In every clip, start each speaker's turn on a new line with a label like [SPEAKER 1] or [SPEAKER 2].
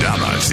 [SPEAKER 1] caballeros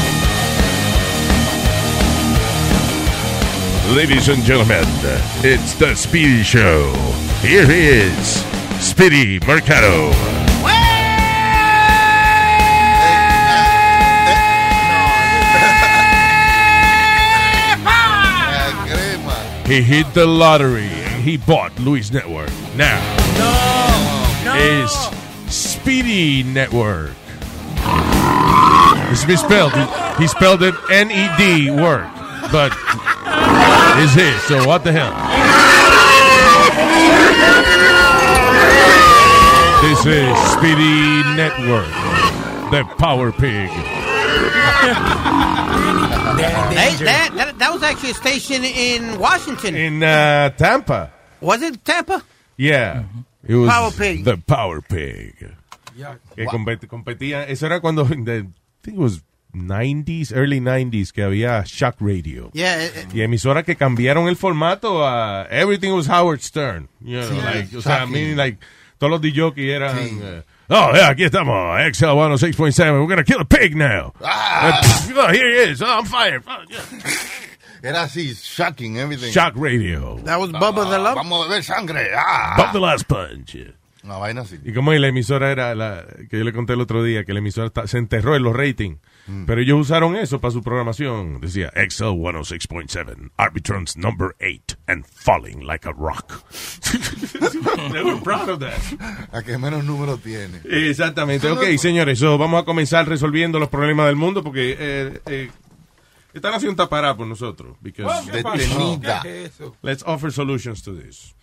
[SPEAKER 2] Ladies and gentlemen, it's the Speedy Show. Here he is, Speedy Mercado.
[SPEAKER 3] La crema.
[SPEAKER 2] He hit the lottery and he bought Luis Network. Now is Speedy Network. It's misspelled. He- He spelled it N E D work, but it's his. So what the hell? This is Speedy Network, the Power Pig.
[SPEAKER 4] Hey, that, that, that was actually a station in Washington.
[SPEAKER 2] In uh, Tampa,
[SPEAKER 4] was it Tampa?
[SPEAKER 2] yeah, Mm-hmm. it was
[SPEAKER 4] Power Pig.
[SPEAKER 2] the Power Pig. que compet- competía. Eso era cuando, in the- I think it was 90s, early 90s, que había Shock Radio.
[SPEAKER 4] Yeah. eh, it- it-
[SPEAKER 2] Y emisora que cambiaron el formato a Everything was Howard Stern. You know,
[SPEAKER 4] Sí,
[SPEAKER 2] like, o sea,
[SPEAKER 4] shocking.
[SPEAKER 2] meaning like, todos los DJ eran. eh, oh, yeah, aquí estamos. oh XL 106.7. We're gonna kill a pig now.
[SPEAKER 4] Ah.
[SPEAKER 2] Eh, pff, oh, here he is. Oh, I'm fired. Oh, yeah.
[SPEAKER 3] Era así, shocking everything. Ah,
[SPEAKER 2] Shock Radio.
[SPEAKER 4] that was Bubba the Love.
[SPEAKER 3] Vamos a beber sangre. Ah.
[SPEAKER 2] Pop the last punch.
[SPEAKER 3] Una vaina así.
[SPEAKER 2] Y como la emisora era la que yo le conté el otro día, que la emisora está- se enterró en los ratings.
[SPEAKER 4] Mm.
[SPEAKER 2] Pero ellos usaron eso para su programación. Decía XL 106.7, Arbitrons number 8, and falling like a rock. They were proud of that.
[SPEAKER 3] La que menos número tiene.
[SPEAKER 2] Exactamente. Ok, señores, so, vamos a comenzar resolviendo los problemas del mundo porque eh, eh, están haciendo tapará por nosotros. because-
[SPEAKER 3] Detenida.
[SPEAKER 2] Let's offer solutions to this.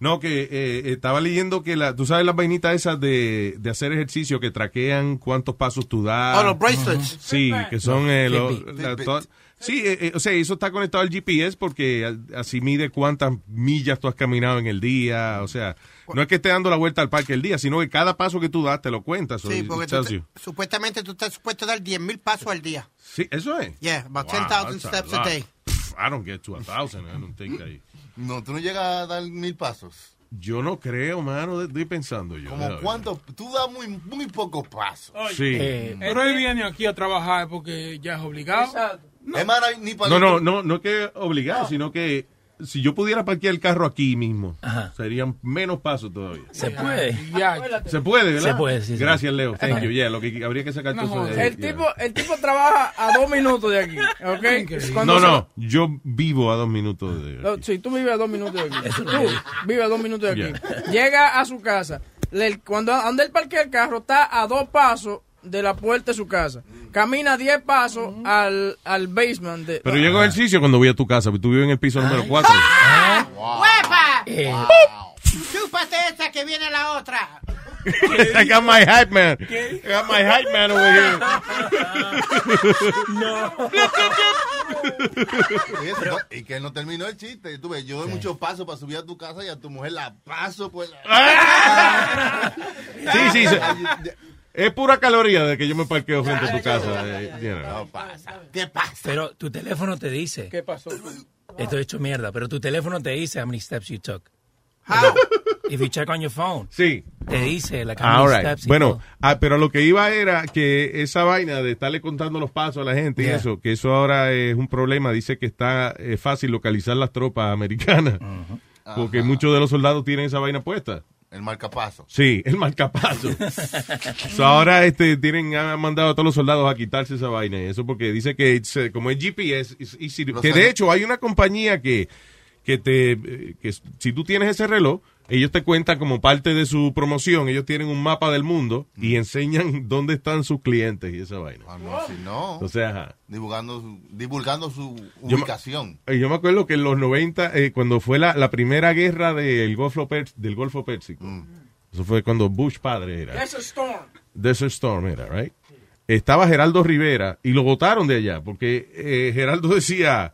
[SPEAKER 2] No, que eh, estaba leyendo que la, tú sabes las vainitas esas de, de hacer ejercicio que traquean cuántos pasos tú das.
[SPEAKER 4] Oh, los bracelets.
[SPEAKER 2] Sí, que son eh, los...
[SPEAKER 4] Fitbit.
[SPEAKER 2] la- to- sí, eh, eh, o sea, eso está conectado al GPS porque a- así mide cuántas millas tú has caminado en el día. O sea, no es que esté dando la vuelta al parque el día, sino que cada paso que tú das te lo cuentas. so
[SPEAKER 4] Sí,
[SPEAKER 2] it
[SPEAKER 4] porque tú
[SPEAKER 2] tells
[SPEAKER 4] te-
[SPEAKER 2] you.
[SPEAKER 4] supuestamente tú estás supuesto a dar 10,000 pasos al día.
[SPEAKER 2] Sí, eso es.
[SPEAKER 4] Yeah, about
[SPEAKER 2] Wow,
[SPEAKER 4] 10,000
[SPEAKER 2] that's a
[SPEAKER 4] steps a,
[SPEAKER 2] lot.
[SPEAKER 4] day.
[SPEAKER 2] Pff, I don't get to a thousand. I don't think I-
[SPEAKER 3] No, tú no llegas a dar mil pasos.
[SPEAKER 2] Yo no creo, mano. Estoy pensando yo.
[SPEAKER 3] Como cuánto. Tú das muy, muy pocos pasos.
[SPEAKER 2] Sí.
[SPEAKER 5] Eh, Pero él viene aquí a trabajar porque ya es obligado.
[SPEAKER 3] Hermano, ni para
[SPEAKER 2] No, no, no, no que obligado, sino que si yo pudiera parquear el carro aquí mismo, serían menos pasos todavía.
[SPEAKER 6] Se puede.
[SPEAKER 5] Ya.
[SPEAKER 2] Se puede, ¿verdad?
[SPEAKER 6] Se puede, sí, sí.
[SPEAKER 2] Gracias, Leo. Thank you. Yeah, lo que habría que sacar
[SPEAKER 5] No,
[SPEAKER 2] todo eso de ahí,
[SPEAKER 7] El
[SPEAKER 2] yeah.
[SPEAKER 7] tipo, el tipo trabaja a dos minutos de aquí, ¿ok?
[SPEAKER 2] No,
[SPEAKER 7] Cuando
[SPEAKER 2] no, yo vivo a dos minutos de.
[SPEAKER 7] se- no, Sí, tú vives a dos minutos de aquí.
[SPEAKER 6] Eso no
[SPEAKER 7] Tú
[SPEAKER 6] es.
[SPEAKER 7] vives a dos minutos de aquí. Llega a su casa. le- cuando anda el parque del carro, está a dos pasos de la puerta de su casa. Camina diez pasos al, al basement. De, Ah.
[SPEAKER 2] Pero yo hago ejercicio cuando voy a tu casa, porque tú vives en el piso número 4.
[SPEAKER 4] ¡Huepa!
[SPEAKER 6] Eh,
[SPEAKER 4] ¡Chúpate esa que viene la otra!
[SPEAKER 2] I got my hype man. I got my hype man over here.
[SPEAKER 3] Y, eso, no, y que no terminó el chiste. Tú ves, yo doy muchos pasos para subir a tu casa y a tu mujer la paso por la-
[SPEAKER 2] ¡Ah! Sí, sí. se- Es pura caloría de que yo me parqueo frente a tu casa. eh, you know.
[SPEAKER 3] No pasa.
[SPEAKER 4] ¿Qué pasa?
[SPEAKER 6] pero tu teléfono te dice.
[SPEAKER 7] ¿Qué pasó?
[SPEAKER 6] Esto es hecho mierda, pero tu teléfono te dice how many steps you took.
[SPEAKER 4] How?
[SPEAKER 6] If you check on your phone,
[SPEAKER 2] Sí.
[SPEAKER 6] te dice la
[SPEAKER 2] Ah,
[SPEAKER 6] cantidad
[SPEAKER 2] all
[SPEAKER 6] de
[SPEAKER 2] right.
[SPEAKER 6] steps. y
[SPEAKER 2] Bueno,
[SPEAKER 6] todo.
[SPEAKER 2] ah, pero lo que iba era que esa vaina de estarle contando los pasos a la gente y
[SPEAKER 6] Yeah.
[SPEAKER 2] eso, que eso ahora es un problema. Dice que está eh, fácil localizar las tropas americanas. Porque muchos de los soldados tienen esa vaina puesta.
[SPEAKER 3] El marcapaso.
[SPEAKER 2] Sí, el marcapaso. So, ahora este, tienen, han mandado a todos los soldados a quitarse esa vaina y eso porque dice que it's, eh, como es GPS, it's easy to-
[SPEAKER 3] Los
[SPEAKER 2] que de
[SPEAKER 3] años-
[SPEAKER 2] hecho hay una compañía que, que te eh, que s- si tú tienes ese reloj, ellos te cuentan como parte de su promoción, ellos tienen un mapa del mundo y enseñan dónde están sus clientes y esa vaina.
[SPEAKER 3] Mm. Ah, no, si no.
[SPEAKER 2] Entonces, ajá.
[SPEAKER 3] Divulgando, su- divulgando su
[SPEAKER 2] Yo me-
[SPEAKER 3] ubicación.
[SPEAKER 2] Eh, Yo me acuerdo que en los 90, eh, cuando fue la, la primera guerra del Golfo, Pers- del Golfo Pérsico,
[SPEAKER 3] Mm.
[SPEAKER 2] eso fue cuando Bush padre era.
[SPEAKER 7] That's a storm.
[SPEAKER 2] Desert Storm era, right? Estaba Geraldo Rivera y lo votaron de allá porque eh, Geraldo decía,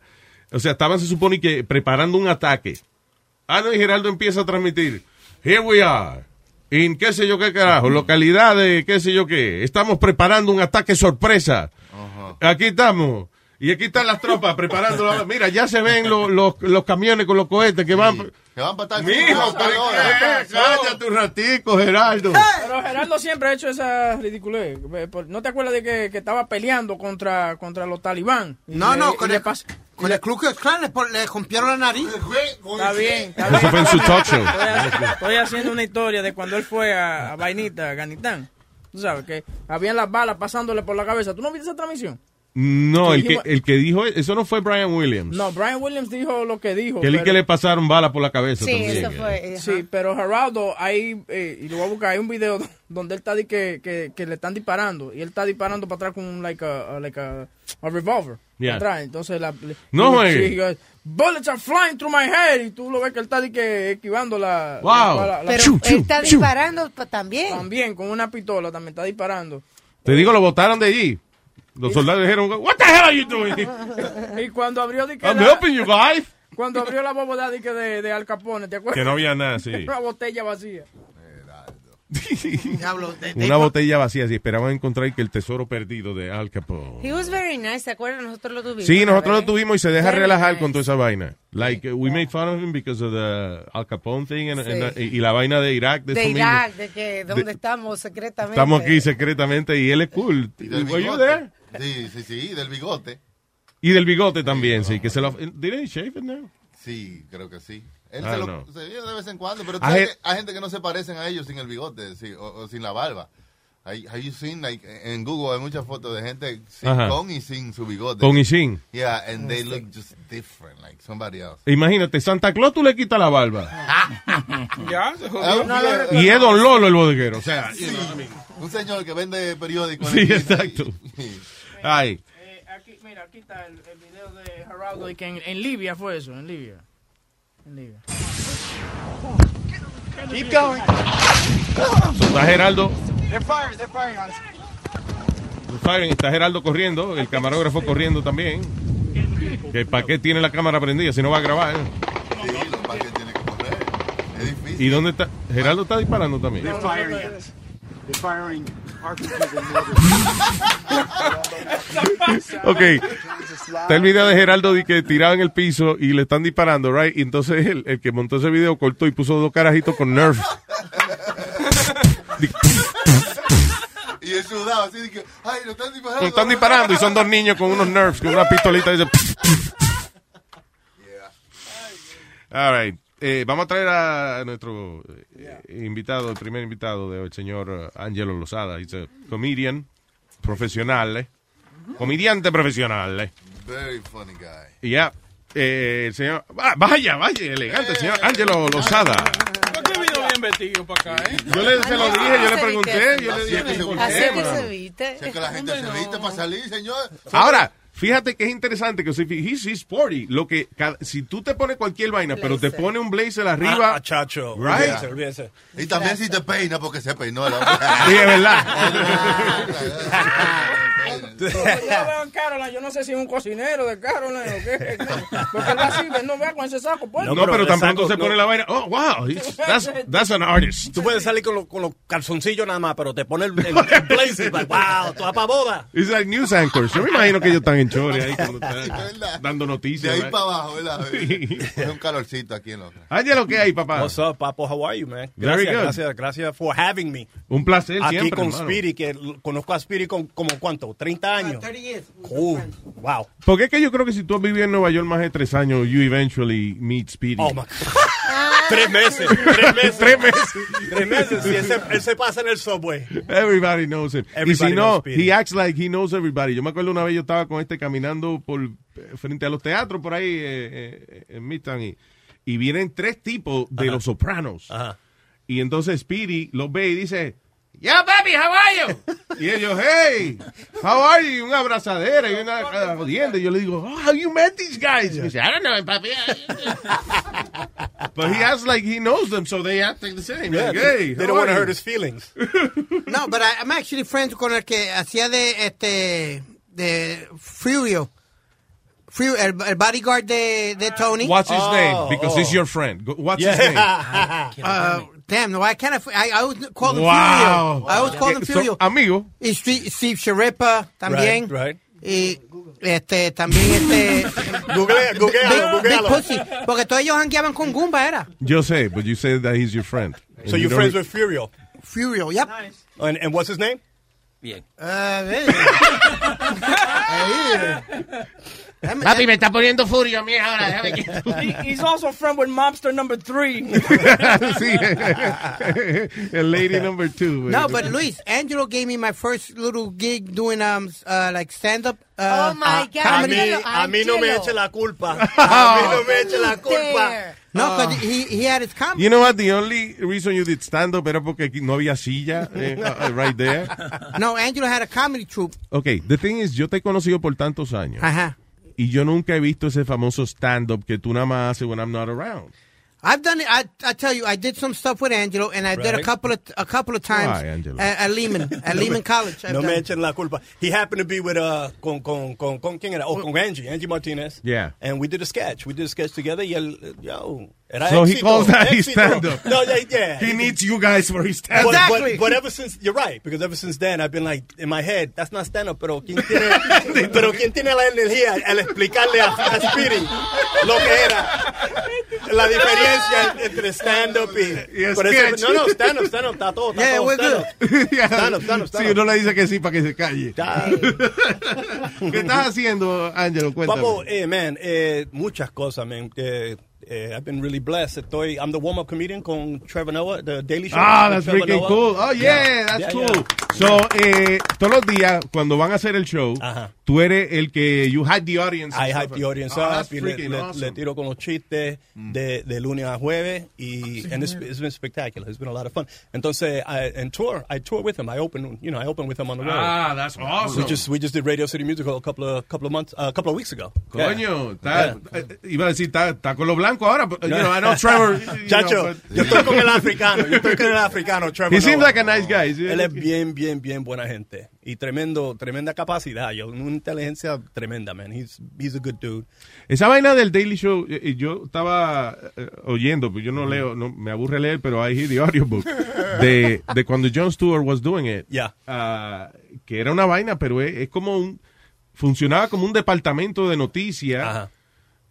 [SPEAKER 2] o sea, estaban se supone que preparando un ataque. Ah, no, y Geraldo empieza a transmitir, here we are, en qué sé yo qué carajo, localidad de qué sé yo qué, estamos preparando un ataque sorpresa. Aquí estamos. Y aquí están las tropas preparando. la- Mira, ya se ven los, los, los camiones con los cohetes que van.
[SPEAKER 3] Que van para estar
[SPEAKER 2] Mijo,
[SPEAKER 3] Son
[SPEAKER 2] pero
[SPEAKER 3] calores.
[SPEAKER 2] ¿qué? cállate un ratico, Geraldo.
[SPEAKER 7] Pero Gerardo siempre ha hecho esa ridiculez. Ve, por- ¿No te acuerdas de que, que estaba peleando contra, contra los talibán? Y
[SPEAKER 4] No,
[SPEAKER 7] le-
[SPEAKER 4] no,
[SPEAKER 7] y
[SPEAKER 4] con
[SPEAKER 7] le
[SPEAKER 4] el,
[SPEAKER 7] pas-
[SPEAKER 4] con el Ku Klux Klan le, pon- le rompieron la nariz.
[SPEAKER 7] Está bien, está bien.
[SPEAKER 2] Eso fue en su talk show.
[SPEAKER 7] Estoy, ha- estoy haciendo una historia de cuando él fue a, a Vainita, a Ganitán. Tú sabes que habían las balas pasándole por la cabeza. ¿Tú no viste esa transmisión?
[SPEAKER 2] No,
[SPEAKER 7] Que
[SPEAKER 2] el que,
[SPEAKER 7] dijimos-
[SPEAKER 2] el que dijo eso no fue Brian Williams.
[SPEAKER 7] No, Brian Williams dijo lo que dijo.
[SPEAKER 2] Mm. que él y
[SPEAKER 7] pero-
[SPEAKER 2] que le pasaron bala por la cabeza
[SPEAKER 8] Sí,
[SPEAKER 2] también.
[SPEAKER 8] eso fue. eh, ajá.
[SPEAKER 7] Sí, pero Geraldo, ahí, eh, y lo voy a buscar, hay un video donde él está di que, que, que le están disparando. Y él está disparando para atrás con un, like, a, a- like a, a revolver.
[SPEAKER 2] Yeah.
[SPEAKER 7] para Atrás. Entonces, la, le-
[SPEAKER 2] No
[SPEAKER 7] y-
[SPEAKER 2] juegue.
[SPEAKER 7] sí, y yo, Bullets are flying through my head. Y tú lo ves que él está di que esquivando la.
[SPEAKER 2] Wow.
[SPEAKER 7] la- la- la-
[SPEAKER 8] Pero
[SPEAKER 2] Chu, chu,
[SPEAKER 8] él está
[SPEAKER 2] chu.
[SPEAKER 8] disparando pa- también.
[SPEAKER 7] también con una pistola, también está disparando.
[SPEAKER 2] Te digo, lo botaron de allí. Los soldados dijeron, What the hell are you doing?
[SPEAKER 7] Y cuando abrió, di que
[SPEAKER 2] I'm
[SPEAKER 7] la-
[SPEAKER 2] helping you guys.
[SPEAKER 7] cuando abrió la bóveda di que de, de Al Capone, ¿te acuerdas?
[SPEAKER 2] Que no había nada, sí.
[SPEAKER 7] Una botella vacía.
[SPEAKER 4] Diablo, de- de-
[SPEAKER 2] Una botella vacía, si esperaban encontrar que el tesoro perdido de Al Capone.
[SPEAKER 8] He was very nice, ¿se acuerdan? Nosotros lo tuvimos.
[SPEAKER 2] Sí, nosotros
[SPEAKER 8] ¿verdad?
[SPEAKER 2] lo tuvimos y se deja
[SPEAKER 8] Very
[SPEAKER 2] relajar
[SPEAKER 8] nice.
[SPEAKER 2] con toda esa vaina. Like, we made fun of him because of the Al Capone thing and- and-
[SPEAKER 8] Sí.
[SPEAKER 2] y la vaina de Irak. De,
[SPEAKER 8] De
[SPEAKER 2] eso mismo.
[SPEAKER 8] Irak, de que dónde
[SPEAKER 2] De-
[SPEAKER 8] estamos secretamente.
[SPEAKER 2] Estamos aquí secretamente y él es cool.
[SPEAKER 3] Y del
[SPEAKER 2] Were you there?
[SPEAKER 3] bigote. Sí, sí, sí, del bigote.
[SPEAKER 2] Y del bigote también, sí. Que se lo, ¿Didn't he shave it now? Ah,
[SPEAKER 3] Sí, creo que sí. Él
[SPEAKER 2] I
[SPEAKER 3] se
[SPEAKER 2] don't
[SPEAKER 3] lo
[SPEAKER 2] know.
[SPEAKER 3] se ve de vez en cuando, pero
[SPEAKER 2] I
[SPEAKER 3] tú sabes
[SPEAKER 2] had-
[SPEAKER 3] que hay gente que no se parecen a ellos sin el bigote sí, o, o sin la barba. Hay- Have you seen, like, en Google hay muchas fotos de gente sin,
[SPEAKER 2] Ajá.
[SPEAKER 3] con y sin su bigote.
[SPEAKER 2] Con y sin.
[SPEAKER 3] Yeah, and they look just different, like somebody else.
[SPEAKER 2] Imagínate, Santa Claus tú le quitas la barba.
[SPEAKER 5] Ya, se jodió.
[SPEAKER 3] Ah, yeah.
[SPEAKER 2] Y es Don Lolo el bodeguero. O sea,
[SPEAKER 3] Sí, un señor que vende periódicos.
[SPEAKER 2] sí,
[SPEAKER 3] en la esquina
[SPEAKER 2] exacto.
[SPEAKER 3] y-
[SPEAKER 2] Ay,
[SPEAKER 7] aquí, mira, aquí está el, video de Geraldo. Y que en, Libia fue eso, en Libia. En Libia.
[SPEAKER 2] está Geraldo.
[SPEAKER 9] They're firing. They're firing on us.
[SPEAKER 2] Firing, Está Geraldo corriendo, el camarógrafo corriendo también. Que para qué tiene la cámara prendida si no va a grabar.
[SPEAKER 3] Sí, los parques tienen que correr. Es difícil.
[SPEAKER 2] ¿Y dónde está? Geraldo está disparando también.
[SPEAKER 9] They're firing at us. They're firing RPGs and
[SPEAKER 2] Ok. Está el video de Geraldo de que tirado en el piso y le están disparando, right? Y entonces el, el que montó ese video cortó y puso dos carajitos con Nerf. Di-
[SPEAKER 3] Y él sudaba así, de que, ay, lo están disparando.
[SPEAKER 2] Lo están disparando y son dos niños con unos Nerfs, con una pistolita. Y dice, All right. Eh, vamos a traer a nuestro eh, invitado, el primer invitado de hoy, el señor eh, Angelo Lozada. He's a comedian profesional, eh. comediante profesional. eh.
[SPEAKER 3] Very funny guy.
[SPEAKER 2] Y ya, eh, el señor, ah, vaya, vaya, elegante, el
[SPEAKER 3] Eh,
[SPEAKER 2] señor Angelo Lozada.
[SPEAKER 5] ¿Por qué vino bien vestido para acá, eh?
[SPEAKER 2] Yo le, se lo dije, yo le pregunté, yo le
[SPEAKER 3] Así es que se
[SPEAKER 2] dije.
[SPEAKER 8] Así
[SPEAKER 3] voltea,
[SPEAKER 8] es que se
[SPEAKER 3] mano. Si
[SPEAKER 8] viste.
[SPEAKER 3] es que la gente se viste para salir, señor.
[SPEAKER 2] Ahora, fíjate que es interesante que si he's, he's sporty, lo que cada- si tú te pones cualquier vaina, pero te
[SPEAKER 8] Blazer.
[SPEAKER 2] pone un blazer arriba,
[SPEAKER 6] Ah, chacho.
[SPEAKER 2] Right.
[SPEAKER 6] Olvídese, olvídese.
[SPEAKER 3] Y también si te peina, porque se peinó la mujer.
[SPEAKER 2] sí, es verdad.
[SPEAKER 7] Yo lo veo en Caroline, yo no sé si es un cocinero de Caroline o qué. Porque él va así, él no va con ese saco pues. puesto.
[SPEAKER 2] No, pero
[SPEAKER 6] pero
[SPEAKER 2] tampoco
[SPEAKER 6] exacto,
[SPEAKER 2] se
[SPEAKER 6] no.
[SPEAKER 2] pone la vaina. Oh, wow, he's- that's, that's an artist.
[SPEAKER 6] Tú puedes salir con, lo- con los calzoncillos nada más, pero te pone el, el, el blazer. like, wow, toda pa' boda.
[SPEAKER 2] It's like news anchors. Yo me imagino que ellos están en chores ahí cuando
[SPEAKER 3] Es verdad.
[SPEAKER 2] están dando
[SPEAKER 3] De
[SPEAKER 2] noticias.
[SPEAKER 3] ahí
[SPEAKER 2] right?
[SPEAKER 3] para abajo, ¿verdad? Es un calorcito aquí en los.
[SPEAKER 2] Angelo, ¿qué hay, papá?
[SPEAKER 6] What's up, papo? How are you, man?
[SPEAKER 2] Very
[SPEAKER 6] Gracias,
[SPEAKER 2] good.
[SPEAKER 6] gracias, gracias for having me.
[SPEAKER 2] Un placer
[SPEAKER 6] Aquí
[SPEAKER 2] siempre,
[SPEAKER 6] con
[SPEAKER 2] hermano.
[SPEAKER 6] Speedy, que l- conozco a Speedy con, como cuánto, 30 años.
[SPEAKER 4] 30 years.
[SPEAKER 6] Cool. Wow.
[SPEAKER 2] Porque es que yo creo que si tú has vivido en Nueva York más de tres años, you eventually meet Speedy.
[SPEAKER 6] Oh my God. Tres meses. Tres meses.
[SPEAKER 2] Tres meses.
[SPEAKER 6] Tres meses. Sí, él, se, él se pasa en el subway.
[SPEAKER 2] Everybody knows him. y
[SPEAKER 6] Everybody
[SPEAKER 2] si no,
[SPEAKER 6] knows Peter.
[SPEAKER 2] he acts like he knows everybody. Yo me acuerdo una vez yo estaba con este caminando por eh, frente a los teatros por ahí eh, eh, en Midtown y, y vienen tres tipos de los Sopranos. Y entonces Speedy los ve y dice,
[SPEAKER 1] Yeah, baby, how are you?
[SPEAKER 2] y ellos, hey, how are you? Y Una abrazadera y una cada jodienda. Y yo le digo, oh, how you met these guys? Y me dice, I don't know, papi. But he acts like he knows them, so they act like the same.
[SPEAKER 6] Yeah,
[SPEAKER 2] like,
[SPEAKER 6] they-
[SPEAKER 2] hey,
[SPEAKER 6] they
[SPEAKER 2] how
[SPEAKER 6] don't
[SPEAKER 2] are
[SPEAKER 6] wanna
[SPEAKER 2] you?"
[SPEAKER 6] hurt his feelings.
[SPEAKER 4] No, but I, I'm actually friends con el que hacía de este de Furio. Furio el, el bodyguard de, de Tony.
[SPEAKER 2] What's his name?
[SPEAKER 6] Oh.
[SPEAKER 2] Because he's your friend. Go- What's his
[SPEAKER 4] Yeah.
[SPEAKER 2] name?
[SPEAKER 4] Uh, damn, no, I can't. I, I always call him
[SPEAKER 2] Wow.
[SPEAKER 4] Furio. I always call him
[SPEAKER 2] So,
[SPEAKER 4] Furio.
[SPEAKER 2] amigo.
[SPEAKER 4] Y Steve, Steve Shereppa también.
[SPEAKER 6] Right, right.
[SPEAKER 4] Y este, también este.
[SPEAKER 6] Googlea, googlealo,
[SPEAKER 4] Big, Big
[SPEAKER 6] googlealo.
[SPEAKER 4] Pussy. Porque todos ellos jangueaban con Goomba, era.
[SPEAKER 2] Yo sé, but you said that he's your friend.
[SPEAKER 6] So you're
[SPEAKER 2] e-
[SPEAKER 6] friends with Furio.
[SPEAKER 4] Furio, yep.
[SPEAKER 6] And, and what's his name?
[SPEAKER 10] Uh,
[SPEAKER 1] Papi, me está poniendo furio a mí ahora. Déjame
[SPEAKER 7] He-
[SPEAKER 1] que...
[SPEAKER 7] he's also a friend with mobster number three.
[SPEAKER 2] sí. El lady number two.
[SPEAKER 4] No, but Luis, Angelo gave me my first little gig doing um s- uh, like stand up. Uh,
[SPEAKER 8] Oh my God,
[SPEAKER 6] A
[SPEAKER 4] comedy.
[SPEAKER 6] mí,
[SPEAKER 8] Angelo,
[SPEAKER 6] a mí no me
[SPEAKER 8] Angelo.
[SPEAKER 6] eche la culpa. A mí no me eche la culpa.
[SPEAKER 8] There.
[SPEAKER 4] No, because he he had his comedy.
[SPEAKER 2] You know what? The only reason you did stand up era porque aquí no había silla eh, uh, uh, right there.
[SPEAKER 4] No, Angelo had a comedy troupe.
[SPEAKER 2] Okay, the thing is, yo te he conocido por tantos años
[SPEAKER 4] Ajá.
[SPEAKER 2] y yo nunca he visto ese famoso stand up que tú nada más haces when I'm not around.
[SPEAKER 4] I've done it. I I tell you, I did some stuff with Angelo, and I did a
[SPEAKER 6] Right.
[SPEAKER 4] couple of a couple of times
[SPEAKER 2] Why, Angelo?
[SPEAKER 4] at, at Lehman at Lehman College. I've
[SPEAKER 6] No
[SPEAKER 4] done
[SPEAKER 6] me
[SPEAKER 4] it.
[SPEAKER 6] echen la culpa. He happened to be with, uh, con, con, con, con, ¿quién era? Oh, con Angie, Angie Martinez.
[SPEAKER 2] Yeah.
[SPEAKER 6] And we did a sketch. We did a sketch together. Y él, yo, era
[SPEAKER 2] So he
[SPEAKER 6] éxito,
[SPEAKER 2] calls that his
[SPEAKER 6] éxito.
[SPEAKER 2] stand-up.
[SPEAKER 6] No, yeah, yeah.
[SPEAKER 2] He needs you guys for his stand
[SPEAKER 6] But,
[SPEAKER 2] up.
[SPEAKER 6] but, but ever since, you're right, because ever since then, I've been like, in my head, that's not stand-up, pero ¿quién tiene, pero ¿quién tiene la energía al explicarle a, a Spirit lo que era? La diferencia entre stand-up y...
[SPEAKER 2] Y el
[SPEAKER 6] por eso-
[SPEAKER 2] sketch.
[SPEAKER 6] no, no, stand-up, stand-up, está todo, está
[SPEAKER 4] Yeah,
[SPEAKER 6] todo,
[SPEAKER 4] we're
[SPEAKER 6] stand-up. Stand up, stand up, stand
[SPEAKER 2] Si
[SPEAKER 6] up.
[SPEAKER 2] uno le dice que sí para que se calle.
[SPEAKER 6] Ya.
[SPEAKER 2] ¿Qué estás haciendo, Angelo? Cuéntame.
[SPEAKER 6] Papo, eh, man, eh, muchas cosas, man. Eh, eh, I've been really blessed. Estoy, I'm the warm-up comedian con Trevor Noah, the Daily Show.
[SPEAKER 2] Ah, that's
[SPEAKER 6] with Trevor
[SPEAKER 2] freaking
[SPEAKER 6] Noah.
[SPEAKER 2] cool. Oh, yeah, that's
[SPEAKER 6] Yeah,
[SPEAKER 2] cool.
[SPEAKER 6] yeah.
[SPEAKER 2] So, eh, todos los días, cuando van a hacer el show,
[SPEAKER 6] Ajá.
[SPEAKER 2] tú eres el que. You hype the audience.
[SPEAKER 6] I hype the audience
[SPEAKER 2] Oh,
[SPEAKER 6] up
[SPEAKER 2] that's
[SPEAKER 6] y le,
[SPEAKER 2] freaking
[SPEAKER 6] le-
[SPEAKER 2] awesome. Mm.
[SPEAKER 6] le tiro con los chistes de, de lunes a jueves
[SPEAKER 2] Ah,
[SPEAKER 6] y and it's, it's been spectacular. It's been a lot of fun. Entonces, I, and tour, I tour with him. I open, you know, I open with him on the road.
[SPEAKER 2] Ah, that's awesome.
[SPEAKER 6] We just we just did Radio City Musical a couple of couple of months, a couple of weeks ago. Yeah.
[SPEAKER 2] Coño,
[SPEAKER 6] Yeah.
[SPEAKER 2] está, eh, iba a decir, está, está con lo blanco ahora. But, you know, I know Trevor. you know,
[SPEAKER 6] Chacho,
[SPEAKER 2] but-
[SPEAKER 6] yo estoy con el africano, yo estoy con el africano, Trevor.
[SPEAKER 2] he seems
[SPEAKER 6] Noah.
[SPEAKER 2] like a nice guy.
[SPEAKER 6] Él es bien, bien, bien buena gente. Y tremendo, tremenda capacidad. Yo, una inteligencia tremenda, man. He's, he's a good dude.
[SPEAKER 2] Esa vaina del Daily Show, eh, eh, yo estaba eh, oyendo, pues yo no leo, no, me aburre leer, pero I hear the audiobook, de, de cuando Jon Stewart was doing it,
[SPEAKER 6] Yeah.
[SPEAKER 2] ah, que era una vaina, pero es, es como un, funcionaba como un departamento de noticias,
[SPEAKER 6] Ajá.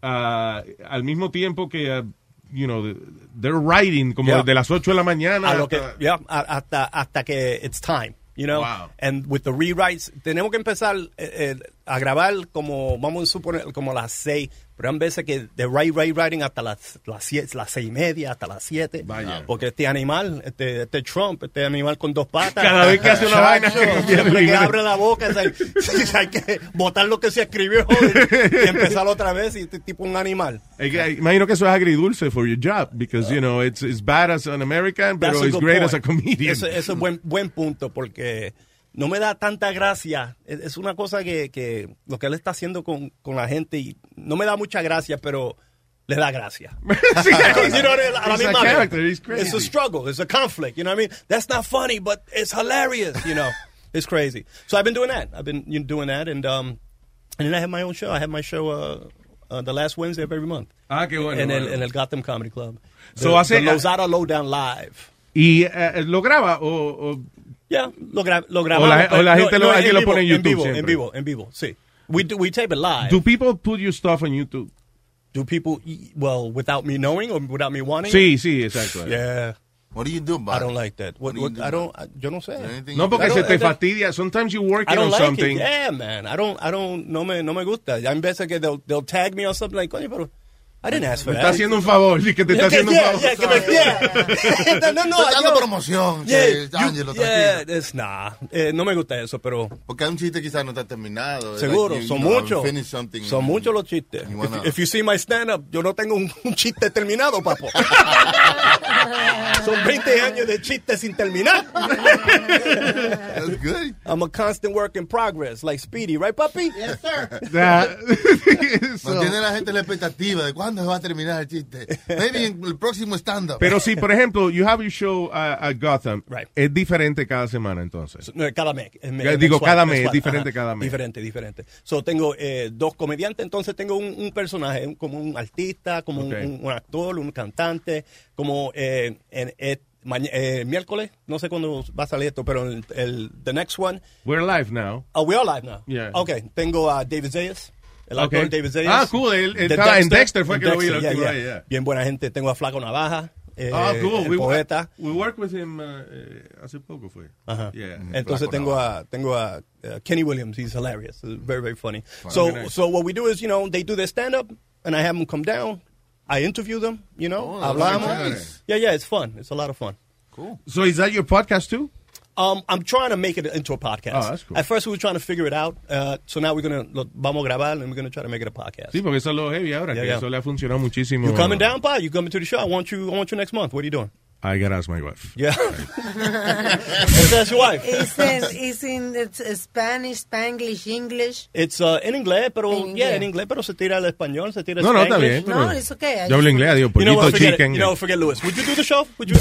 [SPEAKER 2] ah, al mismo tiempo que, ah, you know, they're writing como
[SPEAKER 6] Yeah.
[SPEAKER 2] de las 8 de la mañana.
[SPEAKER 6] A lo que,
[SPEAKER 2] hasta-
[SPEAKER 6] yeah, a- hasta, hasta que it's time, you know.
[SPEAKER 2] Wow.
[SPEAKER 6] And with the rewrites, tenemos que empezar eh, eh, a grabar como, vamos a suponer, como las seis. Pero hay veces que de write, write, writing hasta las, las, siete, las seis y media, hasta las siete.
[SPEAKER 2] Vaya.
[SPEAKER 6] Porque este animal, este, este Trump, este animal con dos patas.
[SPEAKER 2] Cada vez que hace una
[SPEAKER 6] Chacho,
[SPEAKER 2] vaina, cambia el
[SPEAKER 6] Siempre que
[SPEAKER 2] libro.
[SPEAKER 6] abre la boca, es like, hay que botar lo que se escribió joder, y empezar otra vez. Y este tipo un animal.
[SPEAKER 2] Eh, que- Imagino que eso es agridulce for your job, because, you know, it's, it's bad as an American,
[SPEAKER 6] That's
[SPEAKER 2] pero
[SPEAKER 6] a
[SPEAKER 2] it's
[SPEAKER 6] good
[SPEAKER 2] great as
[SPEAKER 6] point.
[SPEAKER 2] a comedian.
[SPEAKER 6] Eso, eso es buen, buen punto porque no me da tanta gracia. Es, es una cosa que, que lo que él está haciendo con, con la gente y no me da mucha gracia, pero le da gracia.
[SPEAKER 2] Sí.
[SPEAKER 6] Because, you know, a la
[SPEAKER 2] He's a
[SPEAKER 6] misma vez,
[SPEAKER 2] character, he's crazy.
[SPEAKER 6] It's a struggle, it's a conflict, you know what I mean? That's not funny, but it's hilarious, you know. It's crazy. So I've been doing that. I've been you know, doing that and um and then I have my own show. I have my show uh, uh, the last Wednesday of every month.
[SPEAKER 2] Ah, qué bueno,
[SPEAKER 6] En el,
[SPEAKER 2] bueno.
[SPEAKER 6] en el Gotham Comedy Club.
[SPEAKER 2] So
[SPEAKER 6] The-
[SPEAKER 2] hace-
[SPEAKER 6] the Lozada Lowdown Live.
[SPEAKER 2] Y eh, lo graba o, o-
[SPEAKER 6] Ya, lo, gra- lo
[SPEAKER 2] O
[SPEAKER 6] grabamos.
[SPEAKER 2] la- o la
[SPEAKER 6] pero-
[SPEAKER 2] gente lo-
[SPEAKER 6] en
[SPEAKER 2] alguien lo
[SPEAKER 6] vivo,
[SPEAKER 2] pone en YouTube
[SPEAKER 6] vivo,
[SPEAKER 2] siempre.
[SPEAKER 6] en vivo, en vivo, sí. We, do, we tape it live.
[SPEAKER 2] do
[SPEAKER 6] Do,
[SPEAKER 2] people put your stuff on YouTube?
[SPEAKER 6] people, e, well, without me knowing or without me wanting?
[SPEAKER 2] Sí, sí, exacto.
[SPEAKER 6] Yeah.
[SPEAKER 3] What do you do about
[SPEAKER 6] I don't
[SPEAKER 3] it?
[SPEAKER 6] like that. What,
[SPEAKER 3] do you
[SPEAKER 6] what,
[SPEAKER 3] do
[SPEAKER 6] I don't, I- yo no sé.
[SPEAKER 3] Anything
[SPEAKER 2] No
[SPEAKER 3] you
[SPEAKER 2] porque
[SPEAKER 6] I
[SPEAKER 2] se
[SPEAKER 6] don't-
[SPEAKER 2] te
[SPEAKER 6] I don't-
[SPEAKER 2] fastidia. Sometimes you're working
[SPEAKER 6] I don't
[SPEAKER 2] on
[SPEAKER 6] like
[SPEAKER 2] something.
[SPEAKER 6] it. Yeah, man. I don't, I don't, no me, no me gusta. Hay veces que they'll, they'll tag me or something like, coño, pero I didn't ask
[SPEAKER 2] Me
[SPEAKER 6] for
[SPEAKER 2] está
[SPEAKER 6] that.
[SPEAKER 2] haciendo un favor, sí, que te está
[SPEAKER 6] Yeah,
[SPEAKER 2] haciendo un
[SPEAKER 6] yeah,
[SPEAKER 2] favor.
[SPEAKER 6] yeah, que me- yeah. no, no, no.
[SPEAKER 3] Está dando
[SPEAKER 6] yo-
[SPEAKER 3] promoción,
[SPEAKER 6] Yeah,
[SPEAKER 3] que,
[SPEAKER 6] you-
[SPEAKER 3] Ángelo,
[SPEAKER 6] yeah, es- nah, eh, no me gusta eso, pero...
[SPEAKER 3] Porque hay un chiste quizás no está terminado.
[SPEAKER 6] Seguro,
[SPEAKER 3] Like, you-
[SPEAKER 6] son
[SPEAKER 3] you know,
[SPEAKER 6] muchos.
[SPEAKER 3] finish something.
[SPEAKER 6] Son muchos los chistes.
[SPEAKER 3] You wanna-
[SPEAKER 6] If, if you see my stand-up, yo no tengo un, un chiste terminado, papo. Son 20 años de chistes sin terminar. That's
[SPEAKER 3] good.
[SPEAKER 6] I'm a constant work in progress, like Speedy, right, papi? Yes, sir.
[SPEAKER 3] Mantiene la gente la expectativa de cuándo se va a terminar el chiste. Maybe en el próximo stand-up.
[SPEAKER 2] Pero si, por ejemplo, you have your show uh, at Gotham,
[SPEAKER 6] Right.
[SPEAKER 2] es diferente cada semana entonces.
[SPEAKER 6] No, cada mes. es me-
[SPEAKER 2] Ya
[SPEAKER 6] es
[SPEAKER 2] digo,
[SPEAKER 6] mensual,
[SPEAKER 2] cada mes,
[SPEAKER 6] mensual,
[SPEAKER 2] diferente
[SPEAKER 6] ajá.
[SPEAKER 2] cada mes.
[SPEAKER 6] Diferente, diferente. So, tengo eh, dos comediantes, entonces tengo un, un personaje, un- como un artista, como un-
[SPEAKER 2] Ok.
[SPEAKER 6] un, un actor, un cantante, como eh, en- eh, maña- eh, miércoles, no sé cuándo va a salir esto, pero el, el- the next one.
[SPEAKER 2] We're live now.
[SPEAKER 6] Oh, we're all live now.
[SPEAKER 2] Yeah.
[SPEAKER 6] Okay, tengo a David Zayas. El
[SPEAKER 2] Ok.
[SPEAKER 6] actor David Zayas.
[SPEAKER 2] Ah, cool, él- él
[SPEAKER 6] De
[SPEAKER 2] estaba en Dexter, fue
[SPEAKER 6] en
[SPEAKER 2] que lo vi la
[SPEAKER 6] yeah,
[SPEAKER 2] última
[SPEAKER 6] yeah.
[SPEAKER 2] vez, yeah.
[SPEAKER 6] Bien buena gente. Tengo a Flaco Navaja, eh,
[SPEAKER 2] Ah, cool.
[SPEAKER 6] el
[SPEAKER 2] We,
[SPEAKER 6] poeta.
[SPEAKER 2] we worked with him uh, eh, hace poco fue.
[SPEAKER 6] Ajá.
[SPEAKER 2] Yeah.
[SPEAKER 6] Entonces
[SPEAKER 2] Flaco
[SPEAKER 6] tengo
[SPEAKER 2] Navaja.
[SPEAKER 6] a, tengo a uh, Kenny Williams. He's hilarious. He's Very, very funny.
[SPEAKER 2] Funny.
[SPEAKER 6] So,
[SPEAKER 2] Very nice.
[SPEAKER 6] so what we do is, you know, they do their stand up and I have them come down. I interview them, you know.
[SPEAKER 2] Oh, that's
[SPEAKER 6] hablamos.
[SPEAKER 2] nice.
[SPEAKER 6] Yeah, yeah, it's fun. It's a lot of fun.
[SPEAKER 3] Cool.
[SPEAKER 2] So is that your podcast too?
[SPEAKER 6] Um, I'm trying to make it into a podcast.
[SPEAKER 2] Oh, that's cool.
[SPEAKER 6] At first, we were trying to figure it out. Uh, so now we're going to, vamos a grabar, and we're going to try to make it a podcast.
[SPEAKER 2] Sí, porque eso es lo heavy ahora,
[SPEAKER 6] Yeah,
[SPEAKER 2] que
[SPEAKER 6] yeah.
[SPEAKER 2] eso le ha funcionado muchísimo.
[SPEAKER 6] You coming down, Pa? You coming to the show? I want you. I want you next month. What are you doing?
[SPEAKER 2] I gotta ask my wife.
[SPEAKER 6] Yeah. Is that your wife?
[SPEAKER 8] It's in, it's in it's Spanish, Spanglish, English.
[SPEAKER 6] It's uh, en inglés, pero
[SPEAKER 8] En
[SPEAKER 6] yeah,
[SPEAKER 8] inglés.
[SPEAKER 6] en inglés, pero se tira al español, se tira
[SPEAKER 2] No, no, está
[SPEAKER 6] Spanglish.
[SPEAKER 2] bien, está No, bien.
[SPEAKER 8] it's okay. I
[SPEAKER 2] Yo hablo
[SPEAKER 8] just-
[SPEAKER 2] inglés, digo,
[SPEAKER 6] You know
[SPEAKER 2] pollito,
[SPEAKER 6] what, forget it.
[SPEAKER 2] chicken.
[SPEAKER 6] You know, forget Lewis. Would you do the show? Would you?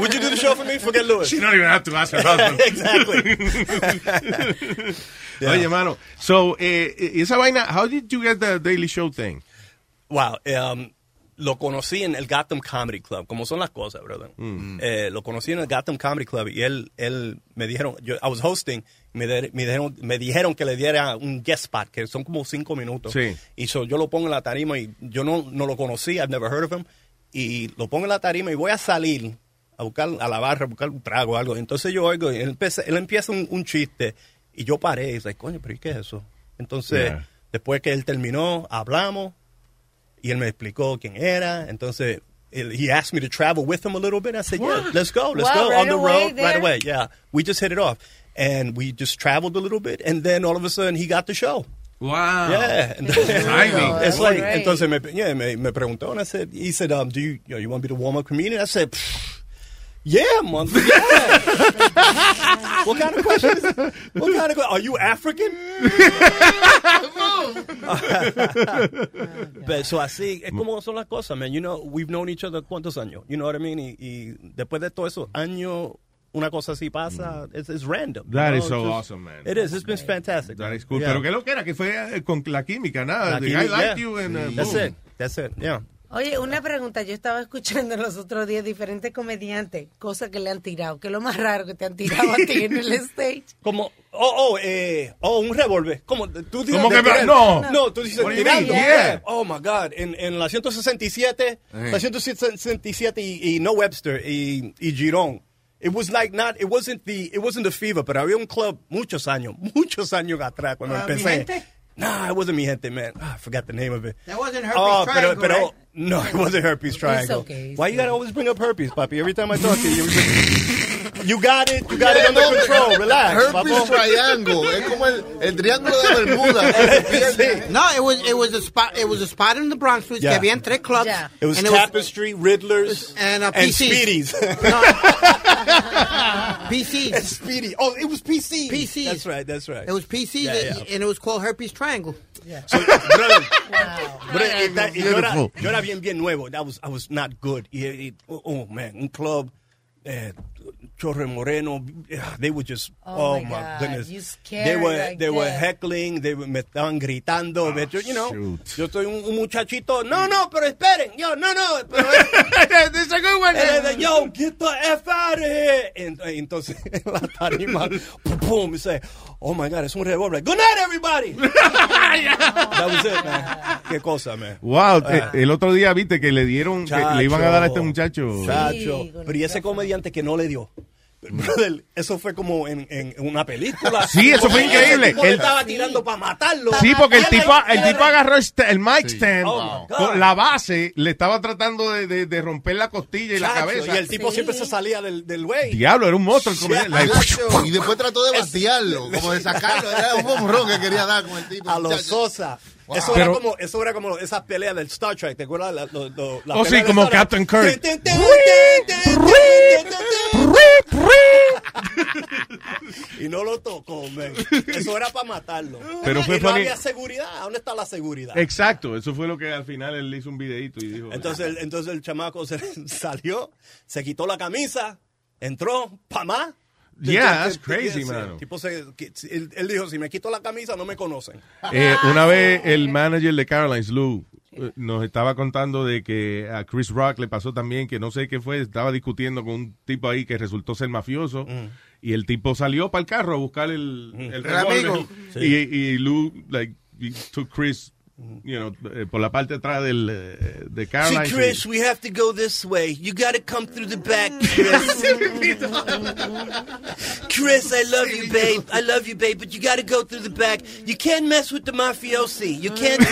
[SPEAKER 6] would you do the show for me? Forget Lewis.
[SPEAKER 2] She don't even have to ask her husband.
[SPEAKER 6] exactly. Yeah.
[SPEAKER 2] Oye, mano, so, eh, esa vaina, how did you get the Daily Show thing?
[SPEAKER 6] Wow. um, lo conocí en el Gotham Comedy Club, como son las cosas, brother.
[SPEAKER 2] Mm.
[SPEAKER 6] Eh, lo conocí en el Gotham Comedy Club y él, él me dijeron, yo, I was hosting, me, de- me dijeron, me dijeron que le diera un guest spot, que son como cinco minutos.
[SPEAKER 2] Sí.
[SPEAKER 6] Y so, yo lo pongo en la tarima y yo no, no lo conocí, I've never heard of him. Y lo pongo en la tarima y voy a salir a buscar a la barra, a buscar un trago o algo. Entonces yo oigo, y él, empieza- él empieza un, un chiste y yo paré y dice, coño, pero ¿y qué es eso? Entonces,
[SPEAKER 2] Yeah.
[SPEAKER 6] después que él terminó, hablamos y él me explicó quién era. Entonces, él- he asked me to travel with him a little bit. I said, yeah,
[SPEAKER 11] What?
[SPEAKER 6] let's go, let's
[SPEAKER 11] Wow,
[SPEAKER 6] go
[SPEAKER 11] right
[SPEAKER 6] on the
[SPEAKER 11] away
[SPEAKER 6] road
[SPEAKER 11] there?
[SPEAKER 6] right away. Yeah, we just hit it off. And we just traveled a little bit, and then all of a sudden he got the show.
[SPEAKER 2] Wow.
[SPEAKER 6] Yeah. And then-
[SPEAKER 2] Timing.
[SPEAKER 6] It's
[SPEAKER 2] That's
[SPEAKER 6] like,
[SPEAKER 2] great.
[SPEAKER 6] entonces me, yeah, me, me preguntó, and I said, he said, um, do you, you, know, you want to be the warm-up comedian? I said, "Pfft, yeah, man. yeah." what kind of question is that? What kind of que- Are you African? Pero so así es como son las cosas, man. You know, we've known each other cuántos años. You know what I mean? Y, y después de todos esos años, una cosa así pasa. It's, it's random.
[SPEAKER 2] Mm.
[SPEAKER 6] you
[SPEAKER 2] That
[SPEAKER 6] know?
[SPEAKER 2] is so
[SPEAKER 6] It's just-
[SPEAKER 2] awesome, man.
[SPEAKER 6] It is. It's been fantastic.
[SPEAKER 2] That is cool.
[SPEAKER 6] Yeah.
[SPEAKER 2] Pero qué lo que era, que fue eh, con la química, nada.
[SPEAKER 6] La
[SPEAKER 2] The
[SPEAKER 6] química,
[SPEAKER 2] guy liked
[SPEAKER 6] yeah.
[SPEAKER 2] you and, uh,
[SPEAKER 6] That's
[SPEAKER 2] boom.
[SPEAKER 6] it. That's it. Yeah.
[SPEAKER 8] Oye, una pregunta. Yo estaba escuchando los otros días diferentes comediantes, cosas que le han tirado. que es lo más raro que te han tirado a ti en el stage?
[SPEAKER 6] Como, oh, oh, eh, oh, un revólver. Como, tú dices,
[SPEAKER 2] ¿Cómo
[SPEAKER 6] de
[SPEAKER 2] que me-
[SPEAKER 6] tirar.
[SPEAKER 2] no?
[SPEAKER 6] No, tú dices,
[SPEAKER 2] What do you
[SPEAKER 6] tirando.
[SPEAKER 2] mean? Yeah.
[SPEAKER 6] Oh, my God. En, en la 167,
[SPEAKER 2] Ajá.
[SPEAKER 6] la 167 y, y no Webster y, y Girón. It was like not, it wasn't the, it wasn't the fever, pero había un club muchos años, muchos años atrás cuando
[SPEAKER 4] Ah, ¿mi
[SPEAKER 6] empecé.
[SPEAKER 4] gente?
[SPEAKER 6] Nah, it wasn't mi gente, man. Ah, I forgot the name of it.
[SPEAKER 4] That wasn't herpes
[SPEAKER 6] oh, pero,
[SPEAKER 4] triangle,
[SPEAKER 6] pero,
[SPEAKER 4] right?
[SPEAKER 6] no, it wasn't herpes triangle.
[SPEAKER 4] okay, it's
[SPEAKER 6] Why you gotta always bring up herpes, papi? Every time I talk to you, you bring- you got it, you got it under control. Relax,
[SPEAKER 3] Herpes
[SPEAKER 6] papo.
[SPEAKER 3] triangle. eh. Es como el, el triángulo de Bermuda.
[SPEAKER 4] No, it was it was a spot it was a spot in the Bronx which
[SPEAKER 6] Yeah.
[SPEAKER 4] que habían tres clubs.
[SPEAKER 6] It was
[SPEAKER 4] and
[SPEAKER 6] tapestry, riddlers,
[SPEAKER 4] and, uh,
[SPEAKER 6] and
[SPEAKER 4] PCs.
[SPEAKER 6] speedies.
[SPEAKER 4] PC.
[SPEAKER 6] Speedy. Oh, it was PC.
[SPEAKER 4] PC.
[SPEAKER 6] That's right. That's right.
[SPEAKER 4] It was PC,
[SPEAKER 6] Yeah,
[SPEAKER 4] that-
[SPEAKER 6] yeah.
[SPEAKER 4] and it was called Herpes Triangle.
[SPEAKER 6] Pero, y ta- y yo, era,
[SPEAKER 4] Beautiful.
[SPEAKER 6] yo era bien, bien nuevo. I was, I was not good. Y, y- oh, oh, man, un club, eh, Chorre Moreno, ah, they were just,
[SPEAKER 11] Oh,
[SPEAKER 6] oh,
[SPEAKER 11] my
[SPEAKER 6] my,
[SPEAKER 11] God.
[SPEAKER 6] goodness.
[SPEAKER 11] You scared
[SPEAKER 6] they were,
[SPEAKER 11] like
[SPEAKER 6] they were
[SPEAKER 11] that.
[SPEAKER 6] heckling, they were- me estaban gritando. de hecho, you know,
[SPEAKER 11] shoot.
[SPEAKER 6] yo soy un, un muchachito, no, no, pero esperen, yo, no, no. Pero,
[SPEAKER 11] It's a good one.
[SPEAKER 6] And then, yo, get the F out of here. En- eh, Entonces, en la tarima, pum, pum, y say, oh my God, es un revólver. Good night, everybody. That was it, man. Qué cosa, man.
[SPEAKER 2] Wow, te-
[SPEAKER 6] Ah.
[SPEAKER 2] el otro día viste que le dieron, que le iban a dar a este muchacho.
[SPEAKER 6] Chacho. Pero y ese comediante que no le dio. Brother, eso fue como en, en una película.
[SPEAKER 2] Sí, eso fue
[SPEAKER 6] Ese
[SPEAKER 2] increíble.
[SPEAKER 6] tipo le
[SPEAKER 2] El-
[SPEAKER 6] estaba tirando para matarlo.
[SPEAKER 2] Sí, porque el
[SPEAKER 6] Y él
[SPEAKER 2] tipo, el
[SPEAKER 6] era-
[SPEAKER 2] tipo agarró el, sta- el mic stand,
[SPEAKER 6] Oh, my God.
[SPEAKER 2] con la base, le estaba tratando de, de- de romper la costilla y la
[SPEAKER 6] Chacho,
[SPEAKER 2] cabeza.
[SPEAKER 6] Y el tipo siempre se salía del del güey.
[SPEAKER 2] Diablo, era un monstruo. el comediante. Like,
[SPEAKER 3] Y después trató de batearlo, como de sacarlo. Era un bombrón que quería dar con el tipo.
[SPEAKER 6] A los
[SPEAKER 3] muchacho.
[SPEAKER 6] Sosa.
[SPEAKER 3] Wow.
[SPEAKER 6] Eso,
[SPEAKER 2] Pero-
[SPEAKER 6] era como, eso era como esas peleas del Star Trek, ¿te acuerdas? La, lo- lo- la
[SPEAKER 2] Oh, sí,
[SPEAKER 6] pelea de
[SPEAKER 2] como
[SPEAKER 6] Star
[SPEAKER 2] Captain
[SPEAKER 6] Trek.
[SPEAKER 2] Kirk.
[SPEAKER 6] Tin, tin, tin, tin, tin, tin, tin, tin. Y no lo tocó, man. Eso era para matarlo.
[SPEAKER 2] Pero fue
[SPEAKER 6] y no
[SPEAKER 2] funny.
[SPEAKER 6] había seguridad. ¿Dónde está la seguridad?
[SPEAKER 2] Exacto, eso fue lo que al final él hizo un videito y dijo.
[SPEAKER 6] Entonces, el- entonces el chamaco se, salió, se quitó la camisa, entró, pa' más.
[SPEAKER 2] Yeah, that's
[SPEAKER 6] Entonces,
[SPEAKER 2] crazy,
[SPEAKER 6] sí,
[SPEAKER 2] mano.
[SPEAKER 6] tipo se- que- él, él dijo, si me quito la camisa no me conocen.
[SPEAKER 2] Eh,
[SPEAKER 6] Ah,
[SPEAKER 2] una vez el manager de Carolines, Lou, eh, nos estaba contando de que a Chris Rock le pasó también que no sé qué fue, estaba discutiendo con un tipo ahí que resultó ser mafioso
[SPEAKER 6] Mm.
[SPEAKER 2] y el tipo salió para el carro a buscar el, el
[SPEAKER 12] El
[SPEAKER 2] revólver.
[SPEAKER 12] amigo.
[SPEAKER 2] Y, y Lou, like, he took Chris,
[SPEAKER 6] Mm.
[SPEAKER 2] you know, eh, por la parte de atrás del, eh, de Carolines.
[SPEAKER 12] See,
[SPEAKER 2] y-
[SPEAKER 12] Chris, we have to go this way. You got to come through the back, Chris. Chris, I love you, babe. I love you, babe, but you got to go through the back. You can't mess with the mafiosi. You can't do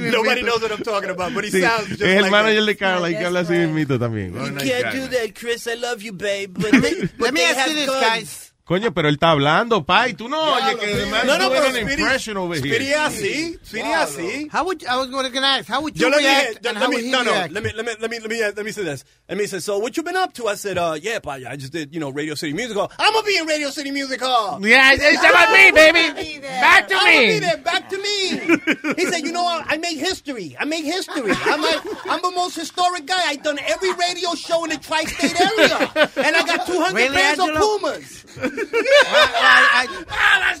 [SPEAKER 12] it.
[SPEAKER 6] Nobody knows what I'm talking about, but he
[SPEAKER 2] Sí,
[SPEAKER 6] sounds
[SPEAKER 2] es
[SPEAKER 6] just
[SPEAKER 2] el
[SPEAKER 6] like
[SPEAKER 2] manager
[SPEAKER 6] that.
[SPEAKER 2] de Carolines que habla así mismito también. Oh,
[SPEAKER 12] You can't do that, Chris. I love you, babe, but they, but
[SPEAKER 4] Let me
[SPEAKER 12] they
[SPEAKER 4] ask
[SPEAKER 12] have
[SPEAKER 4] you this,
[SPEAKER 12] guns.
[SPEAKER 4] guys.
[SPEAKER 2] Coño, pero él está hablando, pai. Tú no
[SPEAKER 6] Ya,
[SPEAKER 2] oyes
[SPEAKER 6] lo
[SPEAKER 2] que
[SPEAKER 6] sé.
[SPEAKER 2] además
[SPEAKER 6] No, no,
[SPEAKER 2] tú
[SPEAKER 6] pero
[SPEAKER 2] eres un
[SPEAKER 6] Spirit-
[SPEAKER 2] impression over here.
[SPEAKER 6] Spirit así, Spirit así.
[SPEAKER 4] How would I was going to ask? How would you
[SPEAKER 6] Yo le dije,
[SPEAKER 4] react?
[SPEAKER 6] yo-
[SPEAKER 4] and
[SPEAKER 6] let
[SPEAKER 4] how
[SPEAKER 6] me,
[SPEAKER 4] would he
[SPEAKER 6] no, no,
[SPEAKER 4] react?
[SPEAKER 6] let me, let me, let me, let me, let me say this. And me said, so what you been up to? I said, uh, yeah, pa, I just did, you know, Radio City Music Hall. I'm gonna be in Radio City Music Hall.
[SPEAKER 1] Yeah, it's about me, baby. Back to
[SPEAKER 6] I'm
[SPEAKER 1] me.
[SPEAKER 6] gonna be there. Back to me. he said, you know, I, I make history. I make history. I'm like, I'm the most historic guy. I done every radio show in the tri-state area, and I got 200
[SPEAKER 4] Really,
[SPEAKER 6] pairs of
[SPEAKER 4] Angelo?
[SPEAKER 6] Pumas. Ah,
[SPEAKER 4] I- I-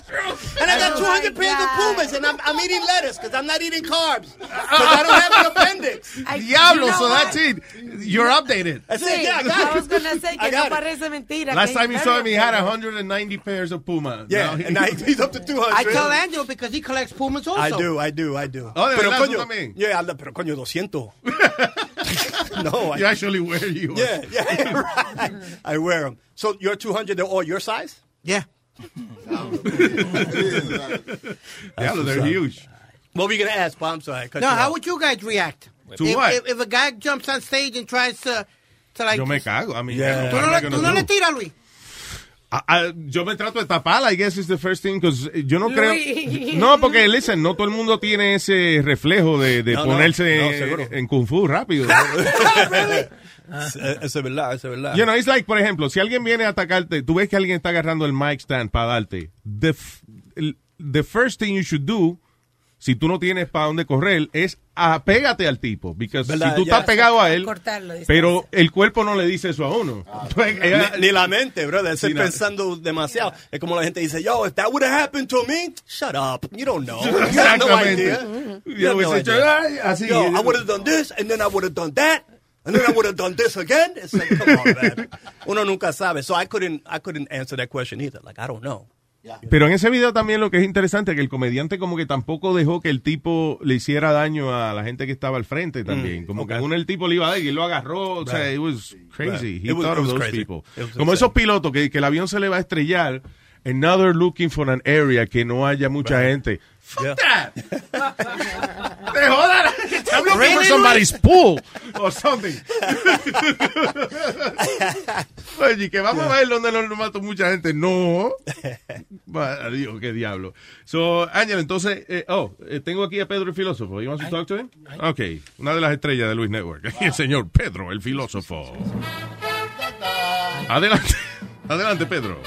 [SPEAKER 6] And I got
[SPEAKER 4] Oh
[SPEAKER 6] 200
[SPEAKER 4] my
[SPEAKER 6] pairs of
[SPEAKER 4] God.
[SPEAKER 6] Pumas, and I'm, I'm eating lettuce because I'm not eating carbs because I don't have an appendix.
[SPEAKER 2] Diablo, so that's it. You're updated.
[SPEAKER 6] I said,
[SPEAKER 8] Sí,
[SPEAKER 6] yeah, I
[SPEAKER 8] I
[SPEAKER 6] got
[SPEAKER 8] was
[SPEAKER 6] it.
[SPEAKER 8] gonna say
[SPEAKER 6] I
[SPEAKER 8] que
[SPEAKER 6] got
[SPEAKER 8] no
[SPEAKER 6] it.
[SPEAKER 8] parece mentira.
[SPEAKER 2] Last
[SPEAKER 8] que
[SPEAKER 2] time you
[SPEAKER 8] es
[SPEAKER 2] saw him, he had
[SPEAKER 8] verdad.
[SPEAKER 2] 190 pairs of Puma.
[SPEAKER 6] Yeah, and now he's up to 200.
[SPEAKER 4] I tell Angelo because he collects Pumas also.
[SPEAKER 6] I do, I do, I do.
[SPEAKER 2] Oh, de
[SPEAKER 6] pero
[SPEAKER 2] verdad, tú
[SPEAKER 6] coño,
[SPEAKER 2] también.
[SPEAKER 6] Yeah, anda, pero coño, 200. no,
[SPEAKER 2] You
[SPEAKER 6] I,
[SPEAKER 2] actually wear you.
[SPEAKER 6] yeah, yeah, right. I wear them. So your 200, they're all your size?
[SPEAKER 4] Yeah.
[SPEAKER 2] Diablo, they're huge.
[SPEAKER 6] What were you going to ask, Bob? I'm sorry. I cut
[SPEAKER 4] No,
[SPEAKER 6] you
[SPEAKER 4] how
[SPEAKER 6] off.
[SPEAKER 4] would you guys react?
[SPEAKER 2] To
[SPEAKER 4] if,
[SPEAKER 2] what?
[SPEAKER 4] If, if a guy jumps on stage and tries to, to like,
[SPEAKER 2] Yo me cago. I mean,
[SPEAKER 6] Yeah.
[SPEAKER 4] tú no,
[SPEAKER 2] I'm
[SPEAKER 4] le-
[SPEAKER 2] not
[SPEAKER 4] tú
[SPEAKER 2] gonna
[SPEAKER 4] no le
[SPEAKER 2] do.
[SPEAKER 4] tiras, Luis.
[SPEAKER 2] Ah, ah, yo me trato de tapar, I guess is the first thing, because yo no
[SPEAKER 8] Luis.
[SPEAKER 2] creo... No, porque, listen, no todo el mundo tiene ese reflejo de, de
[SPEAKER 6] No, no, no,
[SPEAKER 2] ponerse
[SPEAKER 6] seguro.
[SPEAKER 2] en Kung Fu rápido.
[SPEAKER 6] Eh, Eso es verdad, eso es verdad.
[SPEAKER 2] You know, it's like, por ejemplo, si alguien viene a atacarte, tú ves que alguien está agarrando el mic stand para darte. The, f- el- the first thing you should do, si tú no tienes para dónde correr, es apégate al tipo. Porque si
[SPEAKER 6] ¿Verdad?
[SPEAKER 2] tú
[SPEAKER 6] Ya.
[SPEAKER 2] estás pegado a él,
[SPEAKER 8] Cortarlo, distancia.
[SPEAKER 2] pero el cuerpo no le dice eso a uno.
[SPEAKER 6] Ah,
[SPEAKER 2] Pues, ella-
[SPEAKER 6] ni, ni la mente, brother. Estoy
[SPEAKER 2] Sí, no.
[SPEAKER 6] pensando demasiado. Es como la gente dice, yo, if that would have happened to me, shut up. You don't know. You have no
[SPEAKER 2] Exactamente.
[SPEAKER 6] idea.
[SPEAKER 2] Yo
[SPEAKER 6] You have no
[SPEAKER 2] hubiese hecho,
[SPEAKER 6] idea.
[SPEAKER 2] "Ay", así.
[SPEAKER 6] Yo, I would have done this, and then I would have done that, and then I would have done this again. It's like, come on, man. Uno nunca sabe. So I couldn't, I couldn't answer that question either. Like, I don't know.
[SPEAKER 2] Pero en ese video también lo que es interesante es que el comediante como que tampoco dejó que el tipo le hiciera daño a la gente que estaba al frente
[SPEAKER 6] Mm,
[SPEAKER 2] también. como que a uno el tipo le iba a dar y lo agarró. O sea, it was crazy.
[SPEAKER 6] Right.
[SPEAKER 2] He
[SPEAKER 6] It was-
[SPEAKER 2] thought
[SPEAKER 6] it
[SPEAKER 2] of
[SPEAKER 6] was
[SPEAKER 2] those
[SPEAKER 6] crazy.
[SPEAKER 2] people.
[SPEAKER 6] It was
[SPEAKER 2] Como
[SPEAKER 6] insane.
[SPEAKER 2] esos pilotos que, que el avión se le va a estrellar. Another looking for an area que no haya mucha gente. Fuck
[SPEAKER 6] Yeah.
[SPEAKER 2] that. Te jodan. I'm looking for
[SPEAKER 4] Really,
[SPEAKER 2] somebody's pool or something. Oye, que vamos a ver donde no nos mató mucha gente. No. Va, Dios, qué diablo. So, Ángel, entonces, eh, oh, eh, tengo aquí a Pedro el filósofo. You want to talk to him? Okay, una de las estrellas de Luis Network. El señor Pedro el filósofo. Adelante, adelante, Pedro.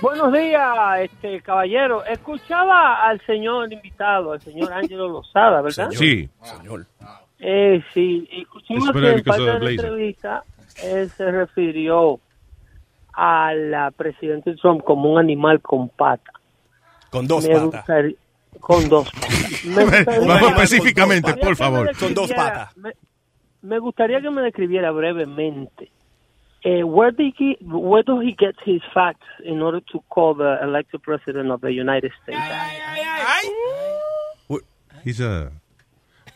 [SPEAKER 13] Buenos días, este caballero. Escuchaba al señor invitado, al señor Ángelo Lozada, ¿verdad?
[SPEAKER 2] Sí.
[SPEAKER 6] Señor.
[SPEAKER 13] Eh, sí, escuchamos
[SPEAKER 2] Espera,
[SPEAKER 13] que en
[SPEAKER 2] because
[SPEAKER 13] parte
[SPEAKER 2] of
[SPEAKER 13] de
[SPEAKER 2] the
[SPEAKER 13] la
[SPEAKER 2] blazer.
[SPEAKER 13] entrevista él se refirió a la presidente Trump como un animal con pata.
[SPEAKER 6] Con dos
[SPEAKER 13] Me
[SPEAKER 6] patas.
[SPEAKER 13] gustaría- con dos patas. Me gustaría-
[SPEAKER 2] Vamos específicamente, por favor.
[SPEAKER 6] Con dos patas.
[SPEAKER 13] Me, me gustaría que me describiera brevemente. eh, where, did he, where does he get his facts in order to call the elected president of the United States?
[SPEAKER 2] He's a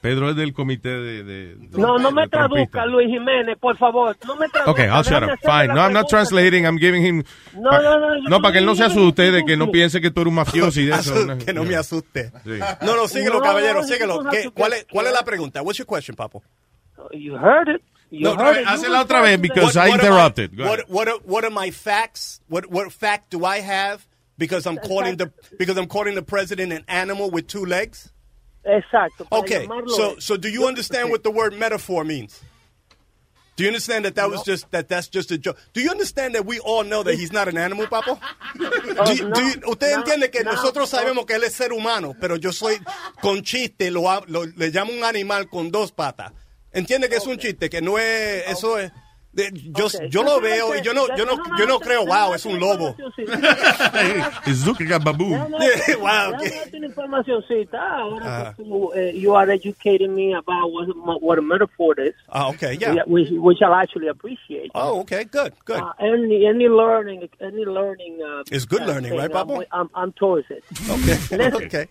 [SPEAKER 2] Pedro es del comité de... de- de-
[SPEAKER 13] No, no me
[SPEAKER 2] de trompistas.
[SPEAKER 13] traduzca, Luis Jiménez, por favor. No me traduzca.
[SPEAKER 2] Okay, I'll shut
[SPEAKER 13] déjame
[SPEAKER 2] up.
[SPEAKER 13] hacerle
[SPEAKER 2] Fine.
[SPEAKER 13] la
[SPEAKER 2] No, I'm not
[SPEAKER 13] pregunta.
[SPEAKER 2] translating. I'm giving him.
[SPEAKER 13] No,
[SPEAKER 2] pa-
[SPEAKER 13] no, no, yo
[SPEAKER 2] No, para que él no se
[SPEAKER 13] también-
[SPEAKER 2] asuste de que no piense que tú eres un mafioso y de eso. una-
[SPEAKER 6] que no me asuste.
[SPEAKER 2] Sí.
[SPEAKER 6] No, no, síguelo,
[SPEAKER 13] No,
[SPEAKER 6] caballero,
[SPEAKER 13] no,
[SPEAKER 6] síguelo.
[SPEAKER 13] no,
[SPEAKER 6] ¿Qué-
[SPEAKER 13] no,
[SPEAKER 6] cuál, es, ¿Cuál es la pregunta? What's your question, papo?
[SPEAKER 13] You heard it. You
[SPEAKER 6] No,
[SPEAKER 13] heard it.
[SPEAKER 2] hazla
[SPEAKER 13] You
[SPEAKER 2] otra
[SPEAKER 13] heard
[SPEAKER 2] vez,
[SPEAKER 13] it.
[SPEAKER 2] because I
[SPEAKER 6] am
[SPEAKER 2] interrupted. Go
[SPEAKER 6] What, what, are, what are my facts? What, what fact do I have? Because I'm calling the because I'm calling the president an animal with two legs.
[SPEAKER 13] Exacto. para
[SPEAKER 6] Okay,
[SPEAKER 13] llamarlo
[SPEAKER 6] so
[SPEAKER 13] es.
[SPEAKER 6] so do you understand what the word metaphor means? Do you understand that that was just that that's just a joke? Do you understand that we all know that he's not an animal, papo?
[SPEAKER 13] Oh,
[SPEAKER 6] Do you- do you- usted entiende que nosotros sabemos que él es ser humano, pero yo soy con chiste lo, ha- lo- le llamo un animal con dos patas. Entiende que es un chiste, que no es eso es de- yo yo lo veo y yo no yo no yo no creo, wow, es un lobo.
[SPEAKER 2] It's Zucca Babu.
[SPEAKER 13] Déjame
[SPEAKER 6] Yeah,
[SPEAKER 13] darte-
[SPEAKER 6] wow, Ah.
[SPEAKER 13] déjame
[SPEAKER 6] okay.
[SPEAKER 13] darte una informacioncita ahora
[SPEAKER 6] Ajá.
[SPEAKER 13] que tú, eh, you are educating me about what, a- what a metaphor is.
[SPEAKER 6] Ah, okay, yeah.
[SPEAKER 13] Which, which I'll actually appreciate.
[SPEAKER 6] Oh, okay, good, good.
[SPEAKER 13] Uh, any any learning any learning uh,
[SPEAKER 6] It's good
[SPEAKER 13] uh,
[SPEAKER 6] learning,
[SPEAKER 13] thing,
[SPEAKER 6] right, Pablo?
[SPEAKER 13] I'm, I'm, I'm towards it.
[SPEAKER 6] Okay.
[SPEAKER 13] Listen,
[SPEAKER 6] okay.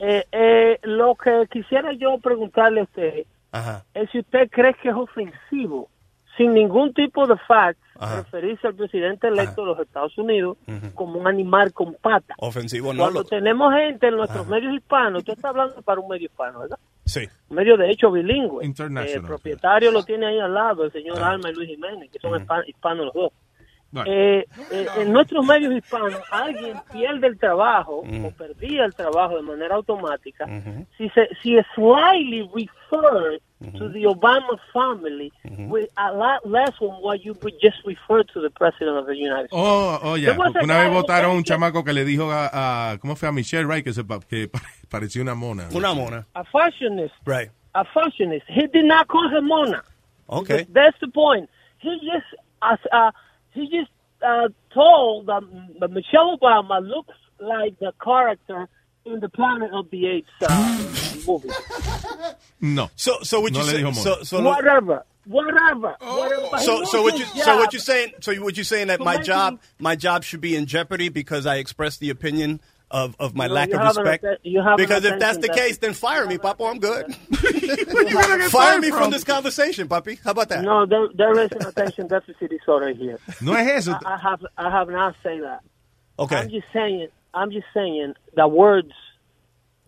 [SPEAKER 13] eh, eh, lo que quisiera yo preguntarle a usted
[SPEAKER 6] Ajá.
[SPEAKER 13] es si usted cree que es ofensivo sin ningún tipo de fact
[SPEAKER 6] Ajá. Mm.
[SPEAKER 13] referirse al presidente electo de los Estados Unidos como un animal con patas.
[SPEAKER 6] Ofensivo no
[SPEAKER 13] Cuando
[SPEAKER 6] lo
[SPEAKER 13] tenemos gente en nuestros
[SPEAKER 6] Ajá.
[SPEAKER 13] medios hispanos, usted está hablando para un medio hispano, ¿verdad?
[SPEAKER 6] Sí.
[SPEAKER 13] Un medio de hecho bilingüe.
[SPEAKER 6] International.
[SPEAKER 13] Eh, El propietario lo tiene ahí al lado, el señor Alma y Luis Jiménez, que son hispa- hispanos los dos.
[SPEAKER 6] Right.
[SPEAKER 13] Eh, eh, en nuestros medios hispanos, alguien pierde el trabajo
[SPEAKER 6] Mm.
[SPEAKER 13] o perdía el trabajo de manera automática si se si es slightly referred to the Obama family with a lot less than what you would just referred to the president of the United States.
[SPEAKER 2] Oh, oh, ya.
[SPEAKER 13] There was a
[SPEAKER 2] Una
[SPEAKER 13] guy
[SPEAKER 2] vez
[SPEAKER 13] who
[SPEAKER 2] votaron a un
[SPEAKER 13] said-
[SPEAKER 2] chamaco que le dijo a, a- ¿Cómo fue? A Michelle Wright que, se pa- que pa- parecía una mona.
[SPEAKER 6] Una mona.
[SPEAKER 13] a fashionist,
[SPEAKER 6] Right.
[SPEAKER 13] a fashionist. He did not call her Mona.
[SPEAKER 6] Okay.
[SPEAKER 13] That's the point. He just as uh, he just uh, told um, that Michelle Obama looks like the character in the Planet of the Apes uh, movie.
[SPEAKER 2] No.
[SPEAKER 6] So so would you
[SPEAKER 2] No le
[SPEAKER 6] say
[SPEAKER 2] dijo
[SPEAKER 6] so
[SPEAKER 2] mona.
[SPEAKER 6] so Oh.
[SPEAKER 13] whatever, whatever, whatever. He
[SPEAKER 6] So,
[SPEAKER 13] lost
[SPEAKER 6] so what you,
[SPEAKER 13] his
[SPEAKER 6] so what
[SPEAKER 13] job.
[SPEAKER 6] you saying? So you, what you saying that
[SPEAKER 13] So
[SPEAKER 6] my
[SPEAKER 13] maybe-
[SPEAKER 6] job, my job should be in jeopardy because I express the opinion of, of my
[SPEAKER 13] No,
[SPEAKER 6] lack
[SPEAKER 13] you
[SPEAKER 6] of
[SPEAKER 13] have an
[SPEAKER 6] respect?
[SPEAKER 13] offen- you have an
[SPEAKER 6] because if that's
[SPEAKER 13] offense
[SPEAKER 6] the
[SPEAKER 13] in that-
[SPEAKER 6] case, then fire me, Papo. I'm good.
[SPEAKER 13] get
[SPEAKER 6] fire
[SPEAKER 13] fired
[SPEAKER 6] me from
[SPEAKER 13] from.
[SPEAKER 6] this conversation, Papi. How about that?
[SPEAKER 13] No, there, there is an attention deficit disorder here.
[SPEAKER 2] No es eso.
[SPEAKER 13] I, I have I have not said that.
[SPEAKER 6] Okay.
[SPEAKER 13] I'm just saying I'm just saying that words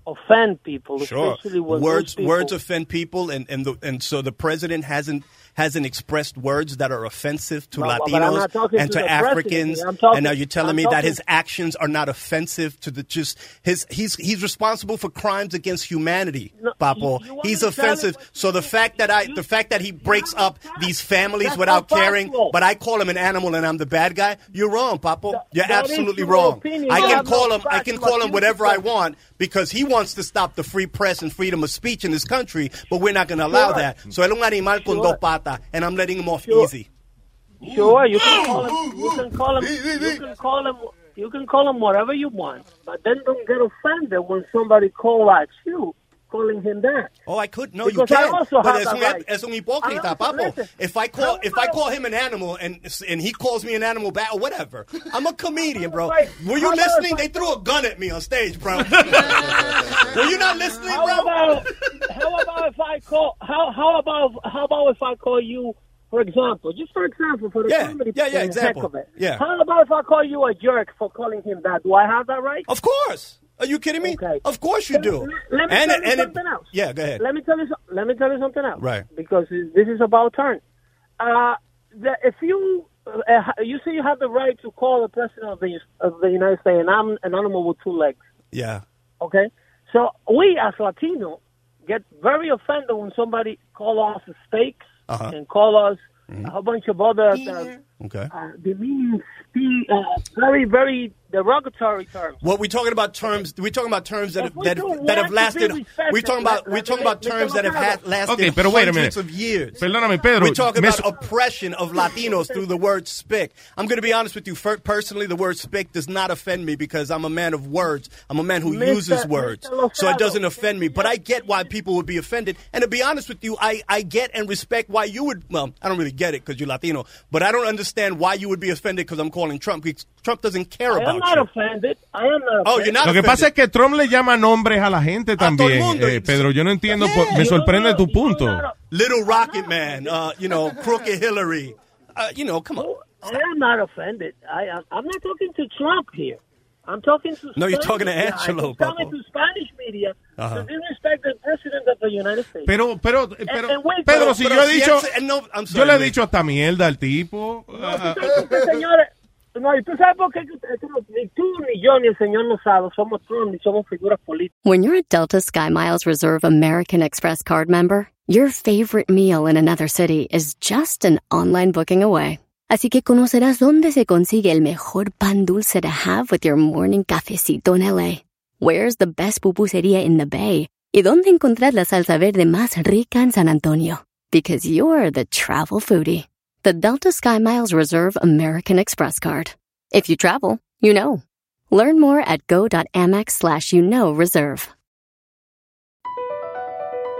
[SPEAKER 13] offend people,
[SPEAKER 6] Sure.
[SPEAKER 13] especially when those
[SPEAKER 6] Words
[SPEAKER 13] people-
[SPEAKER 6] words offend people, and and the, and so the president hasn't hasn't expressed words that are offensive to
[SPEAKER 13] But- but I'm
[SPEAKER 6] Latinos
[SPEAKER 13] not talking
[SPEAKER 6] and
[SPEAKER 13] to
[SPEAKER 6] to,
[SPEAKER 13] the
[SPEAKER 6] Africans.
[SPEAKER 13] president. I'm talking-
[SPEAKER 6] and now you're telling
[SPEAKER 13] I'm
[SPEAKER 6] me that
[SPEAKER 13] talking-
[SPEAKER 6] his actions are not offensive to the just his he's he's responsible for crimes against humanity, Papo.
[SPEAKER 13] you want
[SPEAKER 6] he's
[SPEAKER 13] me to tell you
[SPEAKER 6] offensive. So the fact that I the fact that he breaks up these families without caring,
[SPEAKER 13] factual.
[SPEAKER 6] but I call him an animal and I'm the bad guy. You're wrong, Papo. You're
[SPEAKER 13] that is
[SPEAKER 6] absolutely
[SPEAKER 13] your
[SPEAKER 6] wrong.
[SPEAKER 13] opinion.
[SPEAKER 6] I
[SPEAKER 13] You
[SPEAKER 6] can
[SPEAKER 13] have no
[SPEAKER 6] call him I can
[SPEAKER 13] factual
[SPEAKER 6] call him whatever I
[SPEAKER 13] opinion.
[SPEAKER 6] want want because he wants to stop the free press and freedom of speech in this country, but we're not going to allow
[SPEAKER 13] Sure.
[SPEAKER 6] that. So él es un animal con
[SPEAKER 13] Sure.
[SPEAKER 6] dos patas, and I'm letting him off easy.
[SPEAKER 13] Sure, you can call him. You can call him. You can call him. You can call him whatever you want, but then don't get offended when somebody calls out you, calling him that.
[SPEAKER 6] Oh, I could. No,
[SPEAKER 13] Because
[SPEAKER 6] you
[SPEAKER 13] I
[SPEAKER 6] can.
[SPEAKER 13] also
[SPEAKER 6] but
[SPEAKER 13] have
[SPEAKER 6] es
[SPEAKER 13] that
[SPEAKER 6] un,
[SPEAKER 13] right.
[SPEAKER 6] es un hipócrita,
[SPEAKER 13] I also-
[SPEAKER 6] papo.
[SPEAKER 13] listen,
[SPEAKER 6] If I call if I call him an animal and and he calls me an animal back or whatever, I'm a comedian, bro.
[SPEAKER 13] Right.
[SPEAKER 6] Were you
[SPEAKER 13] How about
[SPEAKER 6] listening?
[SPEAKER 13] if I-
[SPEAKER 6] They threw a gun at me on stage, bro. Were you not listening,
[SPEAKER 13] How
[SPEAKER 6] bro?
[SPEAKER 13] about how about if I call how how about how about if I call you for example just for example for the
[SPEAKER 6] Yeah,
[SPEAKER 13] comedy
[SPEAKER 6] yeah, yeah,
[SPEAKER 13] for the
[SPEAKER 6] example.
[SPEAKER 13] heck of it.
[SPEAKER 6] Yeah.
[SPEAKER 13] how about if I call you a jerk for calling him that do I have that right
[SPEAKER 6] Of course. Are you kidding me? Of course you do.
[SPEAKER 13] let me
[SPEAKER 6] and
[SPEAKER 13] tell
[SPEAKER 6] it-
[SPEAKER 13] you
[SPEAKER 6] and it-
[SPEAKER 13] something else
[SPEAKER 6] Yeah, go ahead.
[SPEAKER 13] let me tell you so- let me tell you something else
[SPEAKER 6] Right.
[SPEAKER 13] because this is about turn uh the, if you uh, you say you have the right to call the president of the of the United States and I'm an animal with two legs
[SPEAKER 6] Yeah.
[SPEAKER 13] Okay, so we as Latino get very offended when somebody call us steaks
[SPEAKER 6] Uh-huh. Mm-hmm.
[SPEAKER 13] and call us a whole bunch of other uh,
[SPEAKER 6] Okay.
[SPEAKER 13] uh, demeaning, spe- uh, very very derogatory terms.
[SPEAKER 6] Well, we're talking about terms. We're talking about terms that
[SPEAKER 13] If we
[SPEAKER 6] that,
[SPEAKER 13] don't
[SPEAKER 6] that have
[SPEAKER 13] want to
[SPEAKER 6] lasted.
[SPEAKER 13] be respected,
[SPEAKER 6] We're talking about
[SPEAKER 13] let-
[SPEAKER 6] we're
[SPEAKER 13] let
[SPEAKER 6] talking
[SPEAKER 13] me-
[SPEAKER 6] about
[SPEAKER 13] Mr.
[SPEAKER 6] terms that have had,
[SPEAKER 13] Mercado.
[SPEAKER 6] lasted
[SPEAKER 2] Okay, pero wait a minute.
[SPEAKER 6] hundreds of years.
[SPEAKER 2] Perdóname, Pedro.
[SPEAKER 6] We're talking
[SPEAKER 2] me
[SPEAKER 6] about
[SPEAKER 2] su-
[SPEAKER 6] oppression of Latinos through the word "spick." I'm going to be honest with you. Fir- personally, the word "spick" does not offend me because I'm a man of words. I'm a man who
[SPEAKER 13] Mr.
[SPEAKER 6] uses words,
[SPEAKER 13] Mercado.
[SPEAKER 6] so it doesn't offend me. But I get why people would be offended. And to be honest with you, I I get and respect why you would. Well, I don't really get it because you're Latino, but I don't understand why you would be offended because I'm calling Trump. because Trump doesn't care
[SPEAKER 13] I
[SPEAKER 6] about
[SPEAKER 13] am not offended. I am not.
[SPEAKER 6] Oh, you're not
[SPEAKER 2] Lo que pasa es que Trump le llama nombres a la gente también. eh, Pedro, yo no entiendo, por- me sorprende tu punto.
[SPEAKER 6] Little Rocket Man, uh, you know, Crooked Hillary. Uh, you know, come on.
[SPEAKER 13] I am not offended. I am, I'm not talking to Trump here. I'm talking to
[SPEAKER 6] No, you're
[SPEAKER 13] Spanish
[SPEAKER 6] talking to
[SPEAKER 13] guys.
[SPEAKER 6] Angelo,
[SPEAKER 13] I'm
[SPEAKER 6] Papo.
[SPEAKER 13] talking
[SPEAKER 6] Uh-huh.
[SPEAKER 13] to Spanish media
[SPEAKER 6] Ajá.
[SPEAKER 13] to disrespect the president of the United States.
[SPEAKER 2] Pero, pero,
[SPEAKER 13] And-
[SPEAKER 2] pero,
[SPEAKER 13] and wait,
[SPEAKER 2] Pedro,
[SPEAKER 13] pero-
[SPEAKER 2] si
[SPEAKER 13] pero
[SPEAKER 2] yo he dicho,
[SPEAKER 13] él se- él no- I'm
[SPEAKER 2] yo
[SPEAKER 13] sorry,
[SPEAKER 2] le he
[SPEAKER 13] Luis.
[SPEAKER 2] dicho hasta mierda al tipo. Ah, ah,
[SPEAKER 13] Entonces, señores, no, y tú sabes por qué que ustedes no- ni tú ni yo ni el señor Lozado somos Trump ni somos figuras políticas.
[SPEAKER 14] When you're a Delta SkyMiles Reserve American Express card member, your favorite meal in another city is just an online booking away. Así que conocerás dónde se consigue el mejor pan dulce to have with your morning cafecito en LA. Where's the best pupusería in the Bay? Y dónde encontrar la salsa verde más rica en San Antonio? Because you're the travel foodie. The Delta SkyMiles Reserve American Express card. If you travel, you know. Learn more at go.amex slash you know reserve.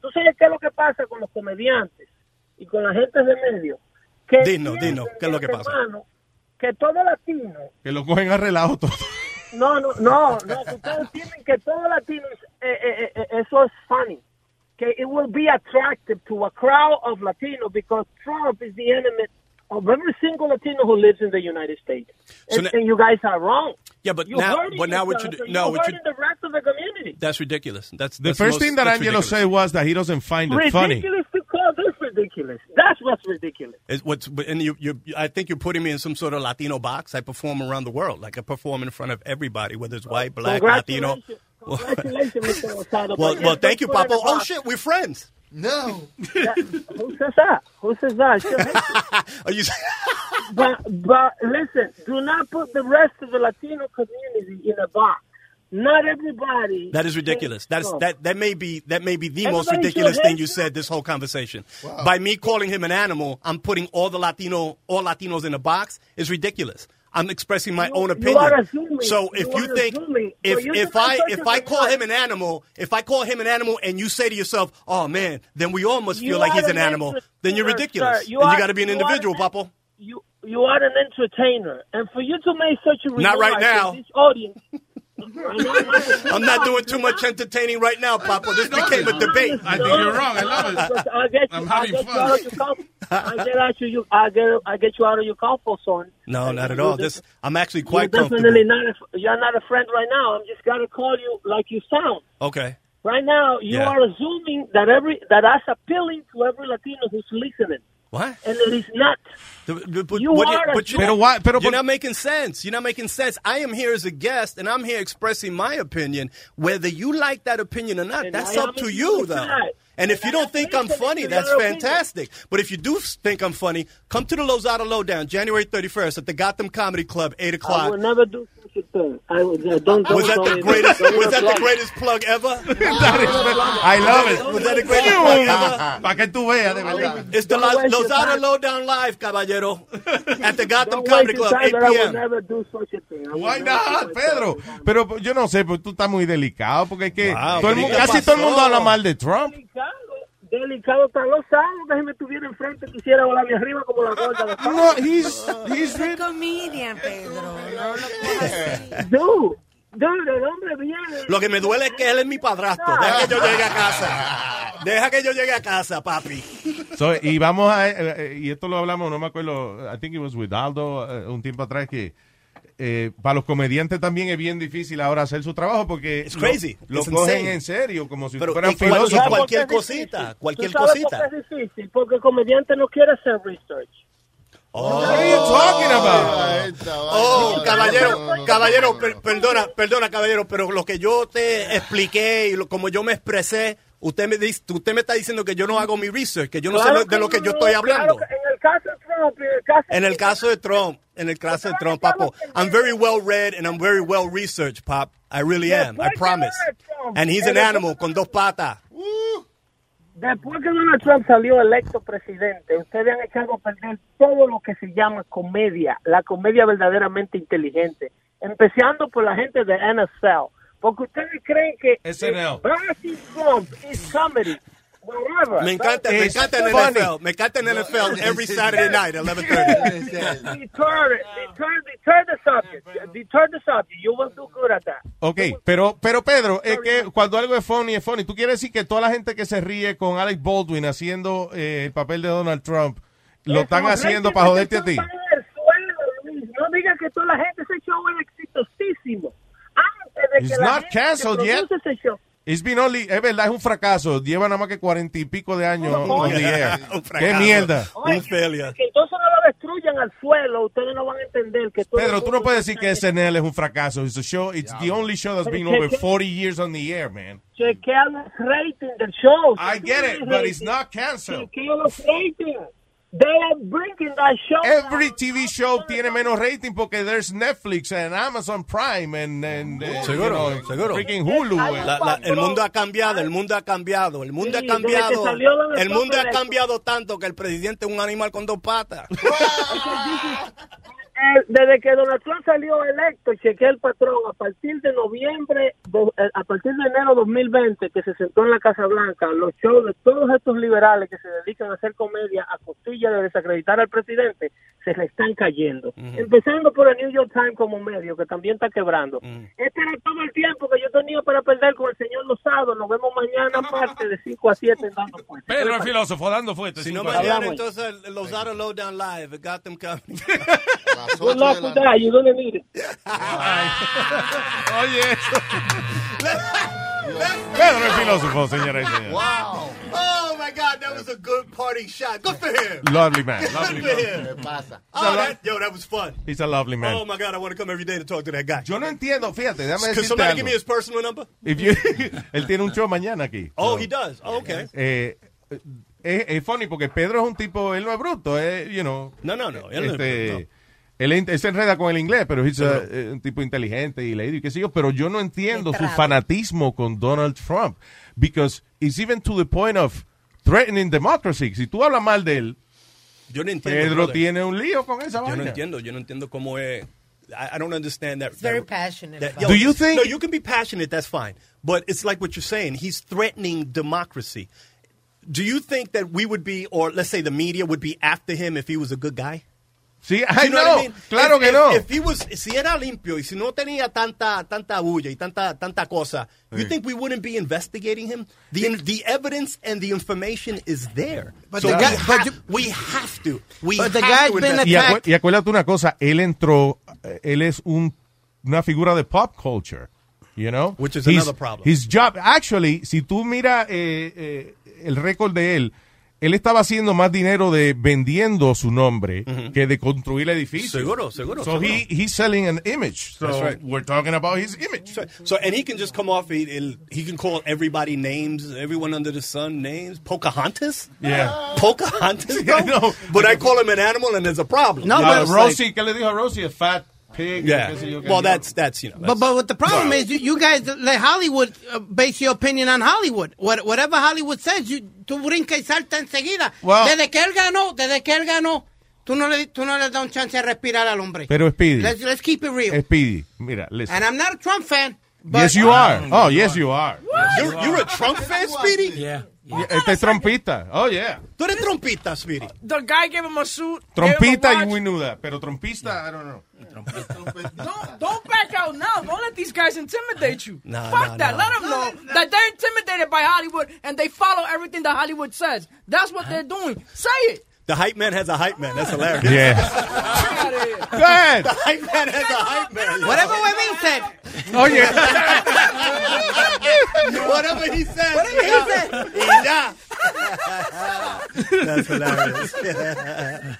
[SPEAKER 13] ¿Tú sabes qué es lo que pasa con los comediantes y con la gente de medio? Que
[SPEAKER 6] Dino,
[SPEAKER 13] entienden
[SPEAKER 6] dino, ¿qué es lo que
[SPEAKER 13] de
[SPEAKER 6] pasa?
[SPEAKER 13] antemano Que todo latino
[SPEAKER 2] que lo cogen a relajo todo.
[SPEAKER 13] No, no, no, no. que Ustedes tienen que todo latino, eh, eh, eh, eso es funny. Que it will be attractive to a crowd of Latinos because Trump is the enemy of every single Latino who lives in the United States.
[SPEAKER 6] So
[SPEAKER 13] and,
[SPEAKER 6] now-
[SPEAKER 13] and you guys are wrong.
[SPEAKER 6] Yeah, but
[SPEAKER 13] You're
[SPEAKER 6] now-
[SPEAKER 13] hurting
[SPEAKER 6] but now what
[SPEAKER 13] yourself
[SPEAKER 6] you do-
[SPEAKER 13] and
[SPEAKER 6] no,
[SPEAKER 13] you're
[SPEAKER 6] what you-
[SPEAKER 13] hurting the rest of the community.
[SPEAKER 6] That's ridiculous. That's
[SPEAKER 2] The
[SPEAKER 6] that's
[SPEAKER 2] first
[SPEAKER 6] most-
[SPEAKER 2] thing that
[SPEAKER 6] that's
[SPEAKER 2] Angelo
[SPEAKER 6] ridiculous.
[SPEAKER 2] said was that he doesn't find it funny.
[SPEAKER 13] ridiculous to call this ridiculous. That's what's ridiculous.
[SPEAKER 6] It's what's and you you I think you're putting me in some sort of Latino box. I perform around the world. Like I perform in front of everybody, whether it's white, black, Latino. Well,
[SPEAKER 13] Congratulations, Mr. Rosado.
[SPEAKER 6] well,
[SPEAKER 13] But
[SPEAKER 6] well,
[SPEAKER 13] don't
[SPEAKER 6] thank you,
[SPEAKER 13] put it in
[SPEAKER 6] Papa.
[SPEAKER 13] a
[SPEAKER 6] Oh
[SPEAKER 13] box.
[SPEAKER 6] shit, we're friends.
[SPEAKER 13] No. who says that? Who says that? Sure,
[SPEAKER 6] Are you?
[SPEAKER 13] but but listen, do not put the rest of the Latino community in a box. Not everybody. Oh.
[SPEAKER 6] That is ridiculous. That is
[SPEAKER 13] No.
[SPEAKER 6] that that may be that may be the most
[SPEAKER 13] Everybody
[SPEAKER 6] ridiculous
[SPEAKER 13] should
[SPEAKER 6] thing
[SPEAKER 13] hate
[SPEAKER 6] you said this whole conversation. By me calling him an animal, I'm putting all the Latino all Latinos in a box is ridiculous. I'm expressing my own
[SPEAKER 13] you are
[SPEAKER 6] opinion.
[SPEAKER 13] assuming-
[SPEAKER 6] so if
[SPEAKER 13] you
[SPEAKER 6] you
[SPEAKER 13] are
[SPEAKER 6] think
[SPEAKER 13] assuming.
[SPEAKER 6] if
[SPEAKER 13] So you
[SPEAKER 6] if
[SPEAKER 13] think I'm
[SPEAKER 6] I
[SPEAKER 13] such
[SPEAKER 6] if
[SPEAKER 13] a
[SPEAKER 6] I call
[SPEAKER 13] slut.
[SPEAKER 6] him an animal, if I call him an animal and you say to yourself, "Oh man," then we all must
[SPEAKER 13] You
[SPEAKER 6] feel like
[SPEAKER 13] are
[SPEAKER 6] he's an
[SPEAKER 13] an
[SPEAKER 6] animal. Then you're
[SPEAKER 13] entertainer,
[SPEAKER 6] ridiculous.
[SPEAKER 13] sir. You
[SPEAKER 6] and
[SPEAKER 13] are-
[SPEAKER 6] you got to be an
[SPEAKER 13] you are
[SPEAKER 6] individual,
[SPEAKER 13] an-
[SPEAKER 6] Papo.
[SPEAKER 13] You you are an entertainer, and for you to make such a
[SPEAKER 6] Not right
[SPEAKER 13] remark
[SPEAKER 6] now.
[SPEAKER 13] to This audience.
[SPEAKER 6] I'm not doing too much entertaining right now, Papa. This became a debate.
[SPEAKER 13] I think you're wrong. I love it. I get you. I'm having I get You out of your comfort, I get out you. I get. I get you out of your comfort zone.
[SPEAKER 6] No, not at all. This I'm actually quite
[SPEAKER 13] you're
[SPEAKER 6] comfortable.
[SPEAKER 13] definitely not. A, you're not a friend right now. I'm just gonna call you like you sound.
[SPEAKER 6] Okay.
[SPEAKER 13] Right now, you
[SPEAKER 6] Yeah.
[SPEAKER 13] are assuming that every that that's appealing to every Latino who's listening,
[SPEAKER 6] What?
[SPEAKER 13] and it is not. You are a jerk.
[SPEAKER 6] you're,
[SPEAKER 13] Pero why- pero
[SPEAKER 6] you're
[SPEAKER 13] por-
[SPEAKER 6] not making sense. You're not making sense. I am here as a guest, and I'm here expressing my opinion. Whether you like that opinion or not, that's
[SPEAKER 13] I
[SPEAKER 6] up
[SPEAKER 13] am
[SPEAKER 6] to
[SPEAKER 13] a
[SPEAKER 6] you,
[SPEAKER 13] good
[SPEAKER 6] though.
[SPEAKER 13] guy.
[SPEAKER 6] And if you don't think I'm funny,
[SPEAKER 13] to
[SPEAKER 6] that's
[SPEAKER 13] your opinion.
[SPEAKER 6] fantastic. But if you do think I'm funny, come to the Lozada Lowdown January 31st at the Gotham Comedy Club, 8
[SPEAKER 13] I
[SPEAKER 6] o'clock.
[SPEAKER 13] will never do such a thing. I will, I don't.
[SPEAKER 6] Was that
[SPEAKER 13] don't-
[SPEAKER 6] the
[SPEAKER 13] don't-
[SPEAKER 6] greatest?
[SPEAKER 13] don't
[SPEAKER 6] Was that the
[SPEAKER 13] apply.
[SPEAKER 6] greatest plug ever?
[SPEAKER 2] I love it.
[SPEAKER 6] Was that the greatest plug ever?
[SPEAKER 2] Para que tú veas, de verdad.
[SPEAKER 6] It's the
[SPEAKER 13] Don't
[SPEAKER 6] Lo-
[SPEAKER 13] waste your
[SPEAKER 6] Lozada
[SPEAKER 13] time.
[SPEAKER 6] Lowdown Live, caballero, at the Gotham
[SPEAKER 13] Don't
[SPEAKER 6] Comedy Club,
[SPEAKER 13] waste your time
[SPEAKER 6] 8
[SPEAKER 13] that I will
[SPEAKER 6] p.m.
[SPEAKER 13] never do such a thing. I will
[SPEAKER 2] Why
[SPEAKER 13] never do
[SPEAKER 2] not,
[SPEAKER 13] such a
[SPEAKER 2] Pedro? Pero yo no sé, porque tú estás muy delicado, porque es que
[SPEAKER 6] Wow,
[SPEAKER 2] todo el
[SPEAKER 6] pero ¿y
[SPEAKER 2] mundo-
[SPEAKER 6] qué
[SPEAKER 2] casi todo el mundo
[SPEAKER 6] pasó?
[SPEAKER 2] habla mal de Trump.
[SPEAKER 13] Delicado, delicado tan lo sabe que si me tuviera enfrente quisiera volarme arriba como la gorda de Pablo.
[SPEAKER 2] No, he's he's
[SPEAKER 8] Es comedian, Pedro. No lo
[SPEAKER 13] Dude, dude, el hombre viene.
[SPEAKER 6] Lo que me duele es que él es mi padrastro. Deja que yo llegue a casa. Deja que yo llegue a casa, papi.
[SPEAKER 2] So, y vamos a, eh, eh, y esto lo hablamos, no me acuerdo, I think it was with Aldo eh, un tiempo atrás que eh, para los comediantes también es bien difícil ahora hacer su trabajo porque
[SPEAKER 6] It's
[SPEAKER 2] lo-
[SPEAKER 6] crazy.
[SPEAKER 2] lo,
[SPEAKER 6] It's
[SPEAKER 2] cogen
[SPEAKER 6] insane.
[SPEAKER 2] en serio, como si
[SPEAKER 6] Pero
[SPEAKER 2] fueran
[SPEAKER 6] en cualquier-
[SPEAKER 2] filósofos.
[SPEAKER 6] cualquier
[SPEAKER 13] ¿Tú sabes por qué es
[SPEAKER 6] cosita,
[SPEAKER 13] difícil?
[SPEAKER 6] cualquier
[SPEAKER 13] ¿Tú sabes
[SPEAKER 6] cosita.
[SPEAKER 13] por qué es difícil? Porque el comediante no quiere hacer research.
[SPEAKER 2] What are you talking about?
[SPEAKER 6] Oh, caballero, caballero, per- perdona, perdona, caballero, pero lo que yo te expliqué y lo- como yo me expresé, usted me dice, usted me está diciendo que yo no hago mi research, que yo no sé
[SPEAKER 13] Claro
[SPEAKER 6] lo- de
[SPEAKER 13] que
[SPEAKER 6] lo que
[SPEAKER 13] no,
[SPEAKER 6] yo estoy
[SPEAKER 13] claro
[SPEAKER 6] hablando.
[SPEAKER 13] que en el el caso de Trump, en el caso
[SPEAKER 6] En el caso de Trump, en el caso de Trump, papo, I'm very well read and I'm very well researched, pop. I really am. I promise. And he's an animal con dos patas.
[SPEAKER 13] Después que Donald Trump salió electo presidente, ustedes han echado a perder todo lo que se llama comedia, la comedia verdaderamente inteligente, empezando por la gente de NFL, porque ustedes creen que
[SPEAKER 2] SNL.
[SPEAKER 13] Brasil Trump is comedy, whatever. Eh,
[SPEAKER 6] Me encanta, me
[SPEAKER 13] It's
[SPEAKER 6] encanta en
[SPEAKER 13] funny.
[SPEAKER 6] NFL. Me encanta en NFL every Saturday night, 11:30.
[SPEAKER 13] Deter, deter, deter the subject, deter the subject, you will do good at that.
[SPEAKER 2] Ok, pero, pero Pedro, es que cuando algo es funny, es funny. ¿Tú quieres decir que toda la gente que se ríe con Alec Baldwin haciendo eh, el papel de Donald Trump, lo están
[SPEAKER 13] Eso,
[SPEAKER 2] haciendo
[SPEAKER 13] Luis,
[SPEAKER 2] para
[SPEAKER 13] que
[SPEAKER 2] joderte a
[SPEAKER 13] tú
[SPEAKER 2] ti?
[SPEAKER 13] estás en el suelo, Luis. No digas que toda la gente se show es exitosísimo. Antes de
[SPEAKER 2] It's
[SPEAKER 13] que la
[SPEAKER 2] not
[SPEAKER 13] gente que
[SPEAKER 2] canceled yet.
[SPEAKER 13] produce ese show-
[SPEAKER 2] It's been only, es verdad, es un fracaso. Lleva nada más que cuarenta y pico de años on the air.
[SPEAKER 6] Un
[SPEAKER 2] ¡Qué
[SPEAKER 6] fracaso.
[SPEAKER 2] mierda!
[SPEAKER 6] Un failure.
[SPEAKER 13] Que entonces no lo destruyan al suelo, ustedes no van a entender que todo
[SPEAKER 2] Pedro,
[SPEAKER 13] el
[SPEAKER 2] tú no
[SPEAKER 13] mundo
[SPEAKER 2] puedes decir
[SPEAKER 13] está
[SPEAKER 2] que SNL es un fracaso. It's a show, it's the only show that's been over 40 years on the air, man.
[SPEAKER 13] Chequea los ratings del show.
[SPEAKER 2] I get it, but it's not canceled.
[SPEAKER 13] Chequea los ratings. They are bringing that show.
[SPEAKER 2] Every TV show tiene menos rating porque there's Netflix and Amazon Prime and, and, eh,
[SPEAKER 6] Seguro,
[SPEAKER 2] you know,
[SPEAKER 6] seguro.
[SPEAKER 2] freaking Hulu. eh.
[SPEAKER 6] La- la- el mundo ha cambiado, el mundo ha cambiado, el mundo
[SPEAKER 2] Sí,
[SPEAKER 6] ha
[SPEAKER 2] desde que
[SPEAKER 6] cambiado.
[SPEAKER 2] salió Donald
[SPEAKER 6] El
[SPEAKER 2] Trump
[SPEAKER 6] mundo ha
[SPEAKER 2] electo.
[SPEAKER 6] cambiado tanto que el presidente es un animal con dos patas.
[SPEAKER 13] Eh, Desde que Donald Trump salió electo, chequea el patrón, a partir de noviembre, do- eh, a partir de enero 2020, que se sentó en la Casa Blanca, los shows de todos estos liberales que se dedican a hacer comedia a costilla de desacreditar al presidente, se le están cayendo. Empezando por el New York Times como medio, que también está quebrando. Este era todo el tiempo que yo tenía para perder con el señor Lozado. Nos vemos mañana, martes, de 5 a 7, en dando Fuerte.
[SPEAKER 2] Pedro el filósofo, dando fuerte.
[SPEAKER 6] Si no
[SPEAKER 2] cinco
[SPEAKER 6] mañana,
[SPEAKER 2] años.
[SPEAKER 6] entonces los Low Lowdown Live, it got them coming.
[SPEAKER 13] Good luck with that. You don't need it.
[SPEAKER 2] Oye, eso. Pedro el filósofo, señoras y señores.
[SPEAKER 6] Wow. Oh my God, that was a good party shot. Good for him.
[SPEAKER 2] Lovely man,
[SPEAKER 6] Good
[SPEAKER 2] lovely
[SPEAKER 6] for
[SPEAKER 2] man.
[SPEAKER 6] him. Oh, that, yo, that was fun.
[SPEAKER 2] He's a lovely man.
[SPEAKER 6] Oh my God, I want to come every day to talk to that guy.
[SPEAKER 2] Yo no entiendo, fíjate, déjame
[SPEAKER 6] Could
[SPEAKER 2] decirte
[SPEAKER 6] somebody
[SPEAKER 2] algo.
[SPEAKER 6] give me his personal number?
[SPEAKER 2] If you- él tiene un show mañana aquí.
[SPEAKER 6] Oh, he does. Oh, okay.
[SPEAKER 2] Eh, eh, es, es funny porque Pedro es un tipo, él no es bruto, es, you know.
[SPEAKER 6] No, no, no, él no es
[SPEAKER 2] este,
[SPEAKER 6] bruto.
[SPEAKER 2] Él, ent- él se enreda con el inglés, pero es un tipo inteligente y leído y qué sé yo, pero yo no entiendo su
[SPEAKER 15] Letrado.
[SPEAKER 2] fanatismo con Donald Trump, because it's even to the point of threatening democracy. Si tú hablas mal de él,
[SPEAKER 6] Yo no entiendo.
[SPEAKER 2] Pedro
[SPEAKER 6] brother.
[SPEAKER 2] tiene un lío con esa
[SPEAKER 6] Yo no
[SPEAKER 2] vaina.
[SPEAKER 6] entiendo. Yo no entiendo cómo es. I, I don't understand that. It's
[SPEAKER 8] very passionate about
[SPEAKER 2] Do you think-
[SPEAKER 6] No, you can be passionate. That's fine. But it's like what you're saying. He's threatening democracy. Do you think that we would be, or let's say the media would be after him if he was a good guy?
[SPEAKER 2] Sí,
[SPEAKER 6] Do
[SPEAKER 2] I
[SPEAKER 6] you know what
[SPEAKER 2] know.
[SPEAKER 6] I mean?
[SPEAKER 2] Claro
[SPEAKER 6] If-
[SPEAKER 2] que
[SPEAKER 6] if-
[SPEAKER 2] no.
[SPEAKER 6] if he was- si era limpio y si no tenía tanta tanta bulla y tanta tanta cosa, you
[SPEAKER 2] Sí.
[SPEAKER 6] think we wouldn't be investigating him? The the evidence and the information is there.
[SPEAKER 4] But
[SPEAKER 6] So
[SPEAKER 4] the
[SPEAKER 6] we,
[SPEAKER 4] guy-
[SPEAKER 6] ha- we have to. We
[SPEAKER 4] But the
[SPEAKER 6] have
[SPEAKER 4] guy's
[SPEAKER 6] to
[SPEAKER 4] been
[SPEAKER 6] investigate.
[SPEAKER 2] y, acu- y acuérdate una cosa, él entró, eh, él es un, una figura de pop culture, you know?
[SPEAKER 6] Which is another problem.
[SPEAKER 2] His job, actually, si tú miras eh, eh, el récord de él, él estaba haciendo más dinero de vendiendo su nombre que de construir el edificio.
[SPEAKER 6] Seguro, seguro,
[SPEAKER 2] So
[SPEAKER 6] seguro.
[SPEAKER 2] He, he's selling an image. So
[SPEAKER 6] That's right.
[SPEAKER 2] we're talking about his image.
[SPEAKER 6] So, so- and he can just come off. He, he'll- he can call everybody names, everyone under the sun names. Pocahontas.
[SPEAKER 2] Yeah.
[SPEAKER 6] Pocahontas. Bro? But I call him an animal, and there's a problem.
[SPEAKER 2] No,
[SPEAKER 6] You know,
[SPEAKER 2] but
[SPEAKER 6] it's
[SPEAKER 2] Rosie,
[SPEAKER 6] like-
[SPEAKER 2] ¿qué le dijo a Rosie? A fat pig.
[SPEAKER 6] yeah.
[SPEAKER 2] qué sé yo, qué
[SPEAKER 6] Well,
[SPEAKER 2] sé yo.
[SPEAKER 6] that's that's you know.
[SPEAKER 4] But but what the problem is, you, you guys let Hollywood uh, base your opinion on Hollywood. What, whatever Hollywood says, you, tú brinca y salta enseguida.
[SPEAKER 2] Well-
[SPEAKER 4] desde que él ganó, desde que él ganó, tú no le tú no le das un chance de respirar al hombre.
[SPEAKER 2] Pero Speedy.
[SPEAKER 4] let's, let's keep it real.
[SPEAKER 2] Speedy, mira, listen.
[SPEAKER 4] And I'm not a Trump fan. But
[SPEAKER 2] yes, you are. Oh, yes, you are.
[SPEAKER 6] You're, you're a Trump fan, Speedy. Yeah.
[SPEAKER 2] Este es trompista. Oh, yeah.
[SPEAKER 6] Tú eres trompista, Speedy.
[SPEAKER 7] The guy gave him a suit.
[SPEAKER 2] Trompita
[SPEAKER 7] gave
[SPEAKER 2] y
[SPEAKER 7] him a watch.
[SPEAKER 2] muy nuda, pero trompista, I don't know.
[SPEAKER 7] Don't, don't back out now. Don't let these guys intimidate you.
[SPEAKER 2] No,
[SPEAKER 7] Fuck
[SPEAKER 2] no,
[SPEAKER 7] that.
[SPEAKER 2] no.
[SPEAKER 7] Let them know that they're intimidated by Hollywood and they follow everything that Hollywood says. That's what they're doing. Say it.
[SPEAKER 6] The hype man has a hype man. That's hilarious.
[SPEAKER 2] Yeah.
[SPEAKER 7] Go
[SPEAKER 2] ahead.
[SPEAKER 6] The hype man has a hype man.
[SPEAKER 4] Whatever Webin said.
[SPEAKER 2] Oye.
[SPEAKER 6] Whatever he said.
[SPEAKER 4] Whatever he said.
[SPEAKER 6] Y ya. That's hilarious.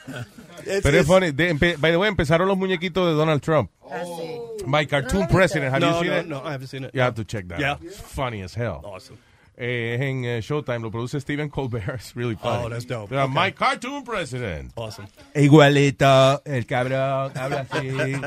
[SPEAKER 6] It's-
[SPEAKER 2] Pero es
[SPEAKER 6] it's-
[SPEAKER 2] funny. De- empe- by the way, empezaron los muñequitos de Donald Trump. My cartoon president. Have
[SPEAKER 6] Ah, No,
[SPEAKER 2] you seen
[SPEAKER 6] no,
[SPEAKER 2] it?
[SPEAKER 6] no, I haven't seen it.
[SPEAKER 2] You have to check that.
[SPEAKER 6] Yeah.
[SPEAKER 2] out. It's funny as hell.
[SPEAKER 6] Awesome.
[SPEAKER 2] eh, es en eh, Showtime, lo produce Stephen Colbert. It's really funny.
[SPEAKER 6] Oh, that's dope.
[SPEAKER 2] They're
[SPEAKER 6] Okay.
[SPEAKER 2] My cartoon president.
[SPEAKER 6] Awesome.
[SPEAKER 2] Igualito, el cabrón, habla así.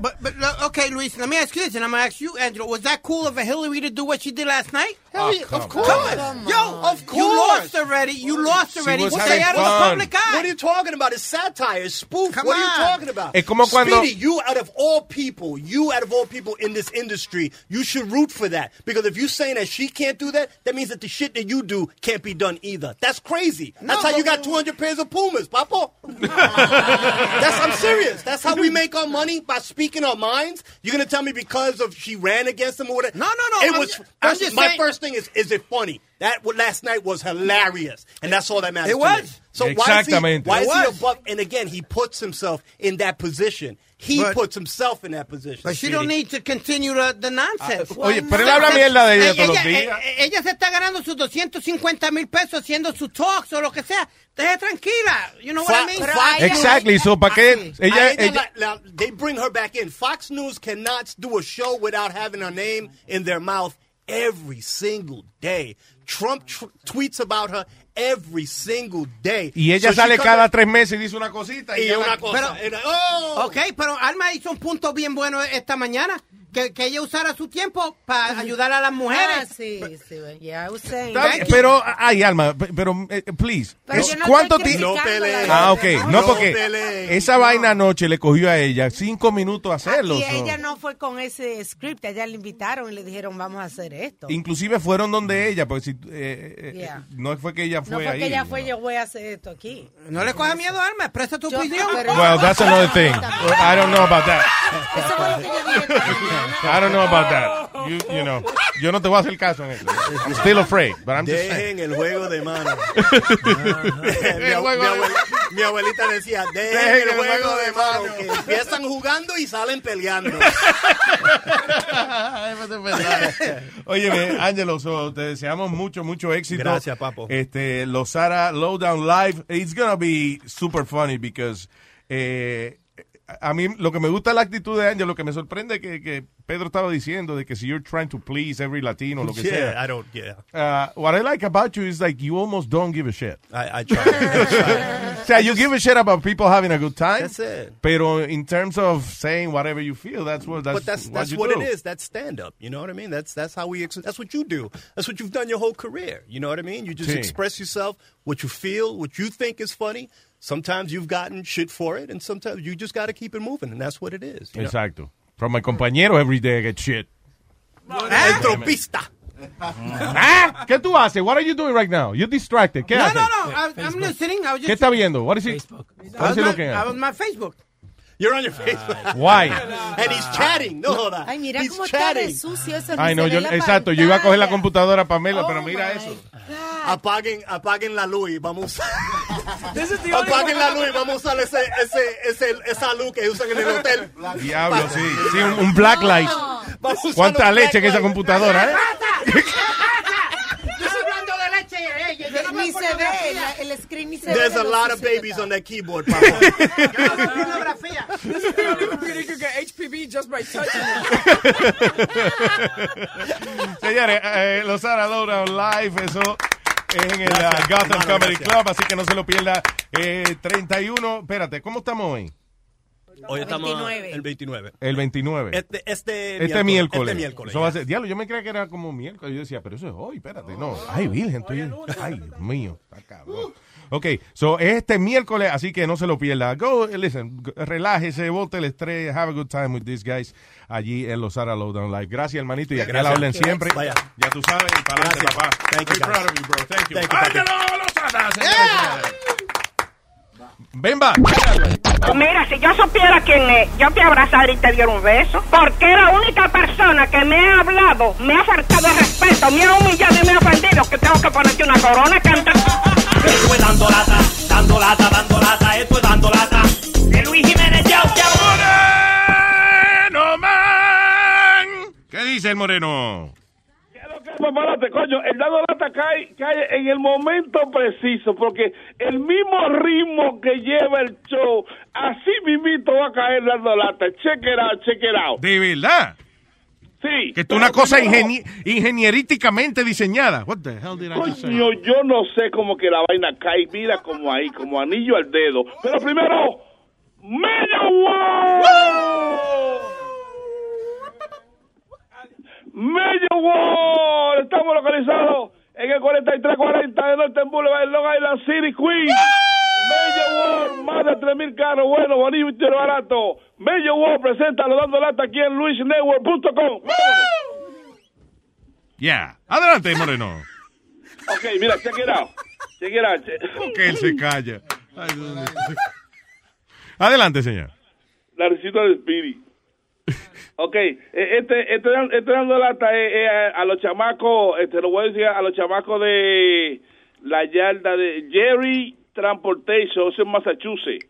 [SPEAKER 4] But, but uh, okay, Luis, let me ask you this, and I'm gonna ask you, Andrew. Was that cool of Hillary to do what she did last night?
[SPEAKER 2] Hell yeah, come of on. course.
[SPEAKER 4] Come on. yo, of course. You lost already. You lost
[SPEAKER 6] Oh, She
[SPEAKER 4] already.
[SPEAKER 6] was
[SPEAKER 4] Stay
[SPEAKER 6] having
[SPEAKER 4] out of the
[SPEAKER 6] fun.
[SPEAKER 4] public eye.
[SPEAKER 6] What are you talking about? It's satire. It's spoof.
[SPEAKER 4] Come
[SPEAKER 6] what are
[SPEAKER 4] on.
[SPEAKER 6] you talking about?
[SPEAKER 2] Es como cuando-
[SPEAKER 6] Speedy, you out of all people, you out of all people in this industry, you should root for that. Because if you're saying that she can't do that, that means that the shit that you do can't be done either. That's crazy. That's how you got 200 pairs of Pumas, Papo. That's I'm serious. That's how we make our money by speaking our minds. You're gonna tell me because of she ran against him or whatever? No,
[SPEAKER 4] no, no,
[SPEAKER 6] It
[SPEAKER 4] I'm
[SPEAKER 6] was
[SPEAKER 4] ju- I'm
[SPEAKER 6] first-
[SPEAKER 4] just
[SPEAKER 6] my
[SPEAKER 4] saying-
[SPEAKER 6] first thing is is it funny? That what last night was hilarious, and that's all that matters.
[SPEAKER 4] It
[SPEAKER 6] to
[SPEAKER 4] was.
[SPEAKER 6] me. So why is he,
[SPEAKER 2] Exactamente.
[SPEAKER 6] why is
[SPEAKER 4] It
[SPEAKER 6] he
[SPEAKER 4] was.
[SPEAKER 6] above? And again, he puts himself in that position. He
[SPEAKER 4] But-
[SPEAKER 6] puts himself in that position.
[SPEAKER 4] But she don't need to continue the, the nonsense.
[SPEAKER 2] Ah, oye, pero él habla mierda de ella todos los días.
[SPEAKER 4] eh, ella se está ganando sus 250 mil pesos haciendo sus talks o lo que sea. Deje tranquila. You know what I mean?
[SPEAKER 6] Fa- fa-
[SPEAKER 2] Exactly, so
[SPEAKER 6] Ah,
[SPEAKER 2] ¿para qué?
[SPEAKER 6] A
[SPEAKER 2] Ella,
[SPEAKER 6] ella
[SPEAKER 2] ella,
[SPEAKER 6] la- la- they bring her back in. Fox News cannot do a show without having her name in their mouth every single day. Trump tr- tweets about her every single day.
[SPEAKER 2] y ella
[SPEAKER 6] So she
[SPEAKER 2] sale
[SPEAKER 6] comes-
[SPEAKER 2] cada tres meses y dice una cosita.
[SPEAKER 6] Y
[SPEAKER 2] ya
[SPEAKER 6] una
[SPEAKER 2] la-
[SPEAKER 6] cosa.
[SPEAKER 4] Pero-
[SPEAKER 6] Era- ¡Oh!
[SPEAKER 4] Ok, pero Alma hizo un punto bien bueno esta mañana. Que, que ella usara su tiempo para ayudar a las
[SPEAKER 8] Ah,
[SPEAKER 4] mujeres.
[SPEAKER 8] sí, sí. Yeah, I was saying.
[SPEAKER 2] Está bien, Pero, ah, ay, Alma, pe- pero, eh, please.
[SPEAKER 8] Pero
[SPEAKER 2] es-
[SPEAKER 8] yo no
[SPEAKER 2] ¿Cuánto
[SPEAKER 8] estoy
[SPEAKER 2] ti-
[SPEAKER 8] criticando No peleen. la
[SPEAKER 2] Ah, ok.
[SPEAKER 8] gente,
[SPEAKER 2] No,
[SPEAKER 8] no
[SPEAKER 2] porque
[SPEAKER 6] peleen.
[SPEAKER 2] esa vaina anoche le cogió a ella cinco minutos hacerlo.
[SPEAKER 8] Y
[SPEAKER 2] so-
[SPEAKER 8] ella no fue con ese script, allá le invitaron y le dijeron, vamos a hacer esto.
[SPEAKER 2] Inclusive fueron donde ella, porque si, eh, eh,
[SPEAKER 8] Yeah.
[SPEAKER 2] no fue que ella fue
[SPEAKER 8] no fue
[SPEAKER 2] ahí.
[SPEAKER 8] que ella fue, yo voy a hacer esto aquí.
[SPEAKER 4] No le coja miedo, Alma. Expresa tu
[SPEAKER 8] Yo-
[SPEAKER 4] opinión.
[SPEAKER 8] pero-
[SPEAKER 2] Well, that's another thing. I don't know about that.
[SPEAKER 8] Eso fue lo que yo dije.
[SPEAKER 2] I don't know about that. You, you know, yo no te voy a hacer caso en eso. I'm still afraid, but I'm just saying.
[SPEAKER 6] Dejen el juego de mano. mi,
[SPEAKER 2] El
[SPEAKER 6] abue-
[SPEAKER 2] juego
[SPEAKER 6] mi
[SPEAKER 2] de-
[SPEAKER 6] abue- mi abuelita decía, dejen, el juego, de mano. Que empiezan jugando y salen peleando.
[SPEAKER 2] Óyeme, Ángelo, so, te deseamos mucho, mucho éxito.
[SPEAKER 6] Gracias, papo.
[SPEAKER 2] Este, Losara Lowdown Live, it's gonna be super funny because eh, a mí lo que me gusta es la actitud de Ángelo, lo que me sorprende que, que Pedro estaba diciendo de que si you're trying to please every Latino, lo que
[SPEAKER 6] Yeah,
[SPEAKER 2] sea.
[SPEAKER 6] I don't, yeah.
[SPEAKER 2] Uh, what I like about you is like you almost don't give a shit.
[SPEAKER 6] I, I try. I try.
[SPEAKER 2] O sea, you give a shit about people having a good time.
[SPEAKER 6] That's it.
[SPEAKER 2] Pero in terms of saying whatever you feel, that's what that's,
[SPEAKER 6] but that's
[SPEAKER 2] what
[SPEAKER 6] that's
[SPEAKER 2] you
[SPEAKER 6] what,
[SPEAKER 2] do.
[SPEAKER 6] it is. That's stand up. You know what I mean? That's that's how we. Ex- that's what you do. That's what you've done your whole career. You know what I mean? You just
[SPEAKER 2] Sí.
[SPEAKER 6] express yourself, what you feel, what you think is funny. Sometimes you've gotten shit for it, and sometimes you just got to keep it moving, and that's what it is. You know?
[SPEAKER 2] Exacto. From my compañero every day I get shit.
[SPEAKER 6] El trompista.
[SPEAKER 2] ¿Ah? ¿Qué tú haces? What are you doing right now? You're distracted. ¿Qué
[SPEAKER 4] No,
[SPEAKER 2] haces? Eh,
[SPEAKER 4] no, no. I, I'm listening. I was
[SPEAKER 2] ¿Qué
[SPEAKER 4] just.
[SPEAKER 2] está viendo? What is it?
[SPEAKER 4] I
[SPEAKER 2] What is
[SPEAKER 4] was,
[SPEAKER 2] he
[SPEAKER 4] on,
[SPEAKER 2] looking
[SPEAKER 4] I was
[SPEAKER 2] at?
[SPEAKER 4] on my Facebook.
[SPEAKER 6] You're on your Facebook,
[SPEAKER 2] Ah, Why?
[SPEAKER 6] and he's chatting. No, hold on.
[SPEAKER 8] Ay, mira
[SPEAKER 6] he's
[SPEAKER 8] cómo está de
[SPEAKER 6] chatting.
[SPEAKER 8] sucio eso. ni
[SPEAKER 2] Ay, no,
[SPEAKER 8] se
[SPEAKER 2] yo,
[SPEAKER 8] ve la
[SPEAKER 2] exacto. Yo iba a coger la
[SPEAKER 8] pantalla.
[SPEAKER 2] computadora Pamela,
[SPEAKER 8] Oh
[SPEAKER 2] pero mira
[SPEAKER 8] my
[SPEAKER 2] eso.
[SPEAKER 6] Apaguen, apaguen la luz y vamos.
[SPEAKER 7] This is the only
[SPEAKER 6] apaguen
[SPEAKER 7] one-
[SPEAKER 6] la luz y vamos a usar ese, ese, ese, esa luz que usan en el hotel.
[SPEAKER 2] Diablo, sí. Sí, un, un black light.
[SPEAKER 6] Vamos a usar
[SPEAKER 2] ¿Cuánta
[SPEAKER 6] los
[SPEAKER 2] leche en esa
[SPEAKER 6] blacklights.
[SPEAKER 2] computadora, eh?
[SPEAKER 4] Yo estoy hablando de leche. Ella, yo no
[SPEAKER 8] Ni
[SPEAKER 4] veo
[SPEAKER 8] se ve,
[SPEAKER 4] pornografía.
[SPEAKER 8] la- el screen ni se ve.
[SPEAKER 6] There's
[SPEAKER 8] de
[SPEAKER 6] a
[SPEAKER 8] lo
[SPEAKER 6] lot of
[SPEAKER 8] sucio que
[SPEAKER 6] babies
[SPEAKER 8] está.
[SPEAKER 6] on that keyboard, Papa.
[SPEAKER 4] Yo no veo pornografía.
[SPEAKER 7] This is the only computer you can get HPV just by touching it.
[SPEAKER 2] Señores, eh, los Sara Laura Live, eso es en el
[SPEAKER 6] Gracias,
[SPEAKER 2] ah, Gotham
[SPEAKER 6] hermano,
[SPEAKER 2] Comedy
[SPEAKER 6] gracias.
[SPEAKER 2] Club, así que no se lo pierda. Eh, 31, espérate, ¿cómo estamos hoy?
[SPEAKER 6] Hoy estamos
[SPEAKER 8] 29.
[SPEAKER 6] el 29.
[SPEAKER 2] El 29.
[SPEAKER 6] Este, este,
[SPEAKER 2] este miércoles.
[SPEAKER 6] Este miércoles.
[SPEAKER 2] Eso va a ser- diablo, yo me creía que era como miércoles. Yo decía, pero eso es hoy, espérate. No. Ay, virgen, estoy. Ay, Dios mío. Está cabrón. Ok, so es este miércoles, así que no se lo pierda. Go, listen, go- relájese, bote el estrés, have a good time with these guys allí en los Sara Lowdown Live. Gracias, hermanito, y aquí la
[SPEAKER 6] Gracias.
[SPEAKER 2] hablen siempre.
[SPEAKER 6] Vaya.
[SPEAKER 2] Ya tú sabes, y para adelante,
[SPEAKER 6] Gracias.
[SPEAKER 2] papá.
[SPEAKER 6] Thank you,
[SPEAKER 2] Very
[SPEAKER 6] guys.
[SPEAKER 2] proud of you, bro. Thank you.
[SPEAKER 6] Thank you, thank you.
[SPEAKER 2] Ángelo Lozada, señores, señores. Ven, va.
[SPEAKER 15] Mira, si yo supiera quién es, yo te abrazara y te diera un beso. Porque es la única persona que me ha hablado, me ha faltado el respeto, me ha humillado y me ha ofendido que tengo que ponerte una corona cantando.
[SPEAKER 16] Esto es dando lata, dando lata, dando lata, esto es dando lata. De Luis Jiménez, ya te
[SPEAKER 2] Moreno Man. ¿Qué dice el Moreno?
[SPEAKER 17] Prepárate, coño, el dado lata cae, cae en el momento preciso, porque el mismo ritmo que lleva el show, así mismito va a caer dando lata. Check it out, check it out.
[SPEAKER 2] De verdad.
[SPEAKER 17] Sí.
[SPEAKER 2] Que esto es una cosa
[SPEAKER 17] no.
[SPEAKER 2] ingeni- ingenierísticamente diseñada. What the hell did I just say?
[SPEAKER 17] Coño, yo no sé cómo que la vaina cae, mira como ahí, como anillo al dedo. Pero primero, Medio Wall, estamos localizados en el 4340 de Norte en Boulevard, en Long Island City, Queens. Medio Wall, más de 3.000 carros, bueno, bonito y barato. Medio Wall presenta lo dando lata aquí en luisnetwork.com.
[SPEAKER 2] Yeah. Adelante, Moreno.
[SPEAKER 17] Ok, mira, check it out. Check it out.
[SPEAKER 2] Ok, él se calla. Adelante, señor.
[SPEAKER 17] La receta de Spirit. Ok, eh, este, este, este dando lata es, es a, a los chamacos, este, lo voy a decir a los chamacos de la yarda de Jerry Transportation eso en Massachusetts,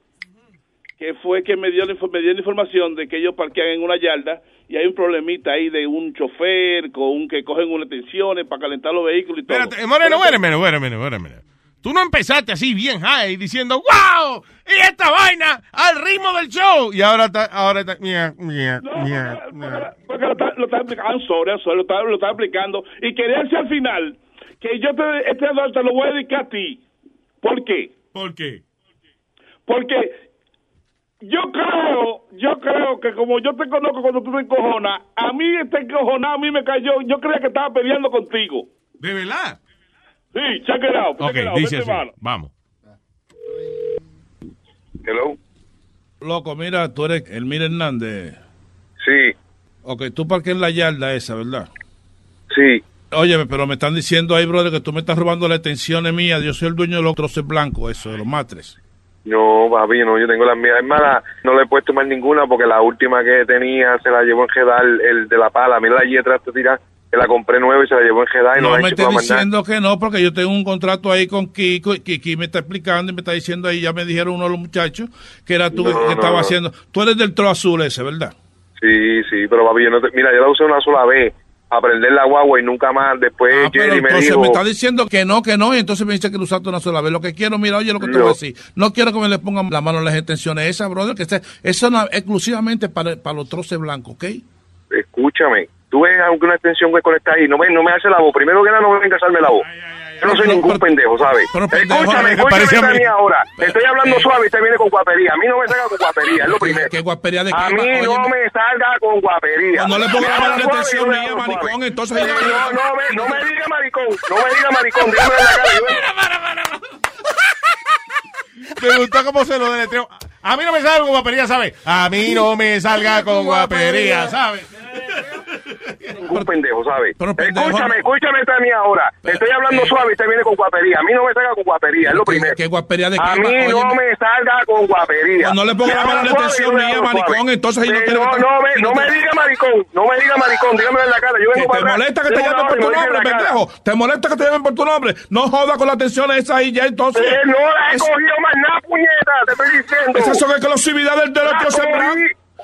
[SPEAKER 17] que fue que me dio, la info- me dio la información de que ellos parquean en una yarda y hay un problemita ahí de un chofer con un que cogen unas tensiones para calentar los vehículos y todo.
[SPEAKER 2] Espérate, eh, Moreno, wait a minute, wait a minute, wait a minute. Tú no empezaste así bien high diciendo, ¡Wow! ¡Y esta vaina al ritmo del show! Y ahora está, ahora está, mia, mia, mia, mia.
[SPEAKER 17] porque lo está, lo está explicando, I'm sorry, I'm sorry, lo está, lo está explicando. Y quería decir al final que yo te, este adorno te lo voy a dedicar a ti. ¿Por qué?
[SPEAKER 2] ¿Por qué?
[SPEAKER 17] Porque yo creo, yo creo que como yo te conozco cuando tú te encojonas, a mí este encojonado a mí me cayó, yo creía que estaba peleando contigo.
[SPEAKER 2] ¿De verdad?
[SPEAKER 17] Sí, check it out, check
[SPEAKER 2] Ok,
[SPEAKER 17] it out,
[SPEAKER 2] dice así.
[SPEAKER 17] vete, mano.
[SPEAKER 2] Vamos.
[SPEAKER 18] Hello.
[SPEAKER 19] Loco, mira, tú eres Elmira Hernández.
[SPEAKER 18] Sí,
[SPEAKER 19] Ok, tú parques en la yarda esa, ¿verdad?
[SPEAKER 18] sí.
[SPEAKER 19] Óyeme, pero me están diciendo ahí, brother, que tú me estás robando las extensiones mías. Yo soy el dueño de los troces blancos, eso, de los matres.
[SPEAKER 18] No, papi, no, yo tengo las mías. Es más, la- no le he puesto más ninguna porque la última que tenía se la llevó en Jeddah el, el de la pala. Mira la allí atrás, te tira, que la compré nueva y se la llevó en Jeddah y no,
[SPEAKER 19] No
[SPEAKER 18] la
[SPEAKER 19] me
[SPEAKER 18] he
[SPEAKER 19] estés
[SPEAKER 18] chupado más nada.
[SPEAKER 19] diciendo que no, porque yo tengo un contrato ahí con Kiko y Kiki me está explicando y me está diciendo ahí, ya me dijeron uno de los muchachos que era tú
[SPEAKER 18] No,
[SPEAKER 19] que
[SPEAKER 18] no,
[SPEAKER 19] estaba
[SPEAKER 18] no.
[SPEAKER 19] haciendo. Tú eres del tro azul ese, ¿verdad?
[SPEAKER 18] Sí, sí, pero papi, yo no te- mira, yo la usé una sola vez, aprender la guagua y nunca más. Después
[SPEAKER 19] Ah, Pero
[SPEAKER 18] Jerry me
[SPEAKER 19] entonces
[SPEAKER 18] dijo,
[SPEAKER 19] me está diciendo que no, que no, y entonces me dice que lo usaste una sola vez. Lo que quiero, mira, oye lo que te
[SPEAKER 18] No.
[SPEAKER 19] voy a decir. No quiero que me le pongan la mano en las extensiones esas, brother, que esté, eso no, exclusivamente para, para los troces blancos, ¿ok?
[SPEAKER 18] escúchame, tú ves aunque una extensión que conectas ahí, no me, no me hace la voz. Primero que nada, no me vengas a hacerme la voz. Yo no soy ningún pendejo, ¿sabes? escúchame, escúchame
[SPEAKER 19] parece a
[SPEAKER 18] esta
[SPEAKER 19] mí. Eh.
[SPEAKER 18] mía ahora. Te estoy hablando suave y te viene con guapería. A mí no me salga con guapería, es lo primero.
[SPEAKER 19] ¿Qué guapería de
[SPEAKER 18] A
[SPEAKER 19] qué?
[SPEAKER 18] mí
[SPEAKER 19] Oye,
[SPEAKER 18] no me salga con guapería.
[SPEAKER 19] Cuando le ponga
[SPEAKER 18] Me
[SPEAKER 19] la mano en la
[SPEAKER 18] habla suave y
[SPEAKER 19] extensión
[SPEAKER 18] yo le
[SPEAKER 19] mía,
[SPEAKER 18] hablo suave.
[SPEAKER 19] maricón, entonces...
[SPEAKER 18] No, no, no me, no me diga maricón, no me diga maricón, dígame en la cara. yo-
[SPEAKER 2] Me gusta cómo se lo deletreo. A mí no me salga con guapería, ¿sabes? A mí no me salga con guapería, ¿sabes?
[SPEAKER 18] ningún pendejo, ¿sabes? Escúchame, escúchame esta mía ahora. Te estoy hablando suave y te viene con guapería. A mí no me salga con guapería, es lo primero.
[SPEAKER 19] eh. ¿Qué guapería de qué?
[SPEAKER 18] A mí no me salga con guapería.
[SPEAKER 19] Cuando le ponga la mano en la
[SPEAKER 18] Suave,
[SPEAKER 19] extensión
[SPEAKER 18] yo le
[SPEAKER 19] mía,
[SPEAKER 18] hablo
[SPEAKER 19] maricón,
[SPEAKER 18] suave.
[SPEAKER 19] entonces ahí no
[SPEAKER 18] Eh,
[SPEAKER 19] quiero
[SPEAKER 18] no,
[SPEAKER 19] que-
[SPEAKER 18] no, me, no
[SPEAKER 19] no
[SPEAKER 18] me
[SPEAKER 19] te-
[SPEAKER 18] diga maricón, no me diga maricón, dígame en la cara. Yo
[SPEAKER 19] Que
[SPEAKER 18] vengo
[SPEAKER 19] ¿Te
[SPEAKER 18] para atrás.
[SPEAKER 19] molesta que te
[SPEAKER 18] Tengo
[SPEAKER 7] llamen
[SPEAKER 18] una
[SPEAKER 7] por tu
[SPEAKER 18] hora y me dicen
[SPEAKER 7] nombre,
[SPEAKER 18] la cara.
[SPEAKER 19] pendejo? ¿Te molesta que te llamen por tu nombre? No jodas con la atención esa ahí ya entonces.
[SPEAKER 18] Eh, no la he
[SPEAKER 19] Es-
[SPEAKER 18] cogido más nada, puñeta, te estoy diciendo.
[SPEAKER 19] Esas son exclusividades del
[SPEAKER 18] La
[SPEAKER 19] derecho
[SPEAKER 18] cogí
[SPEAKER 19] sembrado.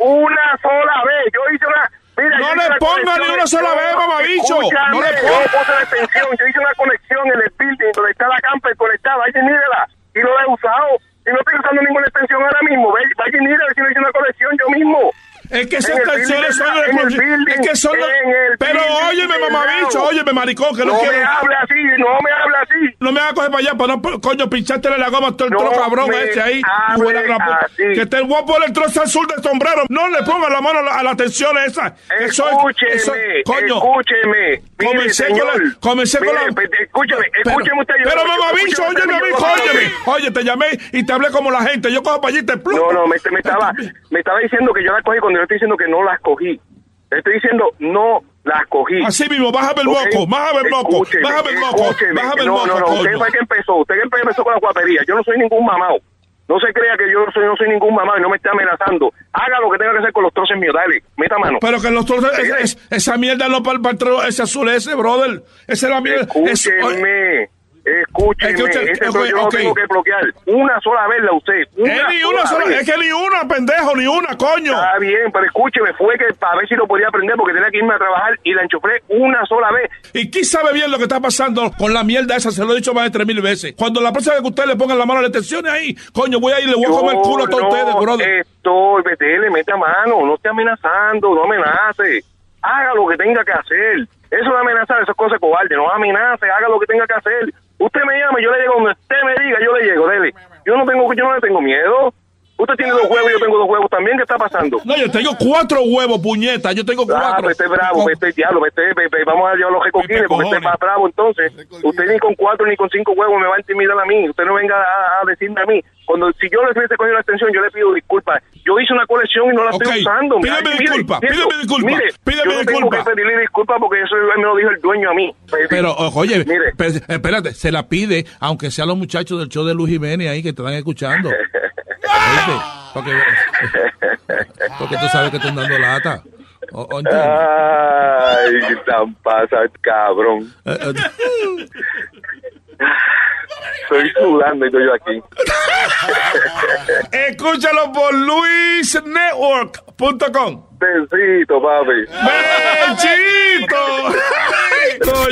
[SPEAKER 18] Una sola vez, yo hice una. Mira,
[SPEAKER 19] No
[SPEAKER 18] yo hice
[SPEAKER 19] le
[SPEAKER 18] una
[SPEAKER 19] ponga
[SPEAKER 18] conexión.
[SPEAKER 19] ni una sola
[SPEAKER 18] No,
[SPEAKER 19] vez, mamabicho.
[SPEAKER 18] escúchame,
[SPEAKER 19] No le
[SPEAKER 18] yo
[SPEAKER 19] ponga.
[SPEAKER 18] puse la extensión, yo hice una conexión en el building donde está la camper conectada, vaya y mírela. Y no la he usado. Y no estoy usando ninguna extensión ahora mismo. Ve- Vaya y mírela si no hice una conexión yo mismo.
[SPEAKER 19] Es que esas
[SPEAKER 18] En el
[SPEAKER 19] canciones
[SPEAKER 18] building,
[SPEAKER 19] son
[SPEAKER 18] en el building,
[SPEAKER 19] Es que son
[SPEAKER 18] en el
[SPEAKER 19] Pero
[SPEAKER 18] building
[SPEAKER 19] óyeme,
[SPEAKER 18] integrado.
[SPEAKER 19] mamabicho, óyeme, maricón, que no,
[SPEAKER 18] No
[SPEAKER 19] quiero.
[SPEAKER 18] me hable así, no me hable así.
[SPEAKER 19] No me hagas coger para allá, para no, por- coño, pinchártele la goma a todo el
[SPEAKER 18] No
[SPEAKER 19] tro cabrón
[SPEAKER 18] me
[SPEAKER 19] ese ahí.
[SPEAKER 18] hable
[SPEAKER 19] hijo de la gran puta.
[SPEAKER 18] así.
[SPEAKER 19] Que te voy a poner el trozo azul del sombrero. No le ponga la mano a la, a la atención esa. Que soy-
[SPEAKER 18] Escúcheme,
[SPEAKER 19] eso- coño.
[SPEAKER 18] escúcheme. Mire,
[SPEAKER 19] Comencé con
[SPEAKER 18] señor.
[SPEAKER 19] la. Comencé con
[SPEAKER 18] Mire,
[SPEAKER 19] la.
[SPEAKER 18] pe- escúcheme, escúcheme usted, yo-
[SPEAKER 19] Pero mamabicho,
[SPEAKER 18] escúcheme usted,
[SPEAKER 19] óyeme a mí,
[SPEAKER 18] yo-
[SPEAKER 19] óyeme. Oye, te llamé y te hablé como la gente. Yo cojo para allí y te plumo.
[SPEAKER 18] No, no, me, me estaba, me estaba diciendo que yo las cogí cuando yo estoy diciendo que no las cogí. Le Estoy diciendo no las cogí.
[SPEAKER 19] Así mismo, bájame el moco,
[SPEAKER 18] ¿Ok?
[SPEAKER 19] bájame el moco,
[SPEAKER 18] Escúcheme,
[SPEAKER 19] bájame el moco,
[SPEAKER 18] escúcheme.
[SPEAKER 19] bájame el
[SPEAKER 18] no,
[SPEAKER 19] moco,
[SPEAKER 18] No, no, usted
[SPEAKER 19] coño.
[SPEAKER 18] fue el que empezó, usted que empezó con la guapería. Yo no soy ningún mamado. No se crea que yo no soy, no soy ningún mamado y no me esté amenazando. Haga lo que tenga que hacer con los troces míos, dale, meta mano.
[SPEAKER 19] Pero que los trozos, es- es- esa mierda no para el patrón, ese azul ese, brother. Esa es la mierda. es-
[SPEAKER 18] Escúcheme, escúcheme,
[SPEAKER 19] Es que usted-
[SPEAKER 18] ese
[SPEAKER 19] ok,
[SPEAKER 18] trozo yo no
[SPEAKER 19] ok.
[SPEAKER 18] tengo que bloquear. Una sola vez la usé.
[SPEAKER 19] Eh, ni una sola,
[SPEAKER 18] vez.
[SPEAKER 19] es que ni una, pendejo, ni una, coño.
[SPEAKER 18] Está bien, pero escúcheme, fue que para ver si lo podía aprender porque tenía que irme a trabajar y la enchufé una sola vez.
[SPEAKER 19] Y quién sabe bien lo que está pasando con la mierda esa, se lo he dicho más de tres mil veces. Cuando la próxima vez que ustedes le pongan la mano a las extensiones ahí, coño, voy a ir y le voy a comer el culo a todos
[SPEAKER 18] no
[SPEAKER 19] ustedes, brother.
[SPEAKER 18] Estoy, vete, le mete a mano, no esté amenazando, no amenace. haga lo que tenga que hacer. Eso de amenazar, eso es cosa cobarde. No amenace, haga lo que tenga que hacer. Usted me llama, yo le llego donde usted me diga, yo le llego, dele. Yo no tengo, yo no le tengo miedo. Usted tiene dos huevos, yo tengo dos huevos también. ¿Qué está pasando?
[SPEAKER 19] No, yo tengo cuatro huevos, puñeta. Yo tengo
[SPEAKER 18] Ah,
[SPEAKER 19] cuatro.
[SPEAKER 18] pues este es bravo, pues este es diablo, pues este es- pues, pues, vamos a llevar los recoquines porque este es más bravo. Entonces, usted ni con cuatro ni con cinco huevos me va a intimidar a mí. Usted no venga a, a decirme a mí. Cuando si yo le hubiese cogido la extensión, yo le pido disculpas. Yo hice una colección y no la
[SPEAKER 19] Ok,
[SPEAKER 18] estoy usando.
[SPEAKER 19] pídeme
[SPEAKER 18] Mire,
[SPEAKER 19] disculpas,
[SPEAKER 18] mire,
[SPEAKER 19] pídeme disculpas,
[SPEAKER 18] mire,
[SPEAKER 19] pídeme
[SPEAKER 18] yo no tengo
[SPEAKER 19] disculpas.
[SPEAKER 18] que pedirle disculpas porque eso me lo dijo el dueño a mí. Pues,
[SPEAKER 20] Pero, o- oye, pe- espérate, se la pide, aunque sean los muchachos del show de Luis Jiménez ahí que te están escuchando. ¿Oíste? Porque, porque tú sabes que están dando lata. O- o entiendes.
[SPEAKER 18] Ay, tan pasa, cabrón.
[SPEAKER 19] Eh,
[SPEAKER 18] Estoy sudando y estoy yo aquí. este.
[SPEAKER 19] Escúchalo por luisnetwork.com.
[SPEAKER 18] Besito, papi.
[SPEAKER 19] ¡Bechito!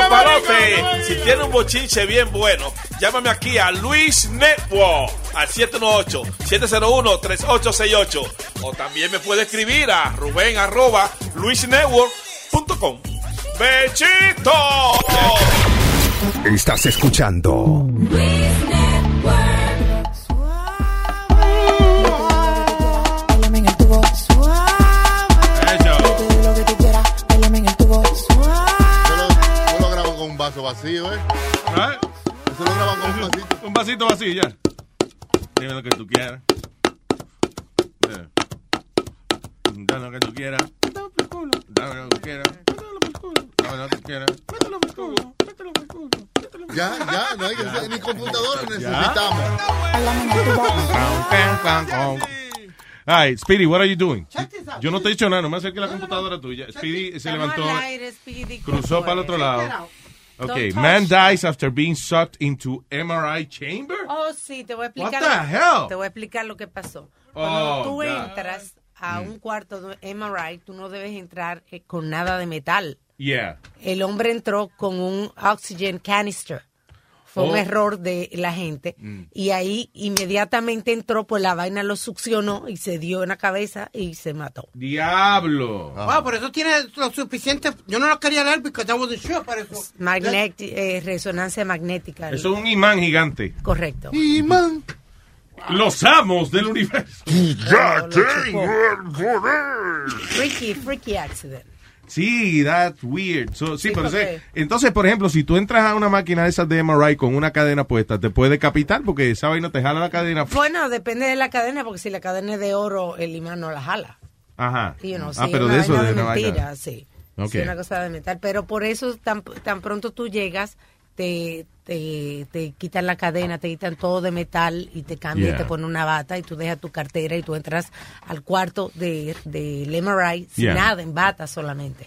[SPEAKER 21] Papalote, si tiene un bochinche bien bueno, llámame aquí a Luis Network al 718-701-3868. O también me puede escribir a Rubén arroba luisnetwork.com. ¡Bechito!
[SPEAKER 22] Estás escuchando
[SPEAKER 23] Bailame en el tubo suave. Yo te doy lo que tú quieras. Bailame en el tubo
[SPEAKER 3] Yo lo grabo con un vaso vacío, ¿eh? Eso lo grabo con un vasito.
[SPEAKER 2] ¿Ah? Un vasito vacío, ya. Dime lo que tú quieras. Eh. Dame lo que tú quieras. Dame lo que tú quieras. Dame lo que tú quieras.
[SPEAKER 3] Ya, ya, no hay que ser- ni computadora necesitamos.
[SPEAKER 2] Ay, Speedy, what are you doing? Yo no te he dicho nada, no me acerque la computadora tuya. Speedy se levantó, cruzó para el otro lado. Ok, man dies after being sucked into MRI chamber.
[SPEAKER 8] Oh, sí, te voy a explicar.
[SPEAKER 2] What the hell?
[SPEAKER 8] Te voy a explicar lo que pasó.
[SPEAKER 2] Oh,
[SPEAKER 8] Cuando tú
[SPEAKER 2] God.
[SPEAKER 8] entras a
[SPEAKER 2] Mm.
[SPEAKER 8] un cuarto de MRI, tú no debes entrar eh, con nada de metal.
[SPEAKER 2] Yeah.
[SPEAKER 8] El hombre entró con un oxygen canister. Fue
[SPEAKER 2] Oh.
[SPEAKER 8] un error de la gente.
[SPEAKER 2] Mm.
[SPEAKER 8] Y ahí inmediatamente entró, pues la vaina lo succionó y se dio en la cabeza y se mató.
[SPEAKER 2] Diablo.
[SPEAKER 8] Ah,
[SPEAKER 4] Wow, por eso tiene lo suficiente. Yo no lo quería leer porque I wasn't sure, pero eso.
[SPEAKER 8] Magnet- eh, resonancia magnética.
[SPEAKER 2] Eso es un imán gigante.
[SPEAKER 8] Correcto.
[SPEAKER 3] Imán.
[SPEAKER 2] Los amos del universo.
[SPEAKER 8] Ya tengo el Freaky, freaky accident.
[SPEAKER 2] Sí, that's weird. So, sí,
[SPEAKER 8] Sí,
[SPEAKER 2] pero
[SPEAKER 8] porque-
[SPEAKER 2] sí. entonces, por ejemplo, si tú entras a una máquina de esas de MRI con una cadena puesta, te puede decapitar porque esa vaina te jala la cadena.
[SPEAKER 8] Bueno, depende de la cadena, porque si la cadena es de oro, el imán no la jala.
[SPEAKER 2] Ajá.
[SPEAKER 8] You know, si
[SPEAKER 2] ah,
[SPEAKER 8] es
[SPEAKER 2] pero
[SPEAKER 8] una
[SPEAKER 2] de eso,
[SPEAKER 8] vaina
[SPEAKER 2] de una vaina.
[SPEAKER 8] mentira, sí.
[SPEAKER 2] Ok.
[SPEAKER 8] Sí, una cosa de metal. Pero por eso, tan, tan pronto tú llegas, te, te, te quitan la cadena, te quitan todo de metal y te cambian
[SPEAKER 24] Yeah.
[SPEAKER 8] y te ponen una bata y tú dejas tu cartera y tú entras al cuarto de- del MRI sin
[SPEAKER 2] Yeah.
[SPEAKER 8] nada, en bata solamente.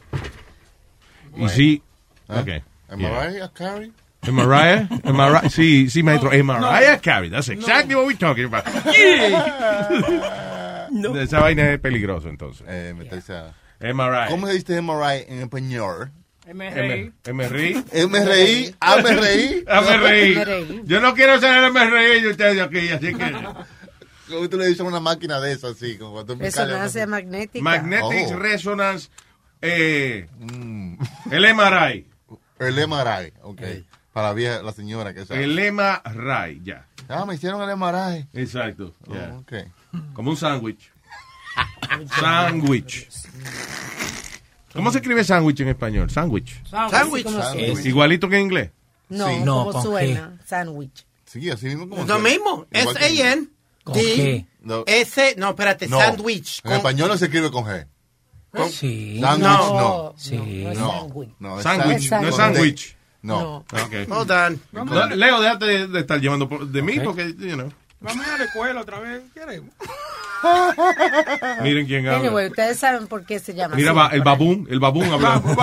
[SPEAKER 2] Y sí.
[SPEAKER 3] ¿Eh?
[SPEAKER 2] Ok.
[SPEAKER 8] Ah,
[SPEAKER 3] ¿Am I
[SPEAKER 2] Yeah.
[SPEAKER 3] right, a carry?
[SPEAKER 2] MRI, MRI, sí, sí, maestro, MRI,
[SPEAKER 3] no.
[SPEAKER 2] carry, that's exactly what we're talking about. Esa vaina es peligroso, entonces.
[SPEAKER 3] Eh, meterse a...
[SPEAKER 2] MRI.
[SPEAKER 3] ¿Cómo se dice MRI en español?
[SPEAKER 2] M- MRI.
[SPEAKER 3] MRI, AMRI.
[SPEAKER 2] AMRI. Yo no quiero ser el MRI de ustedes aquí, así que...
[SPEAKER 3] ¿Cómo tú le dices a una máquina de esas así? Como cuando tú me calas,
[SPEAKER 8] Resonancia magnética.
[SPEAKER 3] Oh.
[SPEAKER 2] Magnetic Resonance, eh, Mm. el MRI.
[SPEAKER 3] El MRI, ok. Para la vieja, la señora que sabe.
[SPEAKER 2] Eh. El MRI, ya.
[SPEAKER 3] Ah, me hicieron el MRI.
[SPEAKER 2] Exacto. ya.
[SPEAKER 3] ok.
[SPEAKER 2] Como un sándwich. sándwich. ¿Cómo se escribe sándwich en español? Sándwich.
[SPEAKER 8] Sándwich. Así como
[SPEAKER 2] Es
[SPEAKER 8] suena.
[SPEAKER 2] Igualito que en inglés.
[SPEAKER 8] No,
[SPEAKER 2] Sí. No,
[SPEAKER 8] como
[SPEAKER 2] ¿con
[SPEAKER 8] suena. Sandwich.
[SPEAKER 3] Sí, así mismo como
[SPEAKER 4] Lo
[SPEAKER 3] suena.
[SPEAKER 4] mismo.
[SPEAKER 3] Igual que-
[SPEAKER 4] S-A-N.
[SPEAKER 3] ¿Con
[SPEAKER 4] D.
[SPEAKER 3] qué? No.
[SPEAKER 4] S. No, espérate.
[SPEAKER 3] No.
[SPEAKER 4] Sandwich.
[SPEAKER 3] En español no se escribe con G. Con-
[SPEAKER 4] ¿Eh? Sí.
[SPEAKER 3] Sándwich
[SPEAKER 4] No.
[SPEAKER 3] no.
[SPEAKER 4] Sí.
[SPEAKER 3] No,
[SPEAKER 4] No, sándwich.
[SPEAKER 3] no, es
[SPEAKER 2] Sándwich,
[SPEAKER 3] sándwich
[SPEAKER 2] no es
[SPEAKER 3] con
[SPEAKER 2] sándwich.
[SPEAKER 3] D. No.
[SPEAKER 2] Ok.
[SPEAKER 4] Hold on.
[SPEAKER 2] No, Leo, déjate de, de estar llevando por- de mí porque, you know.
[SPEAKER 5] Vamos a la escuela otra vez. ¿Qué haremos?
[SPEAKER 2] Miren quién habla.
[SPEAKER 8] Anyway, ustedes saben por qué se llama
[SPEAKER 2] Mira,
[SPEAKER 8] así,
[SPEAKER 2] va- el babún, el babún hablando.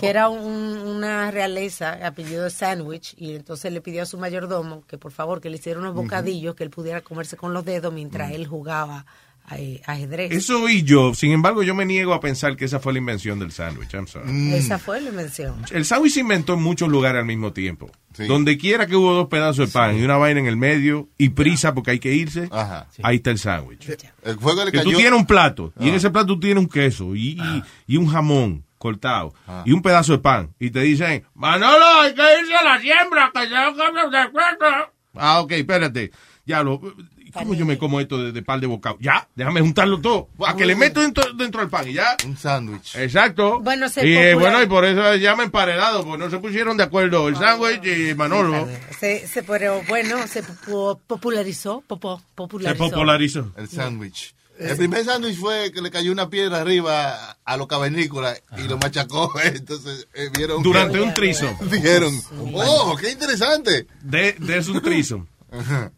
[SPEAKER 8] que era un- una realeza, apellido Sandwich, y entonces le pidió a su mayordomo que por favor que le hiciera unos
[SPEAKER 25] Ujú.
[SPEAKER 8] bocadillos que él pudiera comerse con los dedos mientras él jugaba eh, ajedrez.
[SPEAKER 2] Eso y yo, sin embargo, yo me niego a pensar que esa fue la invención del sándwich. I'm sorry.
[SPEAKER 3] Mm.
[SPEAKER 8] Esa fue la invención.
[SPEAKER 2] El sándwich se inventó en muchos lugares al mismo tiempo. Donde quiera que hubo dos pedazos de pan y una vaina en el medio y prisa porque hay que irse, ahí está el sándwich.
[SPEAKER 3] El fuego le
[SPEAKER 2] Que
[SPEAKER 3] cayó.
[SPEAKER 2] tú tienes un plato y en
[SPEAKER 3] Ah.
[SPEAKER 2] ese plato tú tienes un queso y, y- y un jamón cortado
[SPEAKER 3] Ah.
[SPEAKER 2] y un pedazo de pan y te dicen, Manolo, hay que irse a la siembra, que ya comen de acuerdo. Ah, ok, espérate. Ya lo. ¿Cómo yo me como esto de, de par de bocado? Ya, déjame juntarlo todo. A que le meto dentro, dentro del pan y ya.
[SPEAKER 3] Un sándwich.
[SPEAKER 2] Exacto.
[SPEAKER 8] Bueno, se
[SPEAKER 2] y, eh,
[SPEAKER 8] popular- Ah,
[SPEAKER 2] bueno, y por eso llaman emparedado, porque no se pusieron de acuerdo el sándwich y Manolo.
[SPEAKER 8] Se, se, pero bueno, se popu- popularizó, popo- popularizó.
[SPEAKER 3] El sándwich. El primer sándwich fue que le cayó una piedra arriba a los cavernícolas y lo machacó. Entonces eh, vieron.
[SPEAKER 2] Durante un trizo.
[SPEAKER 3] Dijeron, oh, qué interesante.
[SPEAKER 2] De, de es un trisom.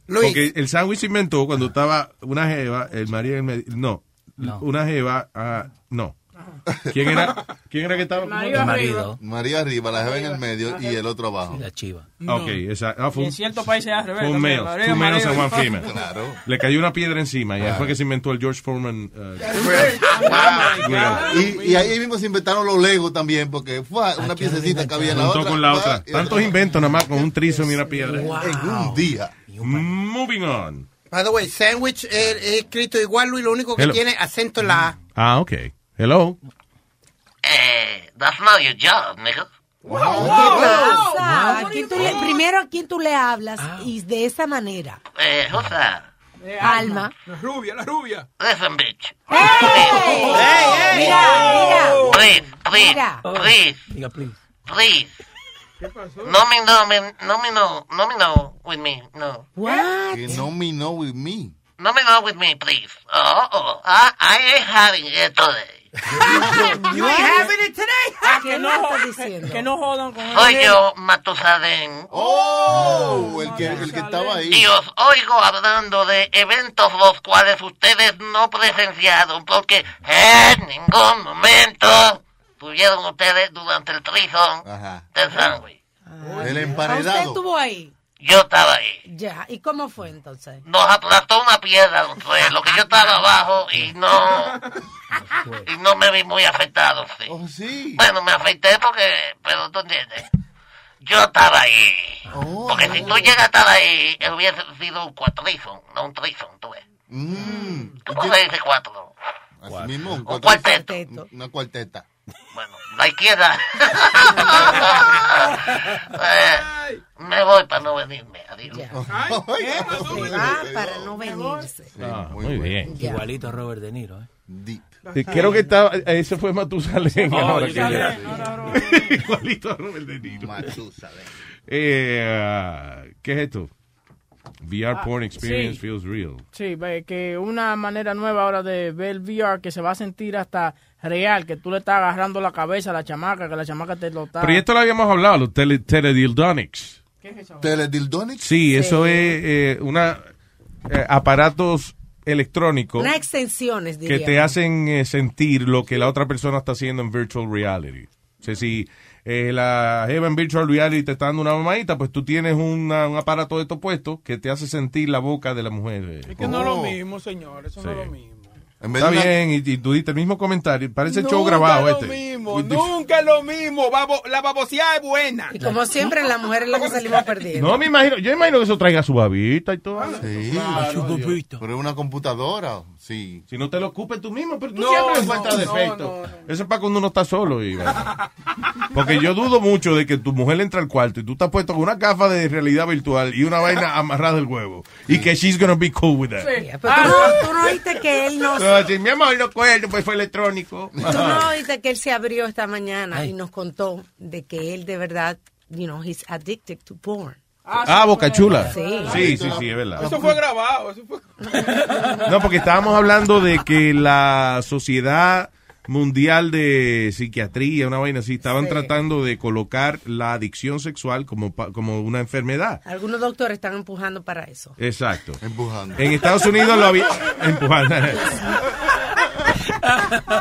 [SPEAKER 2] Porque el sándwich se inventó cuando estaba una jeva, el marido, en el medio- no,
[SPEAKER 3] No.
[SPEAKER 2] una jeva, ah, no. ¿Quién era? ¿Quién era que estaba?
[SPEAKER 3] María El marido. arriba. María arriba, la jeva en el medio y el otro abajo. La chiva.
[SPEAKER 2] Ah, Ok, esa, ah, fue
[SPEAKER 5] En
[SPEAKER 2] un,
[SPEAKER 5] ciertos países es al revés.
[SPEAKER 2] fue un male,
[SPEAKER 5] también,
[SPEAKER 2] two
[SPEAKER 5] marido,
[SPEAKER 2] males and
[SPEAKER 5] marido.
[SPEAKER 2] one female.
[SPEAKER 5] Claro.
[SPEAKER 2] Le cayó una piedra encima y ahí fue que se inventó el George Foreman. eh,
[SPEAKER 3] Ah, Y, y ahí mismo se inventaron los Legos también, porque fue una piececita Ah, que había en la
[SPEAKER 2] junto
[SPEAKER 3] otra.
[SPEAKER 2] con la
[SPEAKER 3] fue,
[SPEAKER 2] otra.
[SPEAKER 3] y
[SPEAKER 2] Tantos inventos nada más con un trisom y una piedra.
[SPEAKER 3] En un día.
[SPEAKER 2] Moving on.
[SPEAKER 4] By the way, sandwich es es escrito igual, Luis, lo único que
[SPEAKER 2] Hello.
[SPEAKER 4] tiene acento en la A.
[SPEAKER 2] Ah, ok. Hello.
[SPEAKER 10] Eh, that's not your job, nigga.
[SPEAKER 8] ¿Qué pasa? ¿A quién tú le- primero, ¿a quién tú le hablas? Y de esa manera.
[SPEAKER 10] Eh, who's that?
[SPEAKER 8] Alma.
[SPEAKER 5] Eh, La rubia, la rubia.
[SPEAKER 10] Listen, bitch.
[SPEAKER 8] ¡Ey! Mira, mira.
[SPEAKER 10] Please, please,
[SPEAKER 8] Mira.
[SPEAKER 10] please,
[SPEAKER 16] Diga, please.
[SPEAKER 10] please. No me no, me, no me no, no me no with me, no.
[SPEAKER 8] What?
[SPEAKER 3] Que no me know with me.
[SPEAKER 10] No me no with me, please. Oh, oh, I, I ain't having it today.
[SPEAKER 16] You ain't having
[SPEAKER 8] it today.
[SPEAKER 5] que, no, que no jodan con
[SPEAKER 8] Eh,
[SPEAKER 10] Soy
[SPEAKER 5] él.
[SPEAKER 10] yo, Matusadén.
[SPEAKER 3] ¡Oh! El que, el que estaba ahí.
[SPEAKER 10] Y os oigo hablando de eventos los cuales ustedes no presenciaron porque en ningún momento tuvieron ustedes durante el trizón
[SPEAKER 3] Ajá.
[SPEAKER 10] del sándwich.
[SPEAKER 3] El
[SPEAKER 8] Ah, ¿Usted
[SPEAKER 3] emparedado.
[SPEAKER 8] estuvo ahí?
[SPEAKER 10] Yo estaba ahí.
[SPEAKER 8] Ya, ¿y cómo fue entonces?
[SPEAKER 10] Nos aplastó una piedra, don Suelo, que yo estaba abajo y no... Y no me vi muy afectado, sí.
[SPEAKER 3] Oh,
[SPEAKER 10] Bueno, me afecté porque... Pero tú entiendes. Yo estaba ahí.
[SPEAKER 3] Oh.
[SPEAKER 10] porque si tú llegas a estar ahí, hubiese sido un cuatrison, no un trison, tú ves. ¿Cómo se dice cuatro?
[SPEAKER 3] Mm. Así mismo, un
[SPEAKER 10] Un
[SPEAKER 3] cuarteto.
[SPEAKER 10] cuarteto.
[SPEAKER 3] Una cuarteta.
[SPEAKER 10] Bueno, la izquierda. Eh, me voy para no venirme. Adiós.
[SPEAKER 8] Se va para no venirse.
[SPEAKER 2] Ah, muy bien.
[SPEAKER 16] Igualito a Robert De Niro, ¿eh?
[SPEAKER 2] Eh, Creo que estaba, ese fue Matusalén.
[SPEAKER 16] Oh,
[SPEAKER 2] ahora que
[SPEAKER 16] Matusalén,
[SPEAKER 2] ya-
[SPEAKER 16] no, no, no.
[SPEAKER 2] Igualito a Robert De Niro. Eh, ah, ¿Qué es esto? VR
[SPEAKER 7] Ah,
[SPEAKER 2] porn experience
[SPEAKER 7] sí.
[SPEAKER 2] feels real.
[SPEAKER 7] Sí, ve que una manera nueva ahora de ver el VR que se va a sentir hasta real, que tú le estás agarrando la cabeza a la chamaca, que la chamaca te lo está...
[SPEAKER 2] Pero ya esto lo habíamos hablado, los tele, teledildonics.
[SPEAKER 7] ¿Qué es eso?
[SPEAKER 3] ¿Teledildonics?
[SPEAKER 2] Sí, eso es eh, una eh, aparatos electrónicos
[SPEAKER 8] Unas extensiones, diría.
[SPEAKER 2] que te hacen eh, sentir lo que la otra persona está haciendo en virtual reality. O sea, si eh, la Eva en virtual reality te está dando una mamadita, pues tú tienes una- un aparato de estos puestos que te hace sentir la boca de la mujer. eh.
[SPEAKER 5] Que no es lo mismo, señor. Eso no es lo mismo.
[SPEAKER 2] Está bien, y, y tú diste el mismo comentario. Parece el show
[SPEAKER 5] Nunca
[SPEAKER 2] grabado
[SPEAKER 5] es
[SPEAKER 2] este.
[SPEAKER 5] lo mismo, nunca es lo mismo. Babo- la baboseada es buena.
[SPEAKER 8] Y como siempre, las mujeres es lo que salimos perdiendo.
[SPEAKER 2] No, me imagino, yo imagino que eso traiga su babita y todo.
[SPEAKER 3] Sí, pero es una computadora. Sí.
[SPEAKER 2] Si no te lo ocupes tú mismo, pero
[SPEAKER 3] tú
[SPEAKER 2] No,
[SPEAKER 3] siempre
[SPEAKER 2] no,
[SPEAKER 3] encuentras
[SPEAKER 2] no,
[SPEAKER 3] defectos.
[SPEAKER 2] Eso es para cuando uno está solo. y- porque yo dudo mucho de que tu mujer entra al cuarto y tú estás puesto con una gafa de realidad virtual y una vaina amarrada del huevo. Y que she's gonna be cool with that.
[SPEAKER 8] Pero tú,
[SPEAKER 7] Ah.
[SPEAKER 8] no, tú no oíste que él no...
[SPEAKER 2] Ah, sí, mi amor, no cuerdo, pues fue electrónico.
[SPEAKER 8] Tú
[SPEAKER 2] Ah.
[SPEAKER 8] no oíste que él se abrió esta mañana y nos contó de que él de verdad, you know, he's addicted to porn.
[SPEAKER 2] Ah, Boca Chula.
[SPEAKER 8] Sí.
[SPEAKER 2] sí, sí, sí, es verdad.
[SPEAKER 5] Eso fue grabado. Eso fue...
[SPEAKER 2] No, porque estábamos hablando de que la Sociedad Mundial de Psiquiatría, una vaina así, estaban
[SPEAKER 8] Sí.
[SPEAKER 2] tratando de colocar la adicción sexual como, pa- como una enfermedad.
[SPEAKER 8] Algunos doctores están empujando para eso.
[SPEAKER 2] Exacto.
[SPEAKER 3] Empujando.
[SPEAKER 2] En Estados Unidos lo había. Empujando.